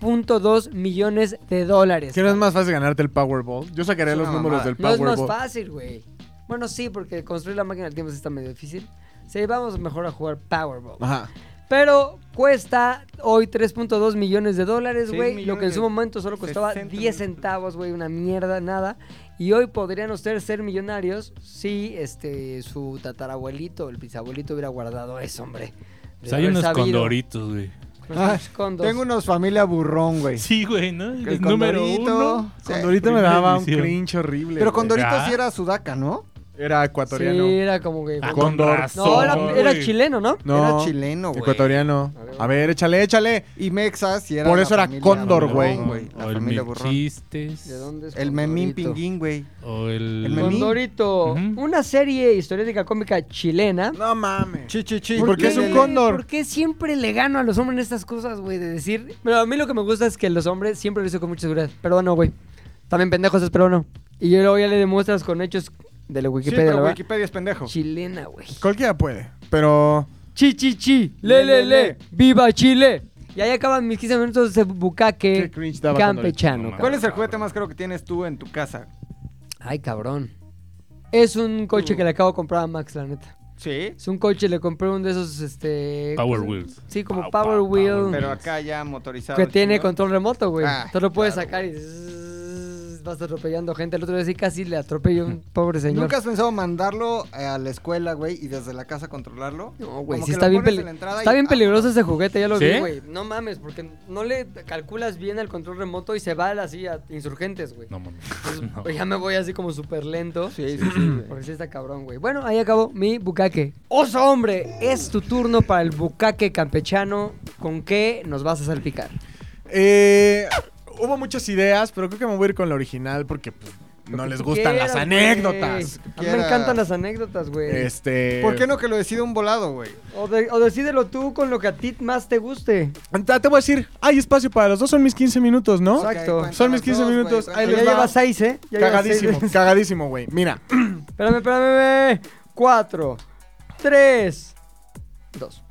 [SPEAKER 4] 3.2 millones de dólares.
[SPEAKER 7] ¿Qué no es más fácil ganarte el Powerball? Yo sacaría
[SPEAKER 5] Es
[SPEAKER 7] los
[SPEAKER 5] una
[SPEAKER 7] números
[SPEAKER 5] mamada.
[SPEAKER 7] del
[SPEAKER 4] No es más
[SPEAKER 7] Powerball.
[SPEAKER 4] fácil, güey. Bueno, sí, porque construir la máquina del tiempo sí está medio difícil. Sí, vamos mejor a jugar Powerball.
[SPEAKER 6] Ah.
[SPEAKER 7] Ajá.
[SPEAKER 4] Pero cuesta hoy 3.2 millones de dólares,
[SPEAKER 5] Seis
[SPEAKER 4] güey. Lo que en su
[SPEAKER 5] millones de
[SPEAKER 4] momento solo costaba
[SPEAKER 5] 60
[SPEAKER 4] 10
[SPEAKER 5] millones.
[SPEAKER 4] centavos, güey. Una mierda, nada. Y hoy podrían ustedes ser millonarios si este su tatarabuelito, el bisabuelito hubiera guardado eso, hombre.
[SPEAKER 6] O
[SPEAKER 4] De
[SPEAKER 6] sea, pues hay
[SPEAKER 4] haber
[SPEAKER 6] unos
[SPEAKER 4] sabido.
[SPEAKER 6] condoritos, güey.
[SPEAKER 5] Ah,
[SPEAKER 4] Unos condos.
[SPEAKER 5] Tengo unos familia burrón, [laughs] güey.
[SPEAKER 6] Sí, güey, ¿no?
[SPEAKER 5] Que
[SPEAKER 6] El
[SPEAKER 5] el
[SPEAKER 6] número
[SPEAKER 5] condorito.
[SPEAKER 6] uno.
[SPEAKER 5] Sí.
[SPEAKER 7] Condorito me
[SPEAKER 6] Primera
[SPEAKER 7] daba un
[SPEAKER 6] división.
[SPEAKER 7] cringe horrible.
[SPEAKER 5] Pero
[SPEAKER 7] güey.
[SPEAKER 5] con Doritos
[SPEAKER 6] Ah.
[SPEAKER 5] sí era sudaca, ¿no?
[SPEAKER 7] Era ecuatoriano.
[SPEAKER 4] Sí, era como que.
[SPEAKER 6] Ah,
[SPEAKER 7] Condor.
[SPEAKER 6] con
[SPEAKER 4] no,
[SPEAKER 6] razón,
[SPEAKER 4] era,
[SPEAKER 6] güey.
[SPEAKER 4] era chileno, ¿no?
[SPEAKER 7] No,
[SPEAKER 5] Era chileno, güey.
[SPEAKER 7] ecuatoriano. A ver, échale, échale.
[SPEAKER 5] Y Mexas sí era.
[SPEAKER 7] Por
[SPEAKER 5] la
[SPEAKER 7] eso era
[SPEAKER 5] familia
[SPEAKER 7] Cóndor,
[SPEAKER 5] burrón,
[SPEAKER 7] güey.
[SPEAKER 5] La
[SPEAKER 6] O el
[SPEAKER 5] familia
[SPEAKER 6] mil
[SPEAKER 5] burrón.
[SPEAKER 6] chistes.
[SPEAKER 4] ¿De dónde es
[SPEAKER 5] El memín
[SPEAKER 4] Condorito?
[SPEAKER 5] pinguín, güey.
[SPEAKER 6] O el...
[SPEAKER 5] El memín.
[SPEAKER 4] Condorito,
[SPEAKER 6] Ujú.
[SPEAKER 4] una serie historiática cómica chilena.
[SPEAKER 7] No mames.
[SPEAKER 5] Chi, chi, chi.
[SPEAKER 7] ¿Por qué es un cóndor?
[SPEAKER 4] ¿Por qué siempre le gano a los hombres en estas cosas, güey? De decir. Pero a mí lo que me gusta es que los hombres siempre lo hizo con mucha seguridad. Pero no, güey. También pendejos es peruano. Y yo luego ya le demuestras con hechos de la
[SPEAKER 5] Sí,
[SPEAKER 4] Wikipedia,
[SPEAKER 5] pero
[SPEAKER 4] la verdad.
[SPEAKER 5] Wikipedia es pendejo.
[SPEAKER 4] Chilena, güey.
[SPEAKER 7] Cualquiera puede, pero...
[SPEAKER 4] Chi, chi, chi. Le, le, le. ¡Viva Chile! Y ahí acaban mis 15 minutos de bucaque
[SPEAKER 7] Qué cringe daba cuando le-
[SPEAKER 4] campechano.
[SPEAKER 6] No,
[SPEAKER 5] ¿Cuál
[SPEAKER 4] cabrón.
[SPEAKER 5] es el juguete más caro que tienes tú en tu casa? Mm.
[SPEAKER 4] Ay, cabrón. Es un coche que le acabo de comprar a Max, la neta.
[SPEAKER 5] Sí.
[SPEAKER 4] Es un coche, le compré uno de esos, este...
[SPEAKER 6] Power
[SPEAKER 4] ¿cómo se-
[SPEAKER 6] Wheels.
[SPEAKER 4] Sí, como
[SPEAKER 6] Pow,
[SPEAKER 4] Power
[SPEAKER 6] pow,
[SPEAKER 4] Wheel.
[SPEAKER 5] Pero acá ya motorizado.
[SPEAKER 4] Que tiene
[SPEAKER 5] chingón.
[SPEAKER 4] control remoto, güey.
[SPEAKER 5] Ah,
[SPEAKER 4] Tú lo puedes sacar y zzzz, vas atropellando gente. El otro día sí casi le atropelló un pobre señor.
[SPEAKER 5] ¿Nunca has pensado mandarlo eh, a la escuela, güey, y desde la casa controlarlo?
[SPEAKER 4] No, güey,
[SPEAKER 5] Como
[SPEAKER 4] sí
[SPEAKER 5] que
[SPEAKER 4] está
[SPEAKER 5] lo
[SPEAKER 4] bien,
[SPEAKER 5] pones
[SPEAKER 4] peli-
[SPEAKER 5] en la entrada
[SPEAKER 4] está
[SPEAKER 5] y- ¡ah!
[SPEAKER 4] bien peligroso ese juguete, ya lo
[SPEAKER 6] ¿Sí?
[SPEAKER 4] vi, güey. No mames, porque no le calculas bien el control remoto y se va así a insurgentes, güey.
[SPEAKER 6] No mames.
[SPEAKER 7] [laughs]
[SPEAKER 4] Entonces,
[SPEAKER 6] No.
[SPEAKER 4] pues, ya me voy así como súper lento.
[SPEAKER 5] Sí, sí, sí, güey.
[SPEAKER 4] Porque sí está cabrón, güey. Bueno, ahí acabó mi bucaque. Oso, hombre, es tu turno para el bucaque campechano. ¿Con qué nos vas a salpicar?
[SPEAKER 7] Eh, hubo muchas ideas, pero creo que me voy a ir con la original porque pues, no les gustan las
[SPEAKER 4] A
[SPEAKER 7] anécdotas.
[SPEAKER 4] mí me
[SPEAKER 5] Quieras.
[SPEAKER 4] encantan las anécdotas, güey.
[SPEAKER 7] Este.
[SPEAKER 5] ¿Por qué no que lo decida un volado, güey?
[SPEAKER 4] O, de- o decídelo tú con lo que a ti más te guste.
[SPEAKER 7] Ah, Te voy a decir, hay espacio para los dos, son mis 15 minutos, ¿no?
[SPEAKER 4] Exacto.
[SPEAKER 5] Ok, cuenta
[SPEAKER 7] Son mis
[SPEAKER 5] las
[SPEAKER 7] 15
[SPEAKER 5] dos,
[SPEAKER 7] minutos,
[SPEAKER 5] güey,
[SPEAKER 4] Ya
[SPEAKER 7] ahí les
[SPEAKER 5] cuenta
[SPEAKER 7] va.
[SPEAKER 4] lleva seis, ¿eh? Ya lleva
[SPEAKER 7] cagadísimo,
[SPEAKER 4] seis.
[SPEAKER 7] cagadísimo, güey. Mira,
[SPEAKER 4] Espérame, espérame, espérame. Cuatro, tres, dos.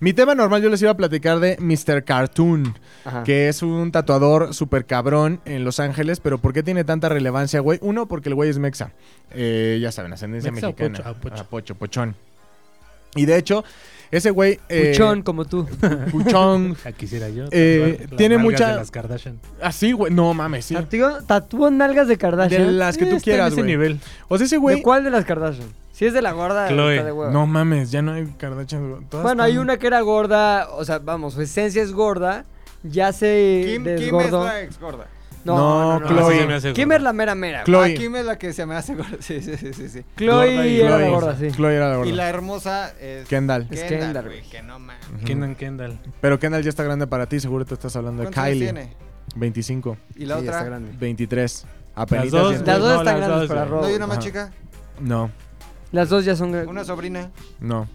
[SPEAKER 7] mi tema normal yo les iba a platicar de Mr. Cartoon,
[SPEAKER 4] Ajá.
[SPEAKER 7] que es un tatuador súper cabrón en Los Ángeles, pero ¿por qué tiene tanta relevancia, güey? Uno, porque el güey es mexa. Eh, ya saben, ascendencia
[SPEAKER 6] ¿Mexa o
[SPEAKER 7] mexicana.
[SPEAKER 6] pocho? Ah, pocho.
[SPEAKER 7] Ah, pocho, pochón. Y de hecho, ese güey... eh,
[SPEAKER 4] Puchón como tú.
[SPEAKER 7] Puchón.
[SPEAKER 6] Ya quisiera yo.
[SPEAKER 7] Eh,
[SPEAKER 6] tatuar las
[SPEAKER 7] tiene
[SPEAKER 6] nalgas
[SPEAKER 7] mucha- Ah,
[SPEAKER 6] de las Kardashian.
[SPEAKER 7] Así, güey. No mames, sí.
[SPEAKER 4] Tatuó, tatuó nalgas de
[SPEAKER 7] De
[SPEAKER 4] Kardashian.
[SPEAKER 7] las que
[SPEAKER 6] Está
[SPEAKER 7] tú
[SPEAKER 6] en
[SPEAKER 7] quieras,
[SPEAKER 6] ese
[SPEAKER 7] güey.
[SPEAKER 6] nivel.
[SPEAKER 7] O sea, ese
[SPEAKER 4] ¿De
[SPEAKER 7] güey...
[SPEAKER 4] cuál de las Kardashian? Si es de la gorda,
[SPEAKER 6] Chloe.
[SPEAKER 4] está de huevo.
[SPEAKER 7] No mames, ya no hay Kardashian. güey. Todas
[SPEAKER 4] Bueno, hay
[SPEAKER 7] están-
[SPEAKER 4] una que era gorda, o sea, vamos, su esencia es gorda, ya se
[SPEAKER 5] Kim, Kim es
[SPEAKER 4] desgordó.
[SPEAKER 5] la ex gorda.
[SPEAKER 4] No, no,
[SPEAKER 7] No,
[SPEAKER 4] no,
[SPEAKER 7] Chloe.
[SPEAKER 4] no.
[SPEAKER 6] Así se me hace
[SPEAKER 4] Kim
[SPEAKER 6] gorda.
[SPEAKER 4] es la mera mera. güey.
[SPEAKER 7] Chloe.
[SPEAKER 5] Ah, Kim es la que se me hace gorda. [laughs] Sí, sí, sí, sí. sí.
[SPEAKER 4] Chloe,
[SPEAKER 6] Gorda y
[SPEAKER 4] era la
[SPEAKER 6] Chloe.
[SPEAKER 4] gorda, sí.
[SPEAKER 7] Chloe era la gorda.
[SPEAKER 5] Y la hermosa es
[SPEAKER 7] Kendall.
[SPEAKER 4] Es
[SPEAKER 5] Kendall,
[SPEAKER 4] Kendall,
[SPEAKER 5] güey,
[SPEAKER 4] güey.
[SPEAKER 5] que no mames.
[SPEAKER 6] Kendall, Kendall.
[SPEAKER 7] Pero Kendall ya está grande para ti, seguro te estás hablando de
[SPEAKER 5] ¿Cuántos años
[SPEAKER 7] Kylie.
[SPEAKER 5] tiene?
[SPEAKER 7] 25,
[SPEAKER 5] Y la
[SPEAKER 4] Sí, está
[SPEAKER 5] otra.
[SPEAKER 4] grande.
[SPEAKER 7] 23.
[SPEAKER 6] Las
[SPEAKER 7] Apenas.
[SPEAKER 6] dos,
[SPEAKER 7] ya-
[SPEAKER 4] Las
[SPEAKER 6] güey,
[SPEAKER 4] dos
[SPEAKER 6] no,
[SPEAKER 4] están grandes para
[SPEAKER 6] güey.
[SPEAKER 4] Rob.
[SPEAKER 5] ¿No hay una más
[SPEAKER 7] Ajá.
[SPEAKER 5] chica?
[SPEAKER 7] No,
[SPEAKER 4] Las dos ya son grandes.
[SPEAKER 5] ¿Una sobrina?
[SPEAKER 7] no.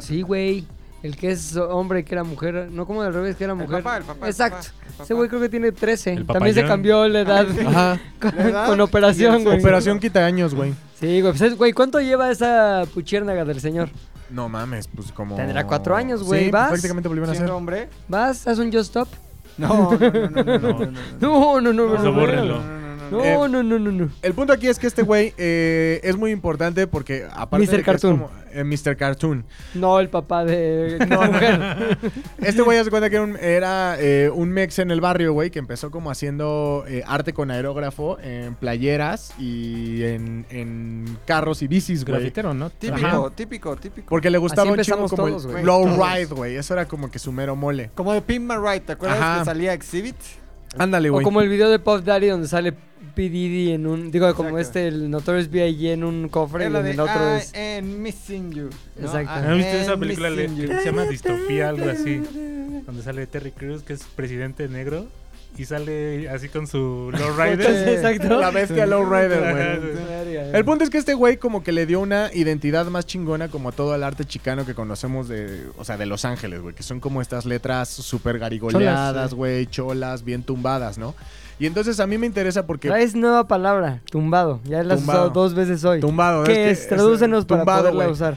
[SPEAKER 4] Sí, güey. El que es hombre, que era mujer. No como al revés, que era
[SPEAKER 5] El
[SPEAKER 4] mujer.
[SPEAKER 5] papá, el papá, el
[SPEAKER 4] Exacto.
[SPEAKER 5] papá, el papá.
[SPEAKER 4] Ese güey creo que tiene 13.
[SPEAKER 6] El
[SPEAKER 4] También se
[SPEAKER 6] papayón.
[SPEAKER 4] cambió la edad.
[SPEAKER 7] [laughs] Ajá.
[SPEAKER 4] Con,
[SPEAKER 5] Ah, La edad
[SPEAKER 4] con
[SPEAKER 5] y el
[SPEAKER 4] operación, güey.
[SPEAKER 7] Operación quita años, güey.
[SPEAKER 4] Sí, güey. Pues, güey, ¿cuánto lleva esa puchérnaga del señor?
[SPEAKER 7] No mames, pues como.
[SPEAKER 4] Tendrá cuatro años, güey,
[SPEAKER 7] Sí,
[SPEAKER 4] ¿vas?
[SPEAKER 7] prácticamente volvieron a hacer.
[SPEAKER 5] ¿Siendo hombre?
[SPEAKER 4] ¿Vas? ¿Haz un just stop?
[SPEAKER 5] [laughs] No, no, no, no, no, no,
[SPEAKER 4] No, no, no, no.
[SPEAKER 6] Eso
[SPEAKER 4] no,
[SPEAKER 6] bórrenlo.
[SPEAKER 5] no, no, no.
[SPEAKER 7] Eh.
[SPEAKER 4] No, no, no, no, no.
[SPEAKER 7] El punto aquí es que este güey eh, es muy importante porque aparte
[SPEAKER 4] Mr.
[SPEAKER 7] de que es
[SPEAKER 4] Cartoon.
[SPEAKER 7] como- eh, Mr. Cartoon.
[SPEAKER 4] No, el papá de
[SPEAKER 7] No, no.
[SPEAKER 4] mujer.
[SPEAKER 7] Este güey hace cuenta que era un, era, eh, un mex en el barrio, güey, que empezó como haciendo eh, arte con aerógrafo en playeras y en, en carros y bicis, güey.
[SPEAKER 6] Grafitero, ¿no?
[SPEAKER 5] [laughs] Típico, típico, típico.
[SPEAKER 7] Porque le gustaba
[SPEAKER 4] Así
[SPEAKER 7] un chingo
[SPEAKER 4] empezamos
[SPEAKER 7] como
[SPEAKER 4] todos,
[SPEAKER 7] el
[SPEAKER 4] güey.
[SPEAKER 7] low
[SPEAKER 5] Todos.
[SPEAKER 7] ride, güey. Eso era como que su mero mole.
[SPEAKER 5] Como de Pin My Right, ¿te acuerdas
[SPEAKER 7] Ajá.
[SPEAKER 5] que salía Exhibit?
[SPEAKER 7] Ándale,
[SPEAKER 4] O
[SPEAKER 7] güey.
[SPEAKER 4] como el video de Puff Daddy donde sale P. Diddy en un... Digo, como
[SPEAKER 5] Exacto.
[SPEAKER 4] este, el Notorious B.I.G. en un cofre
[SPEAKER 5] Es
[SPEAKER 4] y
[SPEAKER 5] la
[SPEAKER 4] en
[SPEAKER 5] de ah, eh.
[SPEAKER 4] el otro
[SPEAKER 5] I
[SPEAKER 4] es...
[SPEAKER 5] am missing you. ¿no?
[SPEAKER 4] Exacto.
[SPEAKER 5] I
[SPEAKER 6] ¿No viste esa
[SPEAKER 5] am
[SPEAKER 6] película le-
[SPEAKER 5] missing you.
[SPEAKER 6] que se llama Distopía, algo así? Donde sale Terry Crews, que es presidente negro, y sale así con su Lord Rider.
[SPEAKER 4] Exacto.
[SPEAKER 7] La bestia low
[SPEAKER 4] [laughs]
[SPEAKER 7] rider,
[SPEAKER 6] Ajá,
[SPEAKER 7] güey.
[SPEAKER 6] güey.
[SPEAKER 7] El punto es que este güey como que le dio una identidad más chingona como todo el arte chicano que conocemos de, o sea, de Los Ángeles, güey, que son como estas letras súper
[SPEAKER 4] Cholas,
[SPEAKER 7] garigoleadas,
[SPEAKER 4] sí.
[SPEAKER 7] güey, cholas, bien tumbadas, ¿no? Y entonces a mí me interesa porque
[SPEAKER 4] Traes nueva palabra, tumbado. Ya la has
[SPEAKER 7] Tumbado.
[SPEAKER 4] usado dos veces hoy.
[SPEAKER 7] tumbado,
[SPEAKER 4] ¿Qué es? Tradúcenos para
[SPEAKER 7] tumbado,
[SPEAKER 4] poderla
[SPEAKER 7] güey.
[SPEAKER 4] usar.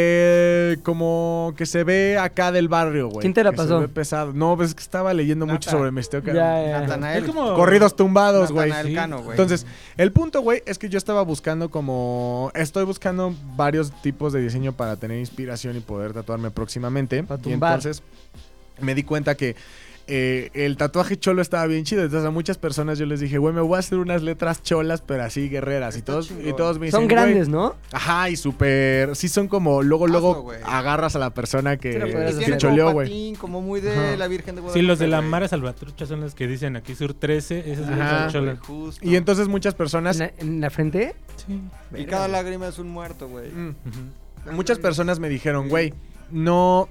[SPEAKER 7] Eh, como que se ve acá del barrio, güey.
[SPEAKER 4] ¿Quién te la
[SPEAKER 7] que
[SPEAKER 4] pasó?
[SPEAKER 7] Se ve pesado. No, pues es que estaba leyendo
[SPEAKER 5] Nata.
[SPEAKER 7] mucho sobre Mr.
[SPEAKER 4] Ya,
[SPEAKER 7] Car-
[SPEAKER 4] ya, ya.
[SPEAKER 5] Natanael.
[SPEAKER 6] Es como...
[SPEAKER 7] Corridos tumbados, güey.
[SPEAKER 5] Natanael
[SPEAKER 6] sí.
[SPEAKER 5] Cano, güey.
[SPEAKER 7] Entonces, el punto, güey, es que yo estaba buscando como... Estoy buscando varios tipos de diseño para tener inspiración y poder tatuarme próximamente.
[SPEAKER 4] Para
[SPEAKER 7] Y
[SPEAKER 4] tumbar.
[SPEAKER 7] entonces me di cuenta que eh, el tatuaje cholo estaba bien chido. Entonces a muchas personas yo les dije, güey, me voy a hacer unas letras cholas, pero así guerreras. Y
[SPEAKER 5] Está
[SPEAKER 7] todos, y
[SPEAKER 5] chingón.
[SPEAKER 7] todos me dicen,
[SPEAKER 4] Son
[SPEAKER 7] "Güey,
[SPEAKER 4] grandes, ¿no?
[SPEAKER 7] Ajá, y súper... Sí son como... Luego,
[SPEAKER 5] Hazlo,
[SPEAKER 7] luego
[SPEAKER 5] güey.
[SPEAKER 7] agarras a la persona que,
[SPEAKER 4] Sí, lo
[SPEAKER 5] Y
[SPEAKER 4] puedes
[SPEAKER 7] que
[SPEAKER 4] hacer.
[SPEAKER 5] tiene
[SPEAKER 7] eh, choleó,
[SPEAKER 5] como
[SPEAKER 7] güey.
[SPEAKER 5] patín, como muy de
[SPEAKER 7] Ajá.
[SPEAKER 5] la Virgen de Guadalupe.
[SPEAKER 6] Sí, los de la
[SPEAKER 5] güey.
[SPEAKER 6] Mara Salvatrucha son los que dicen aquí Sur 13, esas son
[SPEAKER 7] Ajá.
[SPEAKER 5] Güey,
[SPEAKER 6] cholas.
[SPEAKER 5] justo.
[SPEAKER 7] Y entonces muchas personas...
[SPEAKER 4] ¿En la, en la frente?
[SPEAKER 6] Sí.
[SPEAKER 5] Y cada lágrima es un muerto, güey.
[SPEAKER 7] Mm.
[SPEAKER 6] Ujú.
[SPEAKER 7] Muchas personas me dijeron, güey, no.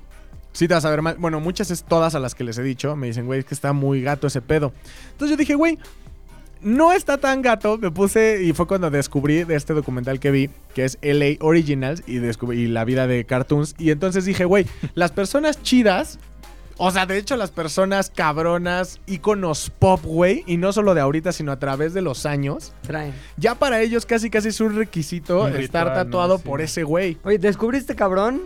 [SPEAKER 7] Sí te vas a ver mal. Bueno, muchas es todas a las que les he dicho. Me dicen, güey, es que está muy gato ese pedo. Entonces yo dije, güey, no está tan gato. Me puse y fue cuando descubrí de este documental que vi, que es LA Originals y, descubrí, y la vida de cartoons. Y entonces dije, güey, las personas chidas. O sea, de hecho, las personas cabronas, íconos pop, güey, y no solo de ahorita, sino a través de los años,
[SPEAKER 4] Traen.
[SPEAKER 7] ya para ellos casi casi es un requisito
[SPEAKER 6] Un ritual,
[SPEAKER 7] estar
[SPEAKER 6] ¿no?
[SPEAKER 7] tatuado
[SPEAKER 6] Sí.
[SPEAKER 7] por ese güey.
[SPEAKER 4] Oye, ¿descubriste este cabrón?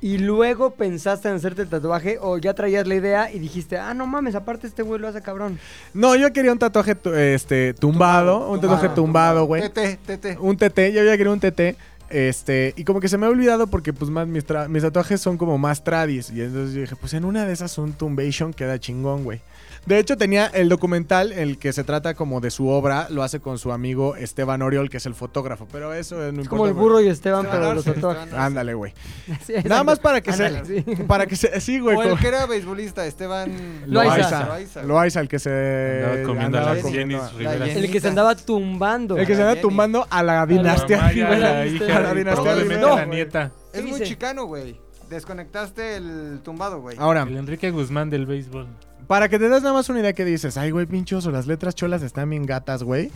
[SPEAKER 4] ¿Y luego pensaste en hacerte el tatuaje o ya traías la idea y dijiste, ah, no mames, aparte este güey lo hace cabrón?
[SPEAKER 7] No, yo quería un tatuaje tu- este, tumbado, un tatuaje tumbado, güey.
[SPEAKER 5] Tete, tete.
[SPEAKER 7] Un TT, yo ya quería un TT. Este, y como que se me ha olvidado porque pues más mis, tra- mis tatuajes son como más tradis. Y entonces yo dije, pues en una de esas un Tumbation queda chingón, güey. De hecho tenía el documental, el que se trata como de su obra, lo hace con su amigo Esteban Oriol, que es el fotógrafo. Pero eso eh, no
[SPEAKER 4] Es
[SPEAKER 7] importa.
[SPEAKER 4] como el
[SPEAKER 7] güey.
[SPEAKER 4] burro y Esteban,
[SPEAKER 7] Esteban
[SPEAKER 4] pero los
[SPEAKER 7] Arce,
[SPEAKER 4] tatuajes. [laughs]
[SPEAKER 7] Ándale, güey.
[SPEAKER 4] Sí, exacto.
[SPEAKER 7] Nada más para que
[SPEAKER 4] Ándale, sí.
[SPEAKER 7] se... Para que se... Sí, güey.
[SPEAKER 5] O el
[SPEAKER 7] como-
[SPEAKER 5] que era beisbolista, Esteban
[SPEAKER 4] Loaiza.
[SPEAKER 5] Loaiza, güey.
[SPEAKER 7] Loaiza, el que se...
[SPEAKER 6] Eh, Andaba comiendo
[SPEAKER 7] andaba
[SPEAKER 6] a la
[SPEAKER 7] comiendo
[SPEAKER 6] Jenny
[SPEAKER 7] a-
[SPEAKER 6] Rivera. [laughs]
[SPEAKER 4] El que se andaba tumbando.
[SPEAKER 7] El que se anda
[SPEAKER 5] Jenny.
[SPEAKER 7] tumbando a la
[SPEAKER 6] La
[SPEAKER 7] dinastía.
[SPEAKER 6] mamá y a
[SPEAKER 7] Rivera.
[SPEAKER 6] la
[SPEAKER 7] A la
[SPEAKER 6] hija, y
[SPEAKER 7] dinastía
[SPEAKER 6] probablemente
[SPEAKER 7] Rivera,
[SPEAKER 6] a la
[SPEAKER 7] güey.
[SPEAKER 6] nieta.
[SPEAKER 5] Es muy
[SPEAKER 4] dice?
[SPEAKER 5] chicano, güey. Desconectaste el tumbado, güey.
[SPEAKER 7] Ahora,
[SPEAKER 6] El Enrique Guzmán del béisbol.
[SPEAKER 7] para que te des nada más una idea que dices, ay, güey, pinchoso, las letras cholas están bien gatas, güey.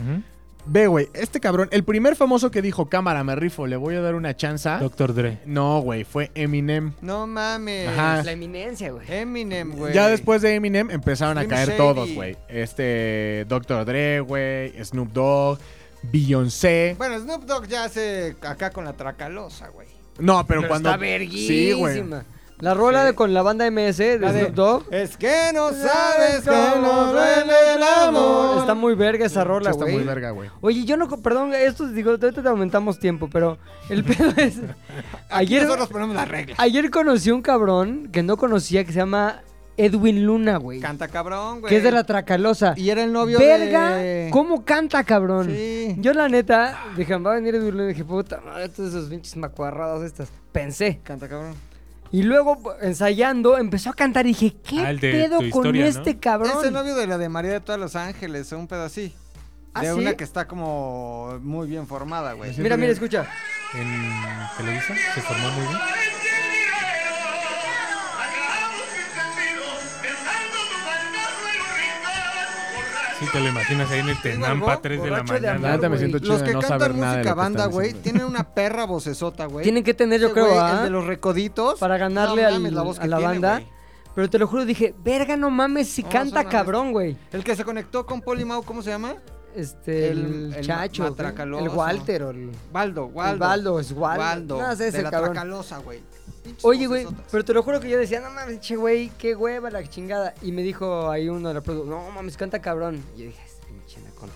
[SPEAKER 7] Ve, güey, este cabrón, el primer famoso que dijo, cámara, me rifo, le voy a dar una chanza.
[SPEAKER 6] Doctor Dre.
[SPEAKER 7] No, güey, fue Eminem.
[SPEAKER 5] No mames.
[SPEAKER 7] Ajá.
[SPEAKER 4] La eminencia, güey.
[SPEAKER 5] Eminem, güey.
[SPEAKER 7] Ya después de Eminem empezaron a
[SPEAKER 5] Slim
[SPEAKER 7] caer
[SPEAKER 5] Shady.
[SPEAKER 7] todos, güey. Este, Dr. Dre, güey, Snoop Dogg, Beyoncé.
[SPEAKER 5] Bueno, Snoop Dogg ya hace acá con la tracalosa, güey.
[SPEAKER 7] No, pero,
[SPEAKER 4] Pero
[SPEAKER 7] cuando...
[SPEAKER 4] Está
[SPEAKER 7] Sí, güey.
[SPEAKER 4] verguísima. La rola de- con la banda MS de
[SPEAKER 5] La de-
[SPEAKER 4] Snoop Dogg.
[SPEAKER 5] Es que no sabes cómo duele el amor.
[SPEAKER 4] Está muy verga esa rola,
[SPEAKER 7] Está
[SPEAKER 4] güey.
[SPEAKER 7] muy verga, güey.
[SPEAKER 4] Oye, yo no, co- perdón, esto digo, ahorita te aumentamos tiempo, pero el [laughs] pedo es. Ayer,
[SPEAKER 5] Nosotros ponemos la regla.
[SPEAKER 4] ayer conocí un cabrón que no conocía que se llama Edwin Luna, güey.
[SPEAKER 5] Canta cabrón, güey.
[SPEAKER 4] Que es de la Tracalosa.
[SPEAKER 5] Y era el novio
[SPEAKER 4] Verga,
[SPEAKER 5] de...
[SPEAKER 4] ¿cómo canta, cabrón?
[SPEAKER 5] Sí.
[SPEAKER 4] Yo, la neta, dije, va a venir Edwin Luna y dije, puta madre, todas esas pinches macuarradas estas. Pensé.
[SPEAKER 5] Canta cabrón.
[SPEAKER 4] Y luego, p- ensayando, empezó a cantar y dije, ¿qué
[SPEAKER 6] Ah, el de
[SPEAKER 4] pedo
[SPEAKER 6] tu
[SPEAKER 4] con
[SPEAKER 6] historia, ¿no?
[SPEAKER 4] este cabrón?
[SPEAKER 5] Es el novio de la de María de todos los ángeles, un pedo así.
[SPEAKER 4] ¿Ah,
[SPEAKER 5] de
[SPEAKER 4] sí?
[SPEAKER 5] una que está como muy bien formada, güey.
[SPEAKER 4] Mira, mira, escucha.
[SPEAKER 6] En Televisa se formó muy bien. Sí, te lo imaginas ahí en el Tenampa, 3 de la
[SPEAKER 5] Borracho
[SPEAKER 6] mañana.
[SPEAKER 5] amor,
[SPEAKER 7] La neta me
[SPEAKER 5] güey.
[SPEAKER 7] siento chido
[SPEAKER 5] Los
[SPEAKER 7] de
[SPEAKER 5] que
[SPEAKER 7] no
[SPEAKER 5] cantan
[SPEAKER 7] saber nada de lo
[SPEAKER 5] música
[SPEAKER 7] que
[SPEAKER 5] banda,
[SPEAKER 7] están
[SPEAKER 5] güey,
[SPEAKER 7] haciendo.
[SPEAKER 5] tienen una perra vocesota, güey.
[SPEAKER 4] Tienen que tener, yo
[SPEAKER 5] Ese
[SPEAKER 4] creo,
[SPEAKER 5] güey,
[SPEAKER 4] ¿ah?
[SPEAKER 5] El de los recoditos.
[SPEAKER 4] para ganarle
[SPEAKER 5] No
[SPEAKER 4] al-
[SPEAKER 5] mames, la voz
[SPEAKER 4] a
[SPEAKER 5] que
[SPEAKER 4] la
[SPEAKER 5] tiene,
[SPEAKER 4] banda.
[SPEAKER 5] güey.
[SPEAKER 4] Pero te lo juro, dije, verga, no mames, si
[SPEAKER 5] No,
[SPEAKER 4] canta
[SPEAKER 5] no mames.
[SPEAKER 4] cabrón, güey.
[SPEAKER 5] El que se conectó con Polimau, ¿cómo se llama?
[SPEAKER 4] Este,
[SPEAKER 5] El-
[SPEAKER 4] el,
[SPEAKER 5] el
[SPEAKER 4] chacho, güey,
[SPEAKER 5] matracaloso.
[SPEAKER 4] el Walter o el,
[SPEAKER 5] Baldo, Waldo.
[SPEAKER 4] el Baldo, es Wal-
[SPEAKER 5] Waldo.
[SPEAKER 4] No, sé,
[SPEAKER 5] de
[SPEAKER 4] ese
[SPEAKER 5] la
[SPEAKER 4] cabrón.
[SPEAKER 5] Tracalosa, güey. Pinches
[SPEAKER 4] Oye, güey,
[SPEAKER 5] vocesotas.
[SPEAKER 4] pero te lo juro que yo decía, no mames, che, güey, qué hueva la chingada. Y me dijo ahí uno de la produ, no mames, canta cabrón. Y yo dije, "Es pinche nacón".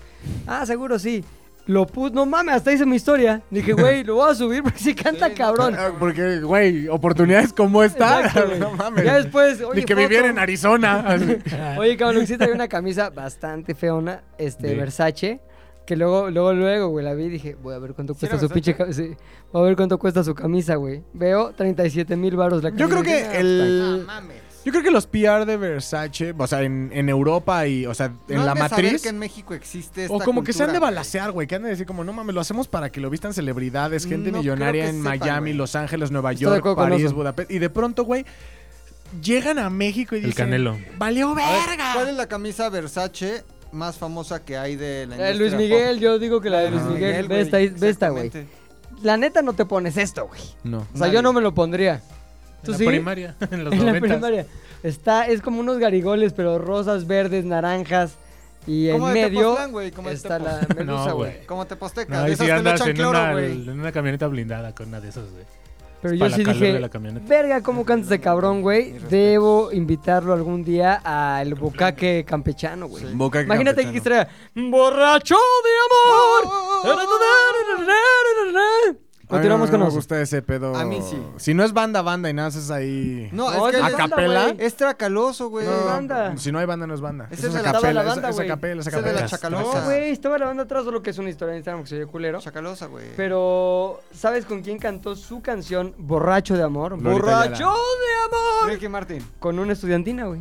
[SPEAKER 4] Ah, seguro sí. Lo puse, no mames, hasta hice mi historia. Dije, güey, lo voy a subir porque sí canta cabrón.
[SPEAKER 7] Ah, Porque, güey, oportunidades como esta.
[SPEAKER 4] Exacto, güey.
[SPEAKER 7] [laughs] no mames.
[SPEAKER 4] Ya después, oye,
[SPEAKER 7] Ni que
[SPEAKER 4] foto.
[SPEAKER 7] viviera en [laughs] Arizona. Así.
[SPEAKER 4] Oye, cabrón, Luxita había una camisa bastante feona, este,
[SPEAKER 6] De-
[SPEAKER 4] Versace, que luego, luego, luego, güey, la vi y dije, voy a ver cuánto
[SPEAKER 5] ¿Sí era
[SPEAKER 4] cuesta su pinche camisa. voy a ver cuánto cuesta su camisa, güey. Veo 37 mil baros la camisa.
[SPEAKER 7] Yo creo
[SPEAKER 4] Dije,
[SPEAKER 7] que
[SPEAKER 4] "Ah, está
[SPEAKER 5] No
[SPEAKER 7] el.
[SPEAKER 5] mames.
[SPEAKER 7] Yo creo que los PR de Versace, o sea, en, en Europa y, o sea, en
[SPEAKER 5] No
[SPEAKER 7] la
[SPEAKER 5] han de saber
[SPEAKER 7] matriz.
[SPEAKER 5] que en México existe
[SPEAKER 7] O
[SPEAKER 5] esta
[SPEAKER 7] como que se han de
[SPEAKER 5] cultura,
[SPEAKER 7] balasear, güey. Que han de decir como, no mames, lo hacemos para que lo vistan celebridades, gente
[SPEAKER 5] No
[SPEAKER 7] millonaria
[SPEAKER 5] creo que
[SPEAKER 7] en
[SPEAKER 5] sepan,
[SPEAKER 7] Miami,
[SPEAKER 5] güey.
[SPEAKER 7] Los Ángeles, Nueva
[SPEAKER 4] Estoy de
[SPEAKER 7] York,
[SPEAKER 4] acuerdo con
[SPEAKER 7] París,
[SPEAKER 4] eso.
[SPEAKER 7] Budapest. Y de pronto, güey, llegan a México y
[SPEAKER 6] El
[SPEAKER 7] dicen...
[SPEAKER 6] Canelo.
[SPEAKER 7] ¡Valió
[SPEAKER 5] güey.
[SPEAKER 7] verga!
[SPEAKER 5] ¿Cuál es la camisa Versace más famosa que hay de
[SPEAKER 4] La
[SPEAKER 5] la industria
[SPEAKER 4] de Eh, Luis
[SPEAKER 5] pop?
[SPEAKER 4] Miguel, yo digo que la de
[SPEAKER 5] Ah,
[SPEAKER 4] Luis Miguel. Ve esta,
[SPEAKER 5] güey,
[SPEAKER 4] ve esta, güey.
[SPEAKER 5] exactamente.
[SPEAKER 4] La neta no te pones esto, güey.
[SPEAKER 7] No.
[SPEAKER 4] O sea,
[SPEAKER 5] Nadie.
[SPEAKER 4] yo no me lo pondría. ¿Tú
[SPEAKER 6] En la
[SPEAKER 4] sí?
[SPEAKER 6] [laughs] primaria, en los
[SPEAKER 4] [laughs] en la
[SPEAKER 6] 90.
[SPEAKER 4] primaria. Está, es como unos garigoles, pero rosas, verdes, naranjas. Y en
[SPEAKER 5] Como de
[SPEAKER 4] medio
[SPEAKER 5] Tepoztlán, güey, como de
[SPEAKER 4] está la
[SPEAKER 5] Tepoztlán.
[SPEAKER 4] medusa,
[SPEAKER 6] No,
[SPEAKER 4] güey.
[SPEAKER 6] güey.
[SPEAKER 5] Como te posteca,
[SPEAKER 6] No,
[SPEAKER 5] de
[SPEAKER 6] ahí
[SPEAKER 5] esas
[SPEAKER 6] sí
[SPEAKER 5] que le
[SPEAKER 6] andas
[SPEAKER 5] echan
[SPEAKER 6] en
[SPEAKER 5] cloro,
[SPEAKER 6] una,
[SPEAKER 5] güey.
[SPEAKER 6] en una camioneta blindada con una de esas, güey.
[SPEAKER 4] Pero
[SPEAKER 6] Es
[SPEAKER 4] yo
[SPEAKER 6] para
[SPEAKER 4] sí
[SPEAKER 6] la calor
[SPEAKER 4] dije,
[SPEAKER 6] de la camioneta.
[SPEAKER 4] verga, cómo cantas de cabrón, güey. Debo invitarlo algún día al bocaque campechano, güey.
[SPEAKER 5] Bocaque
[SPEAKER 4] Imagínate que
[SPEAKER 5] campechano.
[SPEAKER 4] estaría borracho
[SPEAKER 7] Oh,
[SPEAKER 4] de amor. Continuamos con
[SPEAKER 7] no me
[SPEAKER 4] nosotros.
[SPEAKER 7] gusta ese pedo.
[SPEAKER 5] A mí sí.
[SPEAKER 7] Si no es banda, banda y nada, es ahí...
[SPEAKER 5] No,
[SPEAKER 4] No,
[SPEAKER 5] es que
[SPEAKER 4] es
[SPEAKER 5] él
[SPEAKER 7] ¿A
[SPEAKER 5] es-
[SPEAKER 4] banda,
[SPEAKER 7] capela?
[SPEAKER 4] güey.
[SPEAKER 5] es tracaloso, güey.
[SPEAKER 4] No,
[SPEAKER 5] Banda.
[SPEAKER 4] banda.
[SPEAKER 7] Si no hay banda, no es banda.
[SPEAKER 5] Ese
[SPEAKER 7] es
[SPEAKER 5] de
[SPEAKER 7] a
[SPEAKER 5] la-
[SPEAKER 4] estaba la
[SPEAKER 7] capela, es-
[SPEAKER 4] banda,
[SPEAKER 7] es a
[SPEAKER 4] güey.
[SPEAKER 7] capela, es a
[SPEAKER 5] Ese de la
[SPEAKER 7] capela.
[SPEAKER 5] chacalosa.
[SPEAKER 4] Güey, estaba la banda atrás de lo que es una historia en Instagram que se oye culero.
[SPEAKER 5] Chacalosa, güey.
[SPEAKER 4] Pero, ¿sabes con quién cantó su canción Borracho de Amor?
[SPEAKER 7] Lolita
[SPEAKER 4] Borracho
[SPEAKER 7] Ayala.
[SPEAKER 4] de Amor.
[SPEAKER 5] Ricky Martin.
[SPEAKER 4] Con una estudiantina, güey.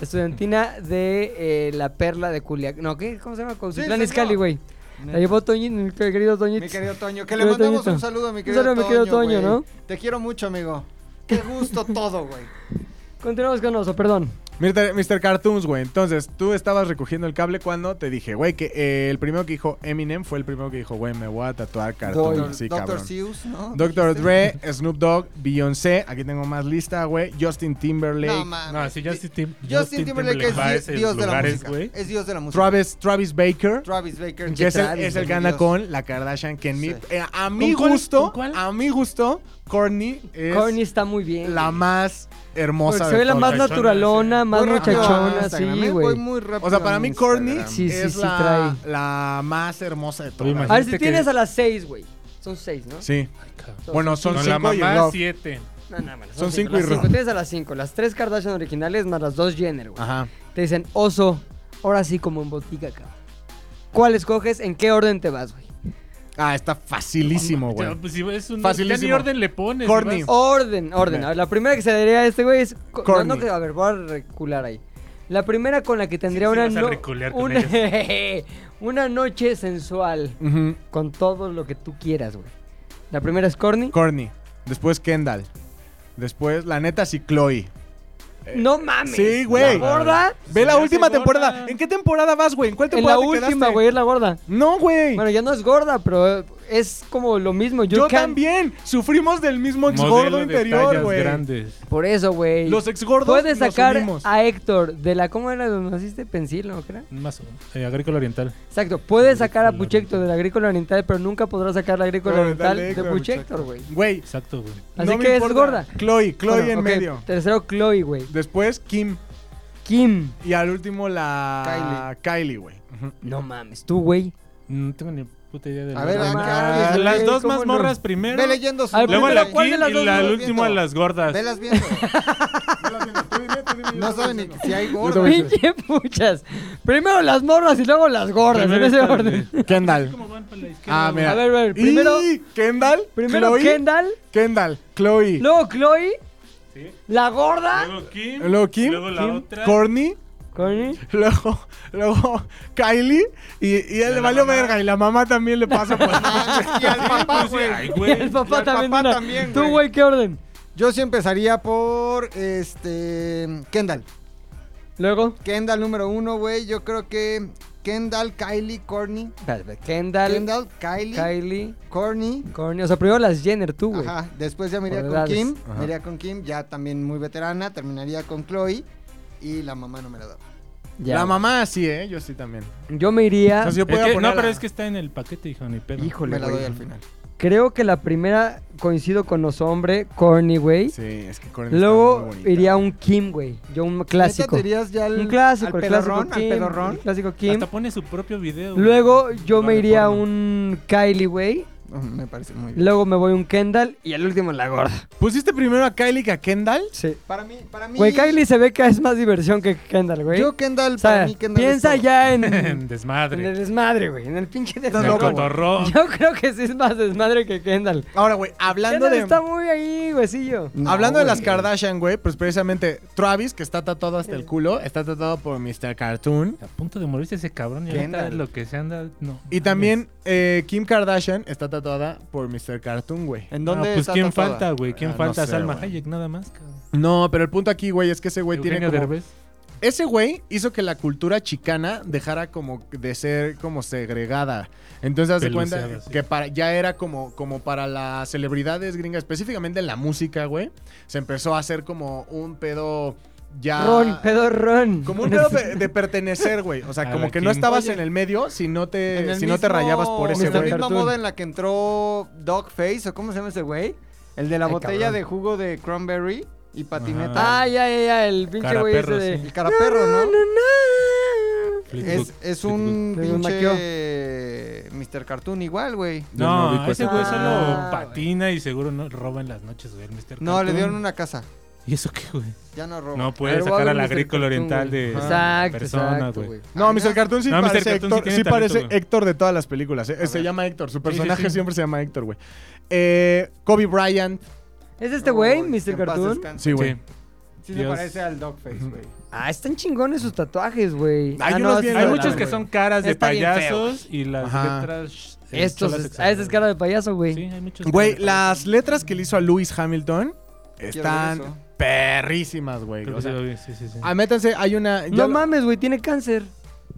[SPEAKER 4] Estudiantina de eh, la perla de Culiacán. No, ¿qué? ¿Cómo se llama? Cuautitlán
[SPEAKER 5] señor.
[SPEAKER 4] Iscali, güey. La llevó Toñito, mi querido Toñito.
[SPEAKER 5] Mi querido Toño, que
[SPEAKER 4] Mi
[SPEAKER 5] le
[SPEAKER 4] querido
[SPEAKER 5] mandamos
[SPEAKER 4] Toñito.
[SPEAKER 5] un saludo a mi
[SPEAKER 4] Un
[SPEAKER 5] querido Toño.
[SPEAKER 4] saludo a mi querido Toño,
[SPEAKER 5] güey.
[SPEAKER 4] ¿no?
[SPEAKER 5] Te quiero mucho, amigo. Qué gusto todo, güey.
[SPEAKER 4] Continuamos con Oso, perdón.
[SPEAKER 7] Mr. Mr. Cartoons, güey. Entonces, tú estabas recogiendo el cable cuando te dije, güey, que eh, el primero que dijo Eminem fue el primero que dijo, güey, me voy a tatuar Cartoons.
[SPEAKER 5] Doctor-
[SPEAKER 7] sí,
[SPEAKER 5] Doctor
[SPEAKER 7] cabrón.
[SPEAKER 5] Seuss, ¿no?
[SPEAKER 7] Dr.
[SPEAKER 5] ¿Dijiste?
[SPEAKER 7] Dre, Snoop Dogg, Beyoncé. Aquí tengo más lista, güey. Justin Timberlake.
[SPEAKER 5] No, mames.
[SPEAKER 6] No, Ah, sí, Justin, Tim-
[SPEAKER 5] Justin Timberlake
[SPEAKER 6] va a
[SPEAKER 5] es di-
[SPEAKER 6] esos
[SPEAKER 5] dios de la
[SPEAKER 6] lugares,
[SPEAKER 5] música.
[SPEAKER 6] güey.
[SPEAKER 5] Es dios de la música.
[SPEAKER 7] Travis, Travis Baker.
[SPEAKER 5] Travis Baker.
[SPEAKER 7] que es el,
[SPEAKER 4] Travis,
[SPEAKER 7] es el
[SPEAKER 5] güey,
[SPEAKER 7] que anda
[SPEAKER 5] Dios.
[SPEAKER 7] con la Kardashian, que en mi,
[SPEAKER 5] Sí.
[SPEAKER 7] eh, a mi
[SPEAKER 6] cuál?
[SPEAKER 7] gusto,
[SPEAKER 6] ¿Con cuál?
[SPEAKER 7] a mi gusto, Courtney es
[SPEAKER 4] Corny está muy bien.
[SPEAKER 7] la
[SPEAKER 4] güey.
[SPEAKER 7] más hermosa
[SPEAKER 4] Porque Pues
[SPEAKER 7] de
[SPEAKER 4] Se ve la
[SPEAKER 7] todas.
[SPEAKER 4] más
[SPEAKER 6] Muchachona,
[SPEAKER 4] naturalona,
[SPEAKER 6] sí.
[SPEAKER 4] más
[SPEAKER 5] Voy rápido a
[SPEAKER 4] muchachona,
[SPEAKER 5] Instagram,
[SPEAKER 4] sí,
[SPEAKER 5] ¿eh? Voy
[SPEAKER 4] güey.
[SPEAKER 5] muy rápido
[SPEAKER 7] O sea, para
[SPEAKER 5] a
[SPEAKER 7] mí
[SPEAKER 5] Instagram.
[SPEAKER 7] Courtney
[SPEAKER 4] Sí, sí,
[SPEAKER 7] es
[SPEAKER 4] sí,
[SPEAKER 7] la, la más hermosa de
[SPEAKER 4] A
[SPEAKER 7] todas.
[SPEAKER 4] ver si
[SPEAKER 6] Imagínate que-
[SPEAKER 4] tienes a las seis, güey. Son seis, ¿no?
[SPEAKER 7] Sí.
[SPEAKER 6] cabrón.
[SPEAKER 7] Bueno, son
[SPEAKER 6] Con la
[SPEAKER 7] cinco y el
[SPEAKER 6] mamá,
[SPEAKER 7] Love.
[SPEAKER 6] siete.
[SPEAKER 4] No, no, bueno,
[SPEAKER 7] Son cinco y
[SPEAKER 4] las
[SPEAKER 7] Ro.
[SPEAKER 4] Tienes a las cinco. Las tres Kardashian originales más las dos Jenner, güey.
[SPEAKER 7] Ajá.
[SPEAKER 4] Te dicen, oso, ahora sí como en botica, cabrón. ¿Cuál escoges? ¿En qué orden te vas, güey?
[SPEAKER 7] Ah, está facilísimo, güey.
[SPEAKER 6] Ya, pues, si es un,
[SPEAKER 7] Facilísimo.
[SPEAKER 6] ¿Qué ni orden le pones?
[SPEAKER 7] Corny.
[SPEAKER 4] [laughs]
[SPEAKER 6] vas-
[SPEAKER 4] Orden, orden. A ver, la primera que se daría a este güey es. co- No,
[SPEAKER 7] Corny.
[SPEAKER 4] no, que- a ver, voy a recular ahí. La primera con la que tendría
[SPEAKER 6] Sí, sí
[SPEAKER 4] una,
[SPEAKER 6] vas a
[SPEAKER 4] no-
[SPEAKER 6] recular con
[SPEAKER 4] una, [laughs] una noche sensual
[SPEAKER 7] Ujú.
[SPEAKER 4] con todo lo que tú quieras, güey. La primera es Corny.
[SPEAKER 7] Corny. Después Kendall. Después, la neta, sí, Chloe.
[SPEAKER 4] no mames.
[SPEAKER 7] sí, güey.
[SPEAKER 4] La gorda.
[SPEAKER 7] Ve la
[SPEAKER 6] Se me
[SPEAKER 7] última
[SPEAKER 6] hace gorda.
[SPEAKER 7] temporada. ¿En qué temporada vas, güey? ¿En cuál
[SPEAKER 4] En
[SPEAKER 7] temporada
[SPEAKER 4] la
[SPEAKER 7] te
[SPEAKER 4] última,
[SPEAKER 7] quedaste?
[SPEAKER 4] güey, es la gorda.
[SPEAKER 7] No, güey.
[SPEAKER 4] Bueno, ya no es gorda, pero eh, es como lo mismo. You
[SPEAKER 7] Yo
[SPEAKER 4] can-
[SPEAKER 7] también. Sufrimos del mismo ex
[SPEAKER 6] Modelo
[SPEAKER 7] gordo
[SPEAKER 6] de
[SPEAKER 7] interior,
[SPEAKER 6] tallas
[SPEAKER 7] güey.
[SPEAKER 6] grandes.
[SPEAKER 4] Por eso, güey.
[SPEAKER 7] Los ex gordos
[SPEAKER 4] Puedes
[SPEAKER 7] nos
[SPEAKER 4] sacar
[SPEAKER 7] unimos.
[SPEAKER 4] a Héctor de la. ¿Cómo era donde naciste? Pensil, ¿no? ¿Qué era?
[SPEAKER 6] Más eh, agrícola oriental.
[SPEAKER 4] Exacto, puedes sacar a
[SPEAKER 6] Agrícola
[SPEAKER 4] Puchector del agrícola oriental, pero nunca podrás sacar la agrícola
[SPEAKER 7] Pero
[SPEAKER 4] oriental
[SPEAKER 7] dale,
[SPEAKER 4] de
[SPEAKER 7] claro,
[SPEAKER 4] Puchector, güey.
[SPEAKER 7] Güey,
[SPEAKER 6] Exacto, güey.
[SPEAKER 4] Así
[SPEAKER 7] no me
[SPEAKER 4] que es
[SPEAKER 7] importa.
[SPEAKER 4] gorda.
[SPEAKER 7] Chloe, Chloe
[SPEAKER 4] Bueno,
[SPEAKER 7] en
[SPEAKER 4] ok,
[SPEAKER 7] medio.
[SPEAKER 4] Tercero, Chloe, güey.
[SPEAKER 7] Después Kim.
[SPEAKER 4] Kim.
[SPEAKER 7] Y al último la Kylie, güey.
[SPEAKER 4] No mames, tú, güey.
[SPEAKER 6] No tengo ni puta idea de
[SPEAKER 5] A
[SPEAKER 6] la-
[SPEAKER 5] ver,
[SPEAKER 4] No
[SPEAKER 5] acá,
[SPEAKER 4] mames,
[SPEAKER 5] güey,
[SPEAKER 6] las dos
[SPEAKER 4] ¿cómo
[SPEAKER 6] más
[SPEAKER 4] no?
[SPEAKER 6] morras primero.
[SPEAKER 5] Ve leyendo sus
[SPEAKER 4] Al
[SPEAKER 6] Luego
[SPEAKER 4] Primero,
[SPEAKER 6] la
[SPEAKER 5] ¿cuál
[SPEAKER 4] ¿cuál
[SPEAKER 6] Kim
[SPEAKER 5] de
[SPEAKER 4] de las
[SPEAKER 6] y
[SPEAKER 4] dos
[SPEAKER 6] la
[SPEAKER 4] no
[SPEAKER 5] las
[SPEAKER 6] última
[SPEAKER 5] viendo?
[SPEAKER 6] las gordas.
[SPEAKER 5] Velas viendo. [laughs]
[SPEAKER 1] Tú dime, tú dime, yo
[SPEAKER 5] No
[SPEAKER 1] voy
[SPEAKER 5] saben ni
[SPEAKER 1] diciendo.
[SPEAKER 5] si hay
[SPEAKER 7] te
[SPEAKER 5] gordo.
[SPEAKER 7] voy
[SPEAKER 5] [laughs]
[SPEAKER 7] a decir.
[SPEAKER 4] Pinche puchas. Primero las morras y luego las gordas,
[SPEAKER 6] Primero
[SPEAKER 4] en ese
[SPEAKER 6] está-
[SPEAKER 4] orden.
[SPEAKER 7] Kendall.
[SPEAKER 6] ¿Cómo van para la izquierda,
[SPEAKER 7] Ah, mira.
[SPEAKER 4] A ver, a ver,
[SPEAKER 7] Y
[SPEAKER 4] primero-
[SPEAKER 7] Kendall.
[SPEAKER 4] Primero
[SPEAKER 7] Chloe,
[SPEAKER 4] Kendall,
[SPEAKER 7] Kendall. Chloe.
[SPEAKER 4] luego Chloe,
[SPEAKER 6] Sí.
[SPEAKER 4] la gorda,
[SPEAKER 6] Luego Kim.
[SPEAKER 7] Luego Kim.
[SPEAKER 6] Luego la
[SPEAKER 7] Kim,
[SPEAKER 6] otra.
[SPEAKER 7] Courtney,
[SPEAKER 4] Corny.
[SPEAKER 7] Luego, luego Kylie. Y, y él le valió verga. Y la mamá también le
[SPEAKER 4] [laughs]
[SPEAKER 7] pasa por.
[SPEAKER 5] Y al papá,
[SPEAKER 6] Sí,
[SPEAKER 5] güey.
[SPEAKER 6] ay,
[SPEAKER 4] y [laughs]
[SPEAKER 6] güey.
[SPEAKER 4] el papá
[SPEAKER 5] al
[SPEAKER 4] también.
[SPEAKER 5] papá
[SPEAKER 4] una.
[SPEAKER 5] también,
[SPEAKER 4] tú,
[SPEAKER 5] güey.
[SPEAKER 4] güey, ¿qué orden?
[SPEAKER 5] Yo sí empezaría por este Kendall.
[SPEAKER 4] Luego,
[SPEAKER 5] Kendall número uno, güey. Yo creo que Kendall, Kylie, Courtney.
[SPEAKER 4] Kendall,
[SPEAKER 5] Kendall, Kylie,
[SPEAKER 4] Kylie,
[SPEAKER 5] Courtney.
[SPEAKER 4] Corny. O sea, primero las Jenner, tú, güey.
[SPEAKER 5] Ajá. Después ya me iría
[SPEAKER 4] Por
[SPEAKER 5] con
[SPEAKER 4] edades.
[SPEAKER 5] Kim.
[SPEAKER 7] Ajá.
[SPEAKER 5] Me iría con Kim, ya también muy veterana. Terminaría con Chloe. Y la mamá no me la da.
[SPEAKER 4] Ya,
[SPEAKER 7] la
[SPEAKER 4] güey.
[SPEAKER 7] mamá sí, ¿eh? Yo sí también.
[SPEAKER 4] Yo me iría.
[SPEAKER 7] O sea, si yo
[SPEAKER 6] Es
[SPEAKER 7] puedo
[SPEAKER 6] que-
[SPEAKER 7] poner
[SPEAKER 6] no, pero
[SPEAKER 7] a-
[SPEAKER 6] es que está en el paquete, hijo, ni pedo.
[SPEAKER 4] Híjole,
[SPEAKER 5] Me la doy
[SPEAKER 4] güey.
[SPEAKER 5] al final.
[SPEAKER 4] Creo que la primera coincido con los hombres, Corny, güey.
[SPEAKER 7] Sí, es que Courtney está
[SPEAKER 4] Luego
[SPEAKER 7] muy bonita.
[SPEAKER 4] iría un Kim, güey. Yo un clásico.
[SPEAKER 5] ¿Neta te irías ya al,
[SPEAKER 4] Un clásico,
[SPEAKER 5] al
[SPEAKER 4] el clásico
[SPEAKER 5] pedorrón, al
[SPEAKER 4] Kim.
[SPEAKER 5] pedorrón?
[SPEAKER 4] el clásico Kim.
[SPEAKER 6] Hasta pone su propio video. güey.
[SPEAKER 4] Luego yo
[SPEAKER 6] Lo
[SPEAKER 4] me iría a
[SPEAKER 6] reforma.
[SPEAKER 4] un Kylie, güey.
[SPEAKER 5] Oh, me parece muy bien.
[SPEAKER 4] Luego me voy a un Kendall. Y el último la gorda.
[SPEAKER 7] ¿Pusiste primero a Kylie que a Kendall?
[SPEAKER 4] Sí.
[SPEAKER 5] Para mí, para mí.
[SPEAKER 4] Güey, Kylie se ve que es más diversión que Kendall, güey.
[SPEAKER 5] Yo Kendall,
[SPEAKER 4] O sea,
[SPEAKER 5] para mí Kendall. es
[SPEAKER 4] piensa
[SPEAKER 5] todo.
[SPEAKER 4] ya en,
[SPEAKER 6] [laughs] En
[SPEAKER 5] [laughs]
[SPEAKER 4] en el
[SPEAKER 6] Desmadre.
[SPEAKER 4] desmadre, güey. En el pinche
[SPEAKER 6] En
[SPEAKER 4] desmadre.
[SPEAKER 6] el
[SPEAKER 7] loco, güey.
[SPEAKER 6] cotorrón.
[SPEAKER 4] Yo creo que sí es más desmadre que Kendall.
[SPEAKER 7] Ahora, güey, hablando
[SPEAKER 4] Kendall
[SPEAKER 7] de.
[SPEAKER 4] está muy ahí, huesillo.
[SPEAKER 5] No,
[SPEAKER 7] Hablando de
[SPEAKER 5] güey.
[SPEAKER 7] las Kardashian, güey, pues precisamente Travis, que está tatuado hasta el culo, está tatuado por Mr. Cartoon.
[SPEAKER 6] A punto de morirse ese cabrón. Y ahorita
[SPEAKER 5] Kendall.
[SPEAKER 6] lo que se anda. No.
[SPEAKER 7] Y también eh, Kim Kardashian está tatuada por Mr. Cartoon, güey.
[SPEAKER 5] ¿En
[SPEAKER 6] No,
[SPEAKER 5] dónde
[SPEAKER 6] pues
[SPEAKER 5] está
[SPEAKER 6] quién
[SPEAKER 5] tatuada?
[SPEAKER 6] falta, güey. ¿Quién
[SPEAKER 7] Ah, no
[SPEAKER 6] falta?
[SPEAKER 7] sé,
[SPEAKER 6] Salma
[SPEAKER 7] güey.
[SPEAKER 6] Hayek, nada más, cabrón.
[SPEAKER 7] No, pero el punto aquí, güey, es que ese güey tiene
[SPEAKER 6] Eugenio
[SPEAKER 7] como...
[SPEAKER 6] Derbez.
[SPEAKER 7] Ese güey hizo que la cultura chicana dejara como de ser como segregada. Entonces, haz de cuenta
[SPEAKER 6] Peluceada, sí.
[SPEAKER 7] que para, ya era como, como para las celebridades gringas, específicamente en la música, güey. Se empezó a hacer como un pedo ya...
[SPEAKER 4] Ron, pedo Ron.
[SPEAKER 7] Como un pedo
[SPEAKER 5] [laughs]
[SPEAKER 7] pe- de pertenecer, güey. O sea,
[SPEAKER 6] A
[SPEAKER 7] como
[SPEAKER 6] la
[SPEAKER 7] que no
[SPEAKER 6] Kim.
[SPEAKER 7] estabas
[SPEAKER 5] Oye.
[SPEAKER 7] en el medio si no
[SPEAKER 5] En
[SPEAKER 7] te,
[SPEAKER 5] el
[SPEAKER 7] si no te
[SPEAKER 5] mismo-
[SPEAKER 7] ramificabas por ese
[SPEAKER 5] En la
[SPEAKER 7] güey.
[SPEAKER 5] misma
[SPEAKER 4] Cartoon.
[SPEAKER 5] moda en la que entró Dogface, o cómo se llama ese güey. El de la
[SPEAKER 4] Ay,
[SPEAKER 5] botella
[SPEAKER 4] cabrón.
[SPEAKER 5] de jugo de cranberry y patineta.
[SPEAKER 6] Ajá.
[SPEAKER 4] Ah, ya, ya, ya, el pinche
[SPEAKER 6] Cara
[SPEAKER 4] güey ese
[SPEAKER 6] perro,
[SPEAKER 4] de...
[SPEAKER 6] sí.
[SPEAKER 5] El caraperro, ¿no?
[SPEAKER 6] Flipbook,
[SPEAKER 5] Es, es
[SPEAKER 6] flipbook.
[SPEAKER 5] un
[SPEAKER 4] Flipbook.
[SPEAKER 5] pinche Mr. Cartoon igual, güey.
[SPEAKER 6] No,
[SPEAKER 7] no ubico
[SPEAKER 6] ese
[SPEAKER 7] ese
[SPEAKER 6] güey
[SPEAKER 4] güey.
[SPEAKER 6] solo
[SPEAKER 4] Ah,
[SPEAKER 6] patina y seguro no roba en las noches, güey. El Mr.
[SPEAKER 5] No, le
[SPEAKER 6] Cartoon.
[SPEAKER 5] dieron Oh. una casa.
[SPEAKER 6] ¿Y eso qué, güey?
[SPEAKER 5] Ya no roba.
[SPEAKER 6] No puede
[SPEAKER 4] Pero va a
[SPEAKER 6] sacar
[SPEAKER 4] haber
[SPEAKER 6] al
[SPEAKER 4] Mr.
[SPEAKER 6] agrícola
[SPEAKER 4] Cartoon,
[SPEAKER 6] oriental
[SPEAKER 4] güey.
[SPEAKER 6] de
[SPEAKER 4] Exacto,
[SPEAKER 6] persona,
[SPEAKER 4] exacto,
[SPEAKER 6] güey.
[SPEAKER 4] güey.
[SPEAKER 7] No, Mr. Cartoon sí
[SPEAKER 6] No, Mr.
[SPEAKER 7] parece,
[SPEAKER 6] Cartoon sí
[SPEAKER 7] Héctor,
[SPEAKER 6] tiene
[SPEAKER 7] sí
[SPEAKER 6] talento,
[SPEAKER 7] parece
[SPEAKER 6] güey.
[SPEAKER 7] Héctor de todas las películas. ¿eh?
[SPEAKER 6] A
[SPEAKER 7] Se
[SPEAKER 6] ver.
[SPEAKER 7] llama Héctor, su
[SPEAKER 6] sí,
[SPEAKER 7] personaje
[SPEAKER 6] sí.
[SPEAKER 7] siempre se llama Héctor, güey. Eh, Kobe Bryant.
[SPEAKER 4] ¿Es este güey,
[SPEAKER 5] Uy, que
[SPEAKER 4] Mr.
[SPEAKER 5] en paz
[SPEAKER 4] Cartoon?
[SPEAKER 5] descanse.
[SPEAKER 7] Sí, güey.
[SPEAKER 5] Sí se
[SPEAKER 6] Dios.
[SPEAKER 5] parece al Dogface, güey.
[SPEAKER 4] Ah, están chingones sus tatuajes, güey.
[SPEAKER 7] Hay
[SPEAKER 4] Ah,
[SPEAKER 7] unos
[SPEAKER 4] no,
[SPEAKER 7] bien
[SPEAKER 4] sí,
[SPEAKER 6] Hay
[SPEAKER 4] no,
[SPEAKER 7] Claro,
[SPEAKER 6] muchos
[SPEAKER 4] no,
[SPEAKER 6] que
[SPEAKER 4] güey.
[SPEAKER 6] son caras de
[SPEAKER 4] Está bien feo.
[SPEAKER 6] payasos y las
[SPEAKER 7] Ajá.
[SPEAKER 6] letras. eh,
[SPEAKER 4] Estos,
[SPEAKER 6] cholas
[SPEAKER 4] ah, ese es cara de payaso, güey.
[SPEAKER 6] Sí, hay muchos.
[SPEAKER 7] Güey,
[SPEAKER 6] caras de
[SPEAKER 7] las letras que le hizo a Lewis Hamilton
[SPEAKER 5] ver eso.
[SPEAKER 7] están perrísimas, güey.
[SPEAKER 6] payaso.
[SPEAKER 7] O sea,
[SPEAKER 6] Creo que sí, sí, sí.
[SPEAKER 7] ah, métanse, hay una. ya
[SPEAKER 4] No
[SPEAKER 7] lo-
[SPEAKER 4] mames, güey, tiene cáncer.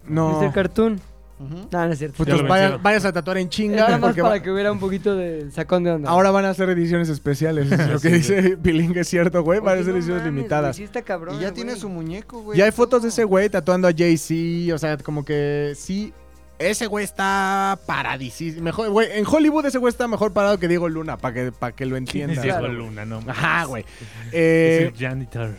[SPEAKER 7] No.
[SPEAKER 4] Mr. Cartoon.
[SPEAKER 5] Ujú.
[SPEAKER 4] No, no es cierto.
[SPEAKER 7] Putos,
[SPEAKER 6] Ya lo
[SPEAKER 7] vaya-
[SPEAKER 6] vencieron.
[SPEAKER 7] vayas a tatuar en
[SPEAKER 4] Es
[SPEAKER 7] chinga.
[SPEAKER 4] nada más
[SPEAKER 7] porque va-
[SPEAKER 4] para que hubiera un poquito de sacón de onda.
[SPEAKER 7] Ahora van a hacer ediciones especiales. es lo
[SPEAKER 6] Sí,
[SPEAKER 7] que dice [laughs] Piling es cierto, güey. Van a
[SPEAKER 4] Oye,
[SPEAKER 7] ser
[SPEAKER 4] no
[SPEAKER 7] ediciones
[SPEAKER 4] mames,
[SPEAKER 7] limitadas.
[SPEAKER 4] güey, sí está cabrón,
[SPEAKER 5] Y ya
[SPEAKER 4] güey.
[SPEAKER 5] tiene su muñeco, güey.
[SPEAKER 7] Y hay fotos de ese
[SPEAKER 5] No.
[SPEAKER 7] güey tatuando a Jay-Z. O sea, como que sí. Ese güey está paradisísimo. Mejor, güey, en Hollywood ese güey está mejor parado que Diego Luna, para que, pa' que lo
[SPEAKER 6] ¿Quién es
[SPEAKER 7] entiendas.
[SPEAKER 6] Diego Luna, no? mames.
[SPEAKER 7] Ajá, güey.
[SPEAKER 6] Es
[SPEAKER 7] Eh,
[SPEAKER 6] el janitor.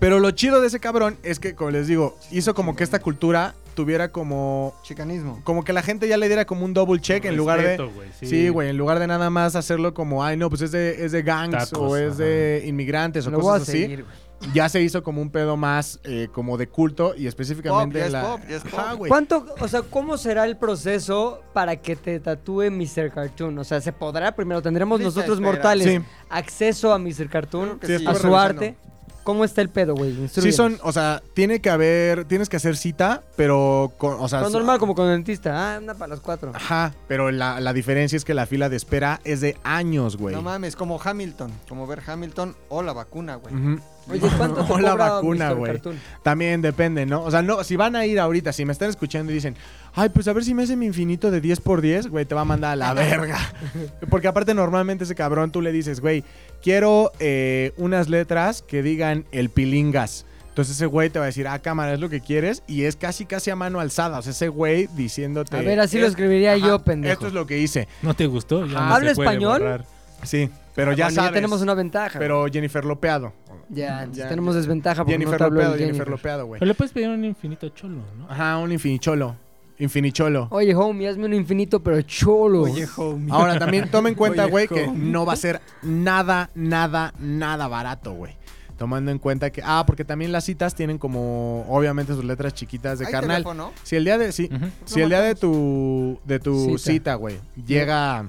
[SPEAKER 7] pero lo chido de ese cabrón es que, como les digo, hizo como que esta cultura tuviera como
[SPEAKER 5] Chicanismo.
[SPEAKER 7] como que la gente ya le diera como un double check en lugar de
[SPEAKER 6] Respeto, güey, sí.
[SPEAKER 7] Sí, güey, en lugar de nada más hacerlo como, ay, no, pues es de, es de gangs
[SPEAKER 6] Tacos,
[SPEAKER 7] o es de inmigrantes o
[SPEAKER 4] Lo voy a
[SPEAKER 7] cosas así.
[SPEAKER 4] seguir, güey.
[SPEAKER 7] Ya se hizo como un pedo más eh, como de culto y
[SPEAKER 2] Pop,
[SPEAKER 7] específicamente
[SPEAKER 2] ya es
[SPEAKER 7] la...
[SPEAKER 2] pop, ya es
[SPEAKER 7] Ajá,
[SPEAKER 2] pop.
[SPEAKER 7] güey.
[SPEAKER 4] ¿Cuánto, o sea, cómo será el proceso para que te tatúe Mr. Cartoon? O sea, ¿se podrá? Primero, ¿tendremos
[SPEAKER 2] Lista de
[SPEAKER 4] nosotros
[SPEAKER 2] espera.
[SPEAKER 4] mortales
[SPEAKER 7] Sí.
[SPEAKER 4] acceso a Mr. Cartoon?
[SPEAKER 2] Creo que
[SPEAKER 7] Sí,
[SPEAKER 2] sí.
[SPEAKER 4] a
[SPEAKER 7] estuve
[SPEAKER 4] su arte. ¿Cómo está el pedo, güey?
[SPEAKER 7] Sí
[SPEAKER 4] Instrúyenos.
[SPEAKER 7] son, o sea, tiene que haber, tienes que hacer cita, pero con, o sea,
[SPEAKER 4] Pero normal, como con dentista. Ah, una para las cuatro.
[SPEAKER 7] Ajá, pero la, la diferencia es que la fila de espera es de años, güey.
[SPEAKER 5] No mames, como Hamilton, como ver Hamilton o la vacuna, güey.
[SPEAKER 7] Ujú.
[SPEAKER 4] Oye,
[SPEAKER 7] [laughs]
[SPEAKER 4] ¿cuánto te
[SPEAKER 7] O la
[SPEAKER 4] cobra
[SPEAKER 7] vacuna,
[SPEAKER 4] Mr.
[SPEAKER 7] güey.
[SPEAKER 4] Cartoon?
[SPEAKER 7] También depende, ¿no? O sea, no, si van a ir ahorita, si me están escuchando y dicen, ay, pues a ver si me hace mi infinito de 10 por 10, güey, te va a mandar
[SPEAKER 4] [laughs]
[SPEAKER 7] a la verga. Porque aparte normalmente ese cabrón tú le dices, güey, quiero eh, unas letras que digan el pilingas. Entonces ese güey te va a decir, ah, cámara, es lo que quieres. Y es casi, casi a mano alzada. O sea, ese güey diciéndote...
[SPEAKER 4] A ver, así lo
[SPEAKER 7] "Es-
[SPEAKER 4] escribiría
[SPEAKER 7] ajá,
[SPEAKER 4] yo, pendejo.
[SPEAKER 7] Esto es lo que hice.
[SPEAKER 6] ¿No te gustó? Ya
[SPEAKER 4] Ajá.
[SPEAKER 6] no
[SPEAKER 4] ¿Habla
[SPEAKER 6] se puede
[SPEAKER 4] español?
[SPEAKER 6] borrar.
[SPEAKER 7] Sí, pero ya
[SPEAKER 4] Ah, Bueno,
[SPEAKER 7] sabes.
[SPEAKER 4] ya tenemos una ventaja.
[SPEAKER 7] Pero Jennifer Lopeado.
[SPEAKER 4] ya, entonces
[SPEAKER 7] ya,
[SPEAKER 4] tenemos desventaja porque no
[SPEAKER 7] Jennifer
[SPEAKER 4] te habló el
[SPEAKER 7] Lopeado, Jennifer
[SPEAKER 4] Jennifer.
[SPEAKER 7] Lopeado, güey.
[SPEAKER 6] Pero le puedes pedir un infinito cholo, ¿no?
[SPEAKER 7] Ajá, un infinicholo.
[SPEAKER 5] Oh,
[SPEAKER 7] Infinicholo.
[SPEAKER 4] Oye, homie, hazme un infinito, pero cholo.
[SPEAKER 5] homie.
[SPEAKER 7] Ahora, también
[SPEAKER 5] [laughs]
[SPEAKER 7] toma en cuenta,
[SPEAKER 5] Oye,
[SPEAKER 7] güey, que
[SPEAKER 5] ¿cómo?
[SPEAKER 7] no va a ser nada, nada, nada barato, güey. Tomando en cuenta que. Ah, porque también las citas tienen como, obviamente, sus letras chiquitas de
[SPEAKER 5] ¿Hay
[SPEAKER 7] carnal.
[SPEAKER 5] teléfono?
[SPEAKER 7] Si el día de. Sí,
[SPEAKER 6] Ujú.
[SPEAKER 7] Si el día de tu. de tu
[SPEAKER 4] Cita.
[SPEAKER 7] cita, güey, llega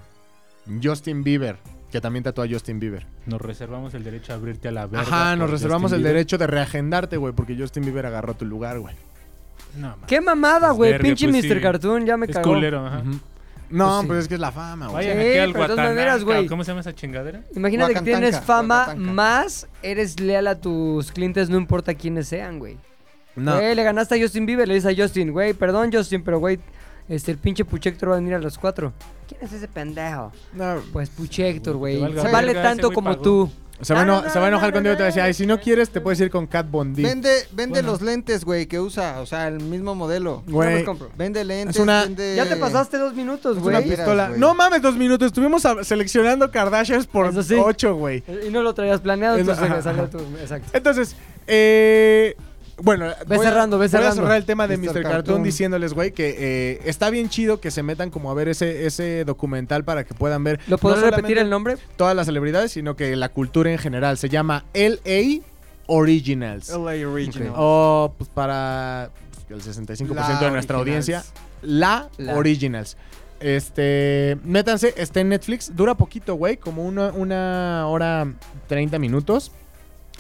[SPEAKER 7] Justin Bieber. Que también tatúa a Justin Bieber.
[SPEAKER 6] Nos reservamos el derecho a abrirte a la verga.
[SPEAKER 7] Ajá, nos
[SPEAKER 6] por
[SPEAKER 7] reservamos
[SPEAKER 6] Justin
[SPEAKER 7] el
[SPEAKER 6] Bieber.
[SPEAKER 7] derecho de reagendarte, güey, porque Justin Bieber agarró tu lugar, güey.
[SPEAKER 6] No, mames.
[SPEAKER 4] Qué mamada,
[SPEAKER 6] Es
[SPEAKER 4] güey.
[SPEAKER 6] verga,
[SPEAKER 4] Pinche
[SPEAKER 6] pues,
[SPEAKER 4] Mr.
[SPEAKER 6] sí.
[SPEAKER 4] Cartoon, ya me
[SPEAKER 6] Es
[SPEAKER 4] cagó.
[SPEAKER 6] culero, ajá.
[SPEAKER 7] Ujú. No,
[SPEAKER 4] Pues
[SPEAKER 7] pues,
[SPEAKER 4] sí.
[SPEAKER 7] es que es la fama, güey.
[SPEAKER 6] Vayan
[SPEAKER 4] Sí,
[SPEAKER 6] aquí al
[SPEAKER 4] pero de todas
[SPEAKER 6] Guatananca,
[SPEAKER 4] maneras, güey.
[SPEAKER 6] ¿Cómo se llama esa chingadera?
[SPEAKER 4] Imagínate que
[SPEAKER 5] Guacatanca,
[SPEAKER 4] tienes fama
[SPEAKER 5] guacatanca.
[SPEAKER 4] más, eres leal a tus clientes, no importa quiénes sean, güey.
[SPEAKER 7] No.
[SPEAKER 5] Eh.
[SPEAKER 4] Güey, Eh, le ganaste a Justin Bieber, le dices a Justin, güey, perdón Justin, pero güey, este, el pinche Puchector va a venir a las 4. ¿Quién es ese pendejo?
[SPEAKER 7] No,
[SPEAKER 4] Pues Puchector,
[SPEAKER 6] Güey,
[SPEAKER 4] güey.
[SPEAKER 6] te valga
[SPEAKER 4] Se vale
[SPEAKER 6] verga, ese
[SPEAKER 4] tanto
[SPEAKER 6] güey
[SPEAKER 4] como
[SPEAKER 6] pagó.
[SPEAKER 4] tú.
[SPEAKER 7] Se va, a
[SPEAKER 4] No,
[SPEAKER 7] eno-
[SPEAKER 4] no,
[SPEAKER 7] se va a
[SPEAKER 4] no,
[SPEAKER 7] enojar
[SPEAKER 4] no,
[SPEAKER 7] contigo y te va a
[SPEAKER 4] no,
[SPEAKER 7] decir, ay, si no quieres, te puedes ir con Cat Bondi.
[SPEAKER 5] Vende, vende
[SPEAKER 6] Bueno.
[SPEAKER 5] los lentes, güey, que usa, o sea, el mismo modelo.
[SPEAKER 4] No los
[SPEAKER 7] Güey,
[SPEAKER 4] compro.
[SPEAKER 5] Vende lentes,
[SPEAKER 7] Es una-
[SPEAKER 5] vende-
[SPEAKER 4] Ya te pasaste dos minutos,
[SPEAKER 5] Es
[SPEAKER 7] una
[SPEAKER 4] güey.
[SPEAKER 5] pistola.
[SPEAKER 7] pistola.
[SPEAKER 5] güey.
[SPEAKER 7] No mames, dos minutos. Estuvimos a- seleccionando Kardashians por
[SPEAKER 4] Eso sí.
[SPEAKER 7] ocho, güey.
[SPEAKER 4] Y no lo traías planeado,
[SPEAKER 7] Es-
[SPEAKER 4] entonces
[SPEAKER 7] ajá,
[SPEAKER 4] salió [laughs]
[SPEAKER 7] ajá.
[SPEAKER 4] tu... Exacto.
[SPEAKER 7] Entonces, eh, bueno,
[SPEAKER 4] Ve
[SPEAKER 7] voy a-
[SPEAKER 4] cerrando, ve
[SPEAKER 7] Voy a
[SPEAKER 4] cerrando.
[SPEAKER 7] cerrar el tema de
[SPEAKER 5] Mr.
[SPEAKER 7] Mr. Cartoon,
[SPEAKER 5] Cartoon.
[SPEAKER 7] diciéndoles, güey, que eh, está bien chido que se metan como a ver ese, ese documental para que puedan ver.
[SPEAKER 4] ¿Lo podrás repetir
[SPEAKER 7] solamente
[SPEAKER 4] el nombre?
[SPEAKER 7] Todas las celebridades, sino que la cultura en general. Se llama LA Originals.
[SPEAKER 5] LA Original.
[SPEAKER 7] O pues para pues, el 65% de
[SPEAKER 5] La
[SPEAKER 7] nuestra
[SPEAKER 5] Originals.
[SPEAKER 7] audiencia, la,
[SPEAKER 5] La.
[SPEAKER 7] Originals. Este, métanse, está en Netflix, dura poquito, güey, como una, una hora 30 minutos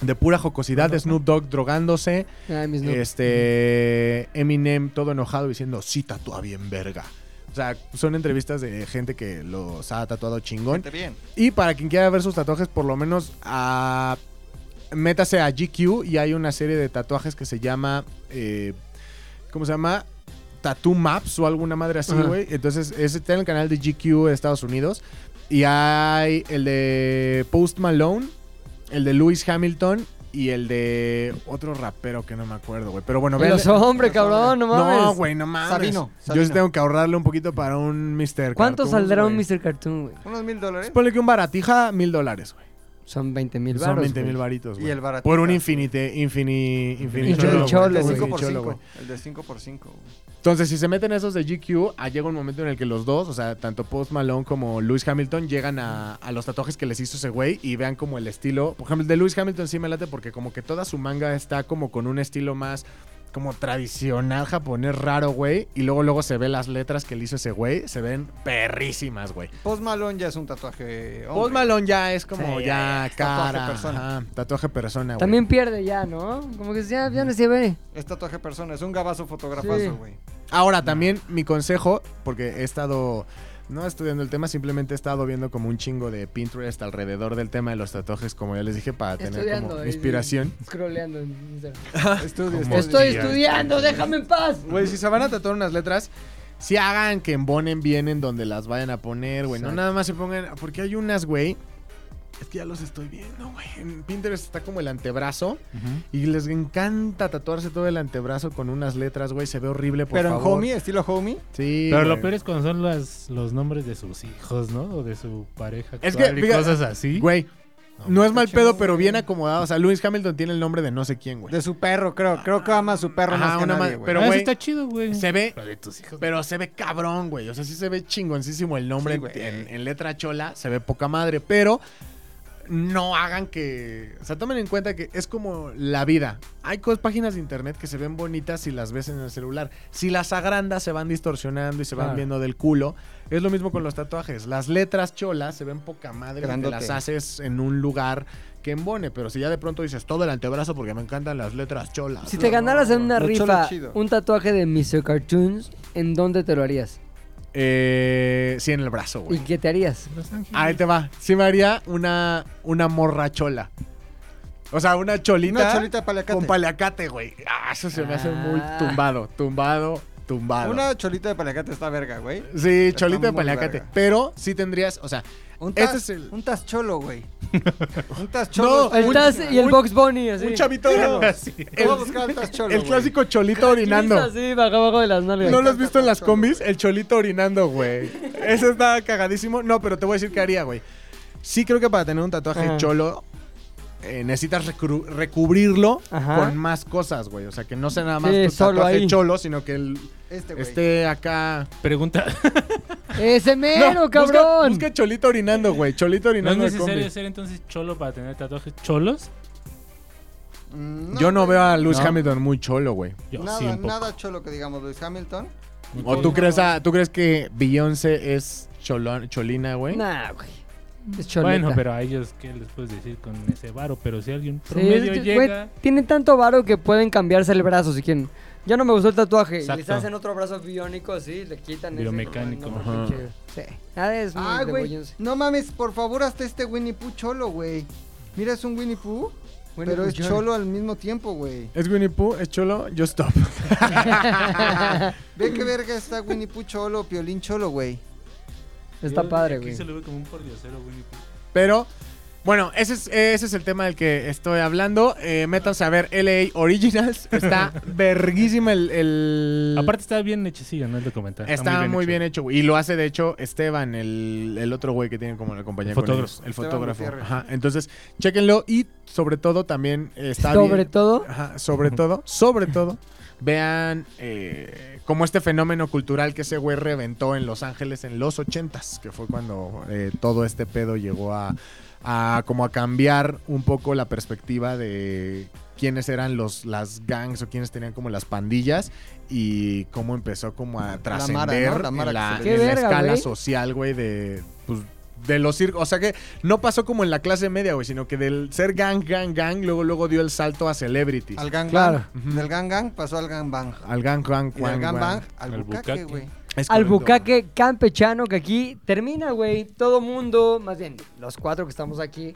[SPEAKER 7] de pura jocosidad, de Snoop Dogg drogándose,
[SPEAKER 4] Ay, mis no.
[SPEAKER 7] este, Eminem todo enojado diciendo, sí, tatúa bien verga. O sea, son entrevistas de gente que los ha tatuado chingón.
[SPEAKER 2] Está bien.
[SPEAKER 7] Y para quien quiera ver sus tatuajes, por lo menos a- métase a GQ y hay una serie de tatuajes que se llama. eh, ¿Cómo se llama? Tattoo Maps o alguna madre así,
[SPEAKER 4] Ajá.
[SPEAKER 7] güey. Entonces, ese está en el canal de GQ de Estados Unidos. Y hay el de Post Malone, el de Lewis Hamilton y el de otro rapero que no me acuerdo, güey. Pero bueno,
[SPEAKER 4] Y
[SPEAKER 7] vean.
[SPEAKER 4] Los hombres, cabrón, no mames.
[SPEAKER 7] No, güey, no mames.
[SPEAKER 5] Sabino,
[SPEAKER 7] Yo sí
[SPEAKER 5] Sabino.
[SPEAKER 7] tengo que ahorrarle un poquito para un Mr.
[SPEAKER 4] ¿Cuánto
[SPEAKER 7] Cartoons,
[SPEAKER 4] saldrá un
[SPEAKER 7] güey.
[SPEAKER 4] Mr. Cartoon, güey?
[SPEAKER 5] Unos mil dólares.
[SPEAKER 7] Ponle que un baratija, mil dólares, güey.
[SPEAKER 4] Son 20 mil
[SPEAKER 7] Son
[SPEAKER 4] baros,
[SPEAKER 7] 20 mil
[SPEAKER 4] güey.
[SPEAKER 7] varitos,
[SPEAKER 5] Y
[SPEAKER 7] güey.
[SPEAKER 5] el barato.
[SPEAKER 7] Por un infinite, infini,
[SPEAKER 4] El
[SPEAKER 7] infinito.
[SPEAKER 4] cholo,
[SPEAKER 7] güey.
[SPEAKER 4] cholo,
[SPEAKER 5] El
[SPEAKER 4] güey.
[SPEAKER 5] de 5 por
[SPEAKER 7] Cholo, güey.
[SPEAKER 5] 5. El de 5 por 5.
[SPEAKER 7] Entonces, si se meten esos de GQ, ah, llega un momento en el que los dos, o sea, tanto Post Malone como Lewis Hamilton, llegan a, a los tatuajes que les hizo ese güey y vean como el estilo. Por ejemplo, el de Lewis Hamilton sí me late porque como que toda su manga está como con un estilo más como tradicional japonés raro, güey. Y luego, luego se ve las letras que le hizo ese güey. Se ven perrísimas, güey.
[SPEAKER 5] Post Malone ya es un tatuaje. hombre.
[SPEAKER 7] Post Malone ya es como
[SPEAKER 5] Sí,
[SPEAKER 7] ya,
[SPEAKER 5] ya, ya.
[SPEAKER 7] cara.
[SPEAKER 5] Tatuaje persona.
[SPEAKER 7] ajá, tatuaje persona, güey.
[SPEAKER 4] También pierde ya, ¿no? Como que ya, ya no se ve.
[SPEAKER 5] Es tatuaje persona, es un gabazo
[SPEAKER 4] Sí.
[SPEAKER 5] fotografazo, güey.
[SPEAKER 7] Ahora, también mi consejo, porque he estado no estudiando el tema, simplemente he estado viendo como un chingo de Pinterest alrededor del tema de los tatuajes, como ya les dije, para tener
[SPEAKER 5] [laughs]
[SPEAKER 7] como inspiración.
[SPEAKER 4] Scrolleando en Instagram.
[SPEAKER 5] Estudio,
[SPEAKER 6] como-
[SPEAKER 5] estudio.
[SPEAKER 4] Estoy
[SPEAKER 6] ya.
[SPEAKER 4] estudiando, déjame en paz.
[SPEAKER 7] Güey, si se van a tatuar unas letras, si hagan que embonen bien en donde las vayan a poner, güey. No
[SPEAKER 5] Exacto.
[SPEAKER 7] nada más se pongan, porque hay unas, güey. Es que ya los estoy viendo, güey. En Pinterest está como el antebrazo y les encanta tatuarse todo el antebrazo con unas letras, güey. Se ve horrible, por
[SPEAKER 5] Pero en
[SPEAKER 7] favor.
[SPEAKER 5] homie, estilo homie.
[SPEAKER 7] Sí.
[SPEAKER 6] Pero lo
[SPEAKER 7] güey.
[SPEAKER 6] peor es cuando son las, los nombres de sus hijos, ¿no? O de su pareja.
[SPEAKER 7] Es
[SPEAKER 6] actual
[SPEAKER 7] que,
[SPEAKER 6] y
[SPEAKER 7] fíjate-
[SPEAKER 6] cosas así.
[SPEAKER 7] Güey, No es mal pedo, pero bien acomodado. O sea, Lewis Hamilton tiene el nombre de no sé quién, güey.
[SPEAKER 5] De su perro, creo. Creo que ama a su perro
[SPEAKER 7] Ajá,
[SPEAKER 5] más que
[SPEAKER 7] una
[SPEAKER 5] nadie,
[SPEAKER 7] ma-
[SPEAKER 5] güey.
[SPEAKER 7] pero,
[SPEAKER 6] Ah, eso
[SPEAKER 7] güey,
[SPEAKER 6] está chido, güey.
[SPEAKER 7] Se ve,
[SPEAKER 6] Lo de tus hijos.
[SPEAKER 7] pero se ve cabrón, güey. O sea, sí se ve chingoncísimo el nombre
[SPEAKER 5] Sí, güey.
[SPEAKER 7] en, en letra chola. Se ve poca madre, pero no hagan que. O sea, tomen en cuenta que es como la vida. Hay cosas, páginas de internet que se ven bonitas si las ves en el celular. Si las agrandas, se van distorsionando y se van
[SPEAKER 6] Claro.
[SPEAKER 7] viendo del culo. Es lo mismo con los tatuajes. Las letras cholas se ven poca madre porque
[SPEAKER 5] Grandote.
[SPEAKER 7] las haces en un lugar que embone. Pero si ya de pronto dices todo el antebrazo porque me encantan las letras cholas.
[SPEAKER 4] Si te ganaras en una
[SPEAKER 5] Lo cholo
[SPEAKER 4] rifa
[SPEAKER 5] chido.
[SPEAKER 4] un tatuaje de Mr. Cartoons, ¿en dónde te lo harías?
[SPEAKER 7] Eh, sí, en el brazo, güey.
[SPEAKER 4] ¿Y qué te harías?
[SPEAKER 6] Los Ángeles.
[SPEAKER 7] Ahí te va. Sí me haría una, una morrachola. O sea, una cholita,
[SPEAKER 5] Una cholita de paliacate.
[SPEAKER 7] con paliacate, güey. Ah, eso se me hace muy
[SPEAKER 4] Ah.
[SPEAKER 7] tumbado, tumbado, tumbado.
[SPEAKER 5] Una cholita de palacate está verga, güey.
[SPEAKER 7] Sí,
[SPEAKER 5] Está
[SPEAKER 7] cholita de
[SPEAKER 5] muy
[SPEAKER 7] paliacate.
[SPEAKER 5] verga.
[SPEAKER 7] Pero sí tendrías, o sea,
[SPEAKER 5] Un,
[SPEAKER 7] Este
[SPEAKER 5] tas,
[SPEAKER 7] es el-
[SPEAKER 5] un tas cholo, [laughs] güey. un tas cholo.
[SPEAKER 7] No,
[SPEAKER 4] El
[SPEAKER 7] Un-
[SPEAKER 4] Taz y el
[SPEAKER 7] un-
[SPEAKER 4] Box Bunny, así.
[SPEAKER 7] un chavito, [laughs]
[SPEAKER 6] Sí.
[SPEAKER 5] El, Vamos a buscar un tas cholo,
[SPEAKER 7] el
[SPEAKER 5] güey.
[SPEAKER 7] clásico cholito orinando.
[SPEAKER 4] Sí, bajo abajo de las nalgas.
[SPEAKER 7] ¿No lo has visto en las combis? El cholito orinando, güey. Eso está cagadísimo. No, pero te voy a decir qué haría, güey. Sí creo que para tener un tatuaje
[SPEAKER 4] Ajá.
[SPEAKER 7] cholo eh, necesitas recru- recubrirlo
[SPEAKER 4] Ajá.
[SPEAKER 7] con más cosas, güey. O sea, que no sea nada más
[SPEAKER 4] Sí,
[SPEAKER 7] tu
[SPEAKER 4] solo
[SPEAKER 7] tatuaje
[SPEAKER 4] ahí.
[SPEAKER 7] cholo, sino que el-
[SPEAKER 5] Este, güey.
[SPEAKER 7] esté acá...
[SPEAKER 6] Pregunta.
[SPEAKER 4] Ese mero,
[SPEAKER 7] No, Busca,
[SPEAKER 4] cabrón.
[SPEAKER 7] busca cholito orinando, güey.
[SPEAKER 6] ¿No
[SPEAKER 7] Cholito
[SPEAKER 6] es
[SPEAKER 7] orinando de
[SPEAKER 6] necesario
[SPEAKER 7] combi.
[SPEAKER 6] ser entonces cholo para tener tatuajes cholos?
[SPEAKER 5] Mm,
[SPEAKER 7] Yo no veo a Lewis
[SPEAKER 6] No.
[SPEAKER 7] Hamilton muy cholo, güey.
[SPEAKER 6] Yo
[SPEAKER 5] nada,
[SPEAKER 6] sí, un poco.
[SPEAKER 5] nada cholo que digamos, Luis Hamilton.
[SPEAKER 7] ¿O tú crees, a- tú crees que Beyoncé es cholo- cholina, güey?
[SPEAKER 4] Nah, güey. Es choleta.
[SPEAKER 6] Bueno, pero a ellos, ¿qué les puedes decir con ese varo? Pero si alguien
[SPEAKER 4] Sí,
[SPEAKER 6] promedio
[SPEAKER 4] es que, güey,
[SPEAKER 6] llega...
[SPEAKER 4] tienen tanto varo que pueden cambiarse el brazo si quieren. Ya no me gustó el tatuaje. y Les
[SPEAKER 6] Exacto.
[SPEAKER 4] hacen otro brazo biónico así, le quitan ese,
[SPEAKER 6] Biomecánico,
[SPEAKER 4] no,
[SPEAKER 6] ajá.
[SPEAKER 4] pinche- Sí. Ah, es muy
[SPEAKER 5] Ah,
[SPEAKER 4] de
[SPEAKER 5] güey.
[SPEAKER 4] Beyoncé.
[SPEAKER 5] No mames, por favor, hasta este Winnie Pooh cholo, güey. Mira, es un Winnie Pooh,
[SPEAKER 4] Winnie
[SPEAKER 5] pero
[SPEAKER 4] Pooh
[SPEAKER 5] es
[SPEAKER 4] cholo.
[SPEAKER 5] cholo al mismo tiempo, güey.
[SPEAKER 7] ¿Es Winnie Pooh? ¿Es cholo? Yo stop.
[SPEAKER 5] Ve qué verga está Winnie Pooh cholo, piolín cholo, güey.
[SPEAKER 4] Está
[SPEAKER 6] Yo-
[SPEAKER 4] padre,
[SPEAKER 6] aquí
[SPEAKER 4] güey.
[SPEAKER 6] se lo ve como un pordiosero, Winnie Pooh.
[SPEAKER 7] Pero, bueno, ese es, ese es el tema del que estoy hablando. Eh, métanse a ver LA [laughs] Originals. Está verguísima el, el-
[SPEAKER 6] Aparte está bien hechecillo, ¿no? El documental.
[SPEAKER 7] Está, muy bien hecho, güey. Y lo hace, de hecho, Esteban, el, el otro güey que tiene como la compañía.
[SPEAKER 6] El
[SPEAKER 7] con
[SPEAKER 6] fotógrafo.
[SPEAKER 7] ellos. El
[SPEAKER 5] Esteban
[SPEAKER 7] fotógrafo.
[SPEAKER 5] Gutiérrez.
[SPEAKER 7] Ajá. Entonces, chéquenlo y sobre todo también eh, está
[SPEAKER 4] Sobre
[SPEAKER 7] bien-
[SPEAKER 4] todo,
[SPEAKER 7] Ajá, sobre todo, sobre todo, vean eh, como este fenómeno cultural que ese güey reventó en Los Ángeles en los 80s, que fue cuando eh, todo este pedo llegó a, a como a cambiar un poco la perspectiva de quiénes eran los las gangs o quiénes tenían como las pandillas y cómo empezó como a
[SPEAKER 5] mara, ¿no?
[SPEAKER 7] trascender
[SPEAKER 5] La mara
[SPEAKER 7] en la,
[SPEAKER 5] que
[SPEAKER 4] se
[SPEAKER 7] en
[SPEAKER 4] le- Qué
[SPEAKER 7] la
[SPEAKER 4] verga,
[SPEAKER 7] escala
[SPEAKER 4] güey.
[SPEAKER 7] social, güey, de pues, de los circos, o sea que no pasó como en la clase media, güey, sino que del ser gang, gang, gang, luego, luego dio el salto a celebrities.
[SPEAKER 5] Al gang
[SPEAKER 4] Claro.
[SPEAKER 5] bang. Del gang gang pasó al gang bang.
[SPEAKER 7] Al gang, gang,
[SPEAKER 5] Y al
[SPEAKER 7] gang,
[SPEAKER 5] gang
[SPEAKER 7] gang.
[SPEAKER 5] bang, al
[SPEAKER 6] Al
[SPEAKER 5] bucaque,
[SPEAKER 6] bucaque.
[SPEAKER 5] güey.
[SPEAKER 7] Es
[SPEAKER 4] al
[SPEAKER 7] correcto.
[SPEAKER 4] bucaque campechano que aquí termina, güey. Todo mundo, más bien los cuatro que estamos aquí,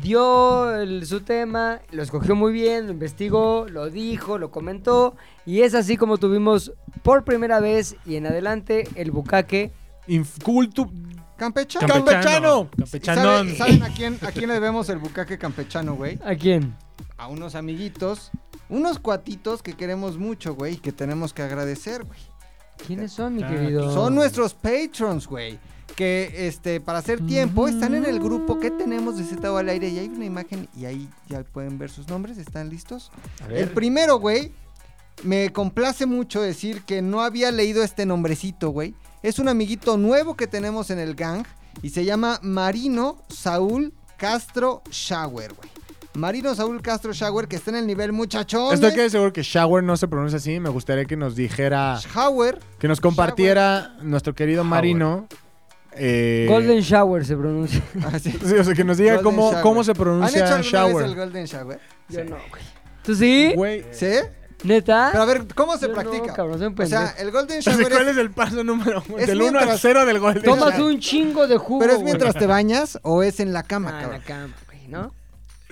[SPEAKER 4] dio el- su tema, lo escogió muy bien, lo investigó, lo dijo, lo comentó. Y es así como tuvimos por primera vez y en adelante el bucaque.
[SPEAKER 7] Incultu-
[SPEAKER 5] Campecha.
[SPEAKER 7] Campechano.
[SPEAKER 5] ¿Saben,
[SPEAKER 6] Campechanón.
[SPEAKER 5] saben a, quién, a quién le debemos el bucaque campechano, güey?
[SPEAKER 4] ¿A quién?
[SPEAKER 5] A unos amiguitos, unos cuatitos que queremos mucho, güey, y que tenemos que agradecer, güey.
[SPEAKER 4] ¿Quiénes son, mi
[SPEAKER 6] Ah,
[SPEAKER 4] querido?
[SPEAKER 5] Son nuestros patrons, güey. Que este, para hacer tiempo, están en el grupo que tenemos de Z al aire. Y hay una imagen y ahí ya pueden ver sus nombres. ¿Están listos? El primero, güey, me complace mucho decir que no había leído este nombrecito, güey. Es un amiguito nuevo que tenemos en el gang y se llama Marino Saúl Castro Shower, güey. Marino Saúl Castro Shower, que está en el nivel muchachón. ¿eh?
[SPEAKER 7] Estoy que seguro que shower no se pronuncia así. Me gustaría que nos dijera,
[SPEAKER 5] Shower.
[SPEAKER 7] que nos compartiera nuestro querido
[SPEAKER 6] Shower.
[SPEAKER 7] Marino. eh,
[SPEAKER 4] Golden Shower se pronuncia. [laughs]
[SPEAKER 5] Así.
[SPEAKER 7] [laughs] Sí, o sea, que nos diga
[SPEAKER 5] Golden
[SPEAKER 7] cómo,
[SPEAKER 5] shower.
[SPEAKER 7] cómo se
[SPEAKER 5] ¿Han hecho
[SPEAKER 7] pronuncia
[SPEAKER 5] alguna vez el
[SPEAKER 7] shower.
[SPEAKER 5] Golden Shower?
[SPEAKER 4] Yo no, güey. ¿Tú sí?
[SPEAKER 7] Güey.
[SPEAKER 5] ¿Sí?
[SPEAKER 4] ¿Neta?
[SPEAKER 5] Pero a ver, ¿cómo
[SPEAKER 4] Yo
[SPEAKER 5] se
[SPEAKER 4] no,
[SPEAKER 5] practica?
[SPEAKER 4] cabrón, soy un
[SPEAKER 5] o sea,
[SPEAKER 4] pendejo.
[SPEAKER 5] el Golden
[SPEAKER 7] no sé
[SPEAKER 5] Shower
[SPEAKER 7] [laughs] ¿Cuál
[SPEAKER 5] es,
[SPEAKER 7] es el paso número uno?
[SPEAKER 5] es
[SPEAKER 7] Del 1 al
[SPEAKER 5] mientras-
[SPEAKER 7] 0 del golden
[SPEAKER 4] Tomas
[SPEAKER 7] shower.
[SPEAKER 4] un chingo de jugo.
[SPEAKER 5] pero es
[SPEAKER 4] güey.
[SPEAKER 5] mientras te bañas o es en la cama,
[SPEAKER 4] Ah, en
[SPEAKER 5] cabrón.
[SPEAKER 4] la cama, güey, ¿no?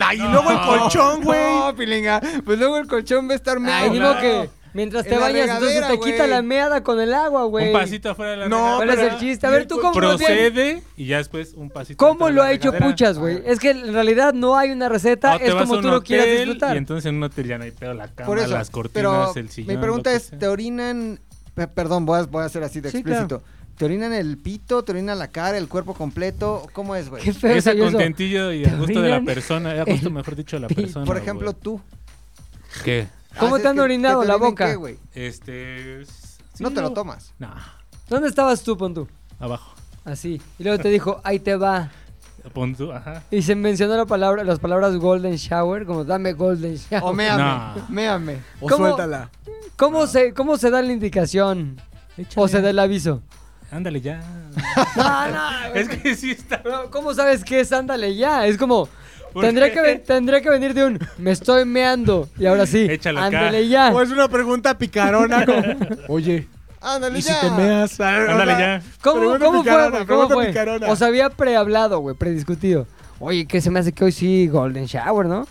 [SPEAKER 7] Ay, Ah, y luego el colchón, güey.
[SPEAKER 5] No, pilinga. Pues luego el colchón va a estar medio.
[SPEAKER 4] Ay, digo que mientras
[SPEAKER 5] En
[SPEAKER 4] te
[SPEAKER 5] la
[SPEAKER 4] bañas, entonces
[SPEAKER 5] regadera,
[SPEAKER 4] te
[SPEAKER 5] güey.
[SPEAKER 4] quita la meada con el agua, güey.
[SPEAKER 6] Un pasito afuera de la
[SPEAKER 7] No,
[SPEAKER 4] ¿Cuál
[SPEAKER 6] regadera.
[SPEAKER 4] es el chiste? A ver, tú cómo lo tienes?
[SPEAKER 6] Procede y ya después un pasito. dentro
[SPEAKER 4] ¿Cómo
[SPEAKER 6] de
[SPEAKER 4] lo
[SPEAKER 6] la
[SPEAKER 4] ha hecho
[SPEAKER 6] regadera.
[SPEAKER 4] Puchas, güey? Es que en realidad no hay una receta,
[SPEAKER 6] O te
[SPEAKER 4] es
[SPEAKER 6] vas a
[SPEAKER 4] como
[SPEAKER 6] un
[SPEAKER 4] tú lo quieras
[SPEAKER 6] hotel,
[SPEAKER 4] disfrutar.
[SPEAKER 6] Y entonces en un hotel ya no hay pedo la cama,
[SPEAKER 5] Por eso.
[SPEAKER 6] las cortinas,
[SPEAKER 5] pero
[SPEAKER 6] el sillón.
[SPEAKER 5] Mi pregunta
[SPEAKER 6] lo que
[SPEAKER 5] es:
[SPEAKER 6] sea.
[SPEAKER 5] ¿te orinan? pe- Perdón, voy a, voy a ser así de
[SPEAKER 4] Sí,
[SPEAKER 5] explícito. ¿Te orinan el pito? ¿Te orinan la cara? ¿El cuerpo completo? ¿Cómo es, güey?
[SPEAKER 4] [laughs] Qué feo
[SPEAKER 6] Es a
[SPEAKER 4] soy eso.
[SPEAKER 6] contentillo y
[SPEAKER 4] Te
[SPEAKER 6] a gusto de la
[SPEAKER 4] orinan
[SPEAKER 6] persona. A gusto, mejor dicho, de la
[SPEAKER 4] pito.
[SPEAKER 6] persona.
[SPEAKER 5] Por ejemplo,
[SPEAKER 6] güey.
[SPEAKER 5] tú.
[SPEAKER 6] ¿Qué?
[SPEAKER 4] ¿Cómo
[SPEAKER 5] Haces
[SPEAKER 4] te han
[SPEAKER 5] que-
[SPEAKER 4] orinado
[SPEAKER 5] que te
[SPEAKER 4] la
[SPEAKER 5] orinen
[SPEAKER 4] boca?
[SPEAKER 5] qué, güey?
[SPEAKER 6] Este. s- sí,
[SPEAKER 5] no te lo
[SPEAKER 4] [laughs]
[SPEAKER 5] tomas.
[SPEAKER 6] No,
[SPEAKER 4] ¿Dónde estabas tú, Pontú?
[SPEAKER 6] abajo.
[SPEAKER 4] Así. Y luego te dijo, ahí te va.
[SPEAKER 6] Pon tú, ajá.
[SPEAKER 4] Y se mencionó la palabra, las palabras golden shower, como dame golden shower.
[SPEAKER 5] O méame.
[SPEAKER 6] No.
[SPEAKER 5] Méame.
[SPEAKER 7] O
[SPEAKER 4] ¿Cómo?
[SPEAKER 7] suéltala.
[SPEAKER 4] ¿Cómo, se, ¿Cómo se da la indicación? ¿O se da el aviso?
[SPEAKER 6] Ándale ya.
[SPEAKER 4] [laughs] No,
[SPEAKER 6] [laughs]
[SPEAKER 4] no, güey.
[SPEAKER 6] es que sí está.
[SPEAKER 4] Pero, ¿Cómo sabes qué es ándale ya? Es como,
[SPEAKER 6] ¿Por
[SPEAKER 4] tendría
[SPEAKER 6] qué?
[SPEAKER 4] que, ven- tendría que venir de un, me estoy meando. Y ahora sí,
[SPEAKER 6] Échalo acá.
[SPEAKER 4] ándale ya.
[SPEAKER 7] O es una pregunta picarona como, Ah, oye,
[SPEAKER 5] Ándale
[SPEAKER 7] ¿y si
[SPEAKER 5] ya.
[SPEAKER 7] te meas?
[SPEAKER 6] Ándale ya.
[SPEAKER 4] ¿Cómo,
[SPEAKER 7] Pregunta
[SPEAKER 4] cómo fue, güey?
[SPEAKER 7] picarona,
[SPEAKER 4] ¿Cómo
[SPEAKER 7] pregunta
[SPEAKER 4] fue?
[SPEAKER 7] picarona.
[SPEAKER 4] O se había prehablado, güey, prediscutido. Oye, ¿qué se me hace que hoy sí Golden Shower, no?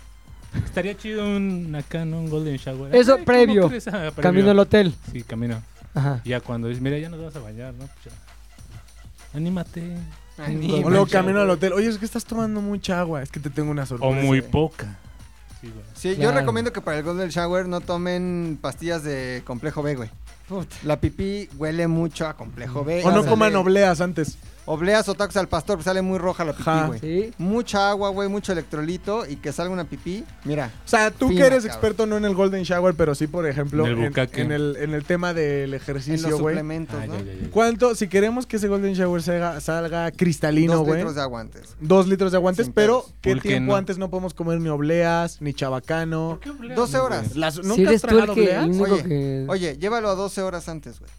[SPEAKER 6] Estaría chido un acá, ¿no? Un Golden Shower.
[SPEAKER 4] Eso
[SPEAKER 6] ¿cómo
[SPEAKER 4] previo.
[SPEAKER 6] crees? Ah, previo.
[SPEAKER 4] Camino al hotel.
[SPEAKER 6] Sí, camino.
[SPEAKER 4] Ajá.
[SPEAKER 6] Ya cuando dices, mira, ya nos vas a bañar, ¿no? Pues ya. Anímate.
[SPEAKER 5] Anímate.
[SPEAKER 7] O luego camino al hotel. Oye, es que estás tomando mucha agua. Es que te tengo una
[SPEAKER 4] Pues
[SPEAKER 7] sorpresa.
[SPEAKER 6] O muy poca. Sí, güey.
[SPEAKER 5] Sí, yo
[SPEAKER 4] Claro.
[SPEAKER 5] recomiendo que para el Golden Shower no tomen pastillas de complejo B, güey.
[SPEAKER 4] Puta.
[SPEAKER 5] La pipí huele mucho a complejo B.
[SPEAKER 7] O no
[SPEAKER 5] Sale-
[SPEAKER 7] coman obleas antes.
[SPEAKER 5] Obleas o tacos al pastor, pues sale muy roja la pipí,
[SPEAKER 7] Ajá.
[SPEAKER 5] güey.
[SPEAKER 4] Sí.
[SPEAKER 5] Mucha agua, güey, mucho electrolito y que salga una pipí. Mira,
[SPEAKER 7] O sea, tú
[SPEAKER 5] Fina,
[SPEAKER 7] que eres
[SPEAKER 5] cabrón.
[SPEAKER 7] experto no en el Golden Shower, pero sí, por ejemplo,
[SPEAKER 6] En el
[SPEAKER 7] en,
[SPEAKER 6] bucaque.
[SPEAKER 7] en el, en el tema del
[SPEAKER 5] en los
[SPEAKER 7] ejercicio, güey.
[SPEAKER 5] suplementos,
[SPEAKER 6] Ah,
[SPEAKER 5] ¿no?
[SPEAKER 6] ya, ya, ya.
[SPEAKER 7] ¿Cuánto, si queremos que ese Golden Shower salga, salga cristalino,
[SPEAKER 5] Dos
[SPEAKER 7] güey?
[SPEAKER 5] litros de agua antes.
[SPEAKER 7] Dos litros de aguantes,
[SPEAKER 5] Sin
[SPEAKER 7] pero
[SPEAKER 5] pedos.
[SPEAKER 7] ¿qué
[SPEAKER 6] ¿Por qué
[SPEAKER 7] tiempo
[SPEAKER 6] no?
[SPEAKER 7] antes no podemos comer ni obleas, ni chabacano?
[SPEAKER 5] 12 horas.
[SPEAKER 7] Las, ¿Nunca
[SPEAKER 4] Si eres
[SPEAKER 7] has
[SPEAKER 4] tú el,
[SPEAKER 7] tragado
[SPEAKER 4] que,
[SPEAKER 7] obleas?
[SPEAKER 4] el único
[SPEAKER 5] Oye,
[SPEAKER 4] que...
[SPEAKER 5] Oye, llévalo a 12 horas antes, güey.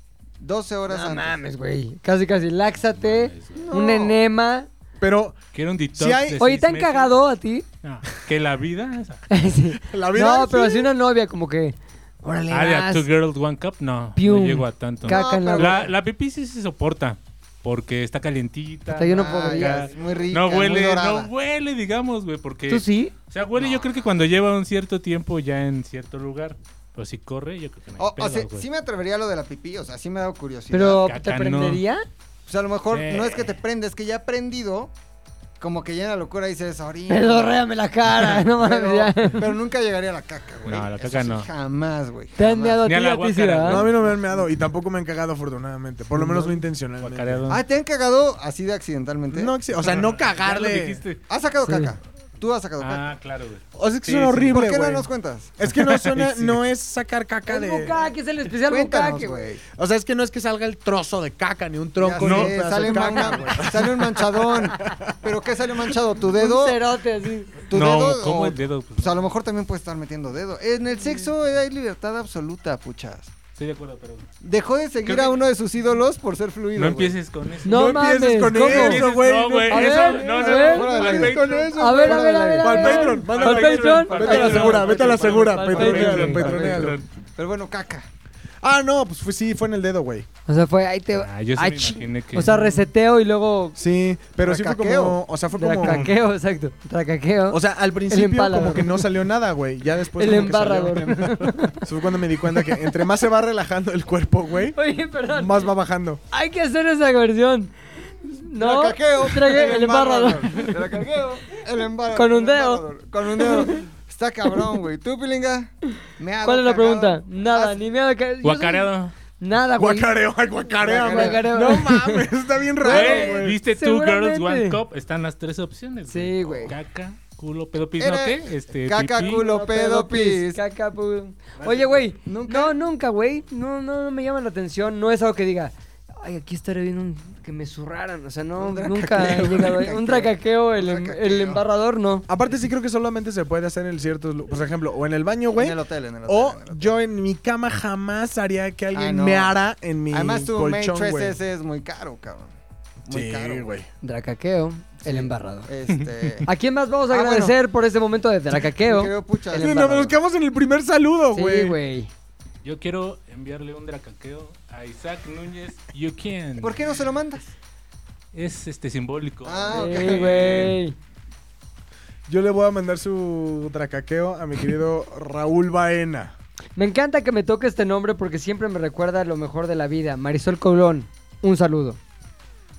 [SPEAKER 5] 12 horas
[SPEAKER 4] no
[SPEAKER 5] antes.
[SPEAKER 4] mames, güey. Casi, casi. Láxate,
[SPEAKER 5] No.
[SPEAKER 4] un enema.
[SPEAKER 7] Pero
[SPEAKER 6] Quiero un detox.
[SPEAKER 7] Si hay-
[SPEAKER 6] de
[SPEAKER 4] Oye,
[SPEAKER 6] seis
[SPEAKER 4] ¿te han
[SPEAKER 6] meses.
[SPEAKER 4] cagado a ti? [laughs]
[SPEAKER 6] No, que la vida. esa-
[SPEAKER 4] Sí.
[SPEAKER 7] la vida...
[SPEAKER 4] No, pero si una novia como que... Órale,
[SPEAKER 6] Ah, de a
[SPEAKER 4] vas.
[SPEAKER 6] Two Girls, One Cup, no.
[SPEAKER 4] Pium.
[SPEAKER 6] No llego a tanto.
[SPEAKER 4] Caca en la
[SPEAKER 5] No, pero-
[SPEAKER 4] boca.
[SPEAKER 6] La, la pipí sí se soporta. Porque está calientita.
[SPEAKER 4] Hasta yo no
[SPEAKER 5] Ah,
[SPEAKER 4] podría.
[SPEAKER 5] ya, es muy rica,
[SPEAKER 6] No
[SPEAKER 5] muy
[SPEAKER 6] huele,
[SPEAKER 5] dorada.
[SPEAKER 6] no huele, digamos, güey, porque...
[SPEAKER 4] ¿Tú sí?
[SPEAKER 6] O sea, huele yo creo que cuando lleva un cierto tiempo ya en cierto lugar. Pero si corre, yo creo que no hay
[SPEAKER 5] O, o
[SPEAKER 6] pedo,
[SPEAKER 5] sea,
[SPEAKER 6] güey.
[SPEAKER 5] sí me atrevería a lo de la pipí, o sea, sí me ha dado curiosidad.
[SPEAKER 4] ¿Pero
[SPEAKER 6] Caca
[SPEAKER 4] te
[SPEAKER 6] no.
[SPEAKER 4] prendería?
[SPEAKER 5] Pues a lo mejor
[SPEAKER 6] Eh.
[SPEAKER 5] no es que te prende, es que ya prendido, como que ya en la locura dices, orina.
[SPEAKER 4] Pedorréame la [laughs] cara, no mames,
[SPEAKER 5] pero,
[SPEAKER 4] ya.
[SPEAKER 5] pero nunca llegaría a la caca, güey.
[SPEAKER 6] No, a la
[SPEAKER 5] Eso
[SPEAKER 6] caca
[SPEAKER 5] sí,
[SPEAKER 6] no.
[SPEAKER 5] Jamás, güey.
[SPEAKER 4] Te han
[SPEAKER 5] jamás.
[SPEAKER 4] meado a ti
[SPEAKER 6] Ni a
[SPEAKER 4] y
[SPEAKER 6] la
[SPEAKER 4] a ti sí,
[SPEAKER 6] guácara,
[SPEAKER 4] ¿verdad?
[SPEAKER 7] No, a mí no me han meado y tampoco me han cagado afortunadamente. Por lo menos no intencionalmente.
[SPEAKER 6] Guacareado.
[SPEAKER 5] Ah, ¿te han cagado así de accidentalmente?
[SPEAKER 7] No, o sea, no
[SPEAKER 6] [laughs] Ya lo
[SPEAKER 7] cagarle.
[SPEAKER 6] dijiste.
[SPEAKER 5] ¿Has sacado
[SPEAKER 4] Sí.
[SPEAKER 5] caca? ¿Tú has sacado caca?
[SPEAKER 6] Ah, claro, güey.
[SPEAKER 7] O sea, es que
[SPEAKER 6] Sí,
[SPEAKER 7] son
[SPEAKER 6] sí.
[SPEAKER 5] ¿Por
[SPEAKER 7] horribles,
[SPEAKER 5] qué no
[SPEAKER 7] güey.
[SPEAKER 5] nos cuentas?
[SPEAKER 7] [laughs] Es que no suena,
[SPEAKER 6] Sí.
[SPEAKER 7] no es sacar caca
[SPEAKER 4] Es
[SPEAKER 7] de...
[SPEAKER 4] bucaque, es el especial
[SPEAKER 5] Cuéntanos,
[SPEAKER 4] bucaque, güey.
[SPEAKER 5] güey.
[SPEAKER 7] O sea, es que no es que salga el trozo de caca, ni un
[SPEAKER 5] Ya
[SPEAKER 7] tronco, ni un
[SPEAKER 5] sé,
[SPEAKER 7] pedazo
[SPEAKER 5] sale,
[SPEAKER 7] de caca,
[SPEAKER 5] manga,
[SPEAKER 7] güey.
[SPEAKER 5] sale un manchadón. ¿Pero qué salió manchado? ¿Tu dedo?
[SPEAKER 4] Un cerote así.
[SPEAKER 5] ¿Tu
[SPEAKER 6] no,
[SPEAKER 5] dedo?
[SPEAKER 6] ¿cómo
[SPEAKER 5] o-
[SPEAKER 6] el dedo? Pues,
[SPEAKER 5] Pues a lo mejor también puede estar metiendo dedo. En el sexo hay libertad absoluta, puchas.
[SPEAKER 6] Estoy de acuerdo, pero...
[SPEAKER 5] Dejó de seguir
[SPEAKER 6] Creo que-
[SPEAKER 5] a uno de sus ídolos por ser fluido.
[SPEAKER 6] No
[SPEAKER 5] güey.
[SPEAKER 6] empieces con eso.
[SPEAKER 4] No,
[SPEAKER 7] empieces
[SPEAKER 4] mames,
[SPEAKER 7] con
[SPEAKER 4] ¿cómo?
[SPEAKER 7] eso,
[SPEAKER 6] empieces-
[SPEAKER 7] güey, ¿Eh?
[SPEAKER 6] No,
[SPEAKER 7] no-
[SPEAKER 6] güey,
[SPEAKER 4] A
[SPEAKER 6] eso...
[SPEAKER 4] ver,
[SPEAKER 6] No,
[SPEAKER 4] a ver.
[SPEAKER 5] Fuera
[SPEAKER 6] no, no,
[SPEAKER 5] de
[SPEAKER 6] al
[SPEAKER 5] la-
[SPEAKER 6] Patreon.
[SPEAKER 7] Con eso,
[SPEAKER 4] A ver, a
[SPEAKER 5] Fuera
[SPEAKER 4] ver,
[SPEAKER 5] del
[SPEAKER 4] a ver.
[SPEAKER 5] aire.
[SPEAKER 4] a
[SPEAKER 7] Pa'l
[SPEAKER 4] ver.
[SPEAKER 7] Patreon, pa'l
[SPEAKER 4] Pa'l
[SPEAKER 6] Patreon,
[SPEAKER 4] Patreon.
[SPEAKER 6] pa'l
[SPEAKER 7] Vete a la
[SPEAKER 6] Patreon.
[SPEAKER 7] segura, vete a la segura.
[SPEAKER 4] Pa'l
[SPEAKER 7] Patronealo,
[SPEAKER 4] Patreon.
[SPEAKER 7] patronealo.
[SPEAKER 5] Pero bueno, caca.
[SPEAKER 7] Ah, no, pues fue- sí, fue en el dedo, güey.
[SPEAKER 4] O sea, fue ahí te...
[SPEAKER 6] Ah, yo sí me
[SPEAKER 4] Ach.
[SPEAKER 6] imaginé que-
[SPEAKER 4] O sea, reseteo y luego...
[SPEAKER 7] Sí, pero sí fue
[SPEAKER 5] Tracaqueo.
[SPEAKER 7] como... O sea, fue como...
[SPEAKER 4] Tracaqueo, exacto. Tracaqueo.
[SPEAKER 7] O sea, al principio
[SPEAKER 4] empalador.
[SPEAKER 7] como que no salió nada, güey. Ya después...
[SPEAKER 4] el
[SPEAKER 7] como que salió.
[SPEAKER 4] embarrador.
[SPEAKER 7] [laughs] Eso fue cuando me di cuenta que entre más se va relajando el cuerpo, güey,
[SPEAKER 4] Oye, perdón.
[SPEAKER 7] más va bajando.
[SPEAKER 4] Hay que hacer esa versión. No.
[SPEAKER 5] Tracaqueo.
[SPEAKER 4] Traque- [laughs] El embarrador.
[SPEAKER 5] Tracaqueo. El embarrador.
[SPEAKER 4] Con un
[SPEAKER 5] el
[SPEAKER 4] dedo.
[SPEAKER 5] embarrador, Con un dedo. Está cabrón, güey. ¿Tú, Pilinga? Me hago
[SPEAKER 4] ¿Cuál es la
[SPEAKER 5] cagado. Ah,
[SPEAKER 4] pregunta? Nada,
[SPEAKER 5] Has-
[SPEAKER 4] ni me ha... yo soy-
[SPEAKER 6] Guacareado.
[SPEAKER 4] Nada, güey.
[SPEAKER 7] Guacareo, ay, guacarea, güey.
[SPEAKER 4] Guacareo.
[SPEAKER 7] No mames, [laughs] está bien raro,
[SPEAKER 6] Güey,
[SPEAKER 7] güey.
[SPEAKER 6] ¿Viste Two Girls, One
[SPEAKER 4] seguramente.
[SPEAKER 6] Cup? Están las tres opciones.
[SPEAKER 4] Sí, güey.
[SPEAKER 6] Caca, culo, pedo, pis,
[SPEAKER 5] Era-
[SPEAKER 6] ¿no qué? Este,
[SPEAKER 5] Caca,
[SPEAKER 6] pipí.
[SPEAKER 5] culo, pedo, pis.
[SPEAKER 4] Caca, pu- Oye, güey.
[SPEAKER 5] ¿Nunca?
[SPEAKER 4] No, nunca, güey. No, no, no me llama la atención. No es algo que diga, ay, aquí estaré viendo un- que me zurraran. O sea, no,
[SPEAKER 5] Un
[SPEAKER 4] nunca he
[SPEAKER 5] tracaqueo,
[SPEAKER 4] llegado ahí.
[SPEAKER 5] un
[SPEAKER 4] Un tracaqueo, el,
[SPEAKER 5] un
[SPEAKER 4] em-
[SPEAKER 5] tracaqueo.
[SPEAKER 4] el embarrador, no.
[SPEAKER 7] Aparte sí creo que solamente se puede hacer en ciertos... lu- Por ejemplo, o en el baño, güey.
[SPEAKER 5] En el hotel, en el hotel.
[SPEAKER 7] O
[SPEAKER 5] en el hotel.
[SPEAKER 7] yo en mi cama jamás haría que alguien
[SPEAKER 5] Ay, no.
[SPEAKER 7] me ara en mi
[SPEAKER 5] Además, tu
[SPEAKER 7] colchón,
[SPEAKER 5] Matrix
[SPEAKER 7] güey.
[SPEAKER 5] ese es muy caro, cabrón. Muy
[SPEAKER 7] Sí,
[SPEAKER 5] caro,
[SPEAKER 7] güey.
[SPEAKER 4] Dracaqueo, el embarrador.
[SPEAKER 7] [laughs]
[SPEAKER 5] Este.
[SPEAKER 4] ¿A quién más vamos a
[SPEAKER 5] Ah, bueno.
[SPEAKER 4] agradecer por este momento de
[SPEAKER 5] mi
[SPEAKER 4] dracaqueo?
[SPEAKER 5] querido Puchas.
[SPEAKER 4] El
[SPEAKER 7] Sí, no, pues,
[SPEAKER 4] embarrador.
[SPEAKER 7] nos quedamos en el primer saludo,
[SPEAKER 4] Sí,
[SPEAKER 7] güey.
[SPEAKER 4] güey.
[SPEAKER 6] Yo quiero enviarle un dracaqueo a Isaac Núñez Yuquien.
[SPEAKER 5] ¿Por qué no se lo mandas?
[SPEAKER 6] Es este simbólico.
[SPEAKER 5] Ah, ok.
[SPEAKER 4] Sí, güey.
[SPEAKER 7] Yo le voy a mandar su tracaqueo a mi querido Raúl Baena.
[SPEAKER 4] Me encanta que me toque este nombre porque siempre me recuerda lo mejor de la vida. Marisol Colón, un saludo.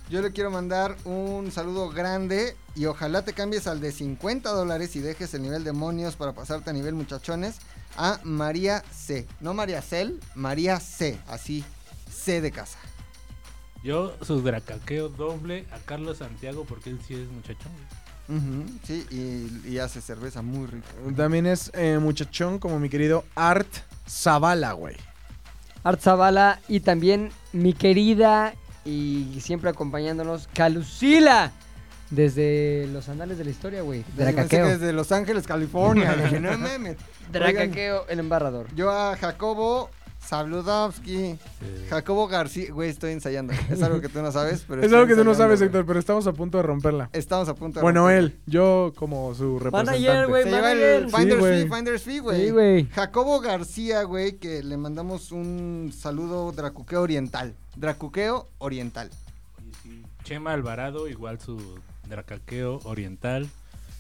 [SPEAKER 5] Yo le quiero mandar un saludo grande y ojalá te cambies al de 50 dólares y dejes el nivel demonios para pasarte a nivel muchachones a María C. No María Cel, María C. Así, C de casa.
[SPEAKER 6] Yo sudracaqueo doble a Carlos Santiago porque él sí es muchachón.
[SPEAKER 5] Ujú, sí, y, y hace cerveza muy rica.
[SPEAKER 7] También es eh, muchachón como mi querido Art Zavala, güey.
[SPEAKER 4] Art Zavala y también mi querida y siempre acompañándonos, Calusila. Desde los andales de la historia, güey. Dracaqueo.
[SPEAKER 5] Desde Los Ángeles, California. Dije, no mames.
[SPEAKER 4] Dracaqueo, el embarrador.
[SPEAKER 5] Yo a Jacobo Sabludowski. Jacobo García. Güey, estoy ensayando. Es algo que tú no sabes, pero.
[SPEAKER 7] [laughs] Es
[SPEAKER 5] estoy
[SPEAKER 7] algo que tú no
[SPEAKER 5] ensayando,
[SPEAKER 7] sabes,
[SPEAKER 5] güey.
[SPEAKER 7] Héctor, pero estamos a punto de romperla.
[SPEAKER 5] Estamos a punto de.
[SPEAKER 7] Bueno,
[SPEAKER 5] romper.
[SPEAKER 7] él, yo como su representante.
[SPEAKER 4] Manager, güey.
[SPEAKER 5] Se lleva
[SPEAKER 4] Manager.
[SPEAKER 5] el
[SPEAKER 7] Sí,
[SPEAKER 5] Finders
[SPEAKER 7] güey.
[SPEAKER 5] Fee, Finders Fee, güey.
[SPEAKER 4] Sí, güey.
[SPEAKER 5] Jacobo García, güey, que le mandamos un saludo dracuqueo oriental. Dracuqueo oriental.
[SPEAKER 6] Chema Alvarado, igual su dracaqueo oriental.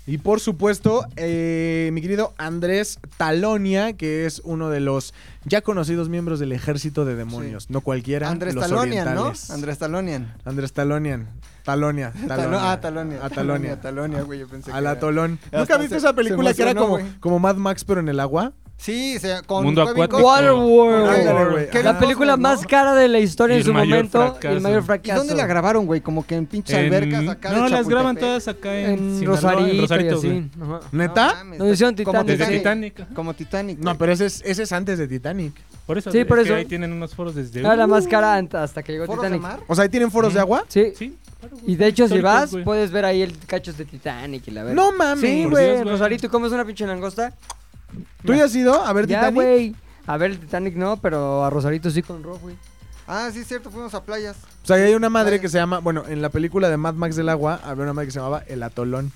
[SPEAKER 7] Y por supuesto, eh, mi querido Andrés Talonia, que es uno de los ya conocidos miembros del ejército de demonios. No cualquiera.
[SPEAKER 5] Andrés
[SPEAKER 7] los
[SPEAKER 5] Talonian, ¿no?
[SPEAKER 7] orientales.
[SPEAKER 5] Andrés Talonian.
[SPEAKER 7] Andrés Talonian. Talonia.
[SPEAKER 5] Talo-
[SPEAKER 7] Talonia.
[SPEAKER 5] ah, Talonia. [laughs]
[SPEAKER 7] A Talonia.
[SPEAKER 5] Talonia, güey, yo pensé que
[SPEAKER 7] Al
[SPEAKER 5] era-
[SPEAKER 7] atolón.
[SPEAKER 5] Hasta
[SPEAKER 7] ¿Nunca viste
[SPEAKER 5] se-
[SPEAKER 7] esa película
[SPEAKER 5] se
[SPEAKER 7] que era
[SPEAKER 5] emocionó,
[SPEAKER 7] como,
[SPEAKER 5] güey.
[SPEAKER 7] como Mad Max pero en el agua?
[SPEAKER 5] Sí, se, con
[SPEAKER 6] Mundo
[SPEAKER 5] Kevin
[SPEAKER 6] acuático.
[SPEAKER 5] Costner.
[SPEAKER 7] Ándale,
[SPEAKER 4] Waterworld.
[SPEAKER 7] güey.
[SPEAKER 5] Kevin
[SPEAKER 4] La
[SPEAKER 5] Costner,
[SPEAKER 4] película
[SPEAKER 5] ¿no?
[SPEAKER 4] más cara de la historia
[SPEAKER 6] Y
[SPEAKER 4] en
[SPEAKER 6] el
[SPEAKER 4] su
[SPEAKER 6] mayor
[SPEAKER 4] momento. y
[SPEAKER 6] fracaso.
[SPEAKER 4] El mayor
[SPEAKER 6] ¿Y
[SPEAKER 5] ¿Y
[SPEAKER 4] fracaso.
[SPEAKER 5] dónde la grabaron, güey? Como que en pinches
[SPEAKER 6] En-
[SPEAKER 5] albercas acá de
[SPEAKER 6] No, las
[SPEAKER 5] Chapultepec.
[SPEAKER 6] graban todas acá en,
[SPEAKER 4] En
[SPEAKER 6] Sinaloa,
[SPEAKER 4] Rosarito,
[SPEAKER 6] en Rosarito,
[SPEAKER 4] y así.
[SPEAKER 6] güey.
[SPEAKER 4] Ajá.
[SPEAKER 5] No
[SPEAKER 7] ¿Neta?
[SPEAKER 5] mames,
[SPEAKER 4] Donde hicieron
[SPEAKER 5] como
[SPEAKER 4] Titanic,
[SPEAKER 6] Desde
[SPEAKER 4] sí.
[SPEAKER 6] Titanic. ajá.
[SPEAKER 5] Como Titanic.
[SPEAKER 7] No, pero ese es, ese es antes de Titanic.
[SPEAKER 6] Por eso,
[SPEAKER 4] Sí,
[SPEAKER 6] es
[SPEAKER 4] por
[SPEAKER 6] que
[SPEAKER 4] eso.
[SPEAKER 6] ahí tienen unos foros desde.
[SPEAKER 4] Era la más cara ant- hasta que llegó
[SPEAKER 5] ¿Foros de
[SPEAKER 4] Titanic.
[SPEAKER 5] mar?
[SPEAKER 7] O sea, ¿ahí tienen foros de agua?
[SPEAKER 4] Sí.
[SPEAKER 6] Sí. claro, güey.
[SPEAKER 4] Y de hecho, si
[SPEAKER 6] Históricos,
[SPEAKER 4] vas,
[SPEAKER 6] güey.
[SPEAKER 4] puedes ver ahí el cachos de Titanic y la verdad.
[SPEAKER 7] No mames.
[SPEAKER 4] Sí,
[SPEAKER 6] Por
[SPEAKER 4] güey.
[SPEAKER 6] Dios,
[SPEAKER 4] en
[SPEAKER 6] güey.
[SPEAKER 4] Rosarito, ¿cómo es una pinche langosta?
[SPEAKER 7] ¿Tú ya has ido a ver
[SPEAKER 4] Ya,
[SPEAKER 7] Titanic?
[SPEAKER 4] güey. A ver, el Titanic no, pero a Rosarito sí con Rob, güey.
[SPEAKER 5] Ah, sí, es cierto, fuimos a playas.
[SPEAKER 7] O sea, ahí hay una madre que se llama, bueno, en la película de Mad Max del agua había una madre que se llamaba El Atolón.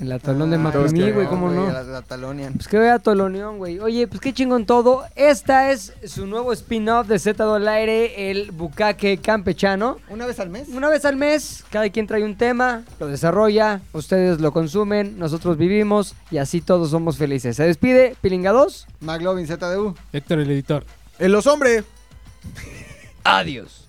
[SPEAKER 4] El atolón de
[SPEAKER 5] Ah,
[SPEAKER 4] Mapimí, güey, ¿cómo no?
[SPEAKER 5] La, la Talonian.
[SPEAKER 4] Pues que vea Toloneón, güey. Oye, pues qué chingón todo. Esta es su nuevo spin-off de Z al aire, el bucaque campechano.
[SPEAKER 5] ¿Una vez al mes?
[SPEAKER 4] Una vez al mes, cada quien trae un tema, lo desarrolla, ustedes lo consumen, nosotros vivimos y así todos somos felices. Se despide Pilinga 2.
[SPEAKER 5] McLovin ZDU.
[SPEAKER 6] Héctor, el editor.
[SPEAKER 7] ¡En los hombres!
[SPEAKER 4] Adiós.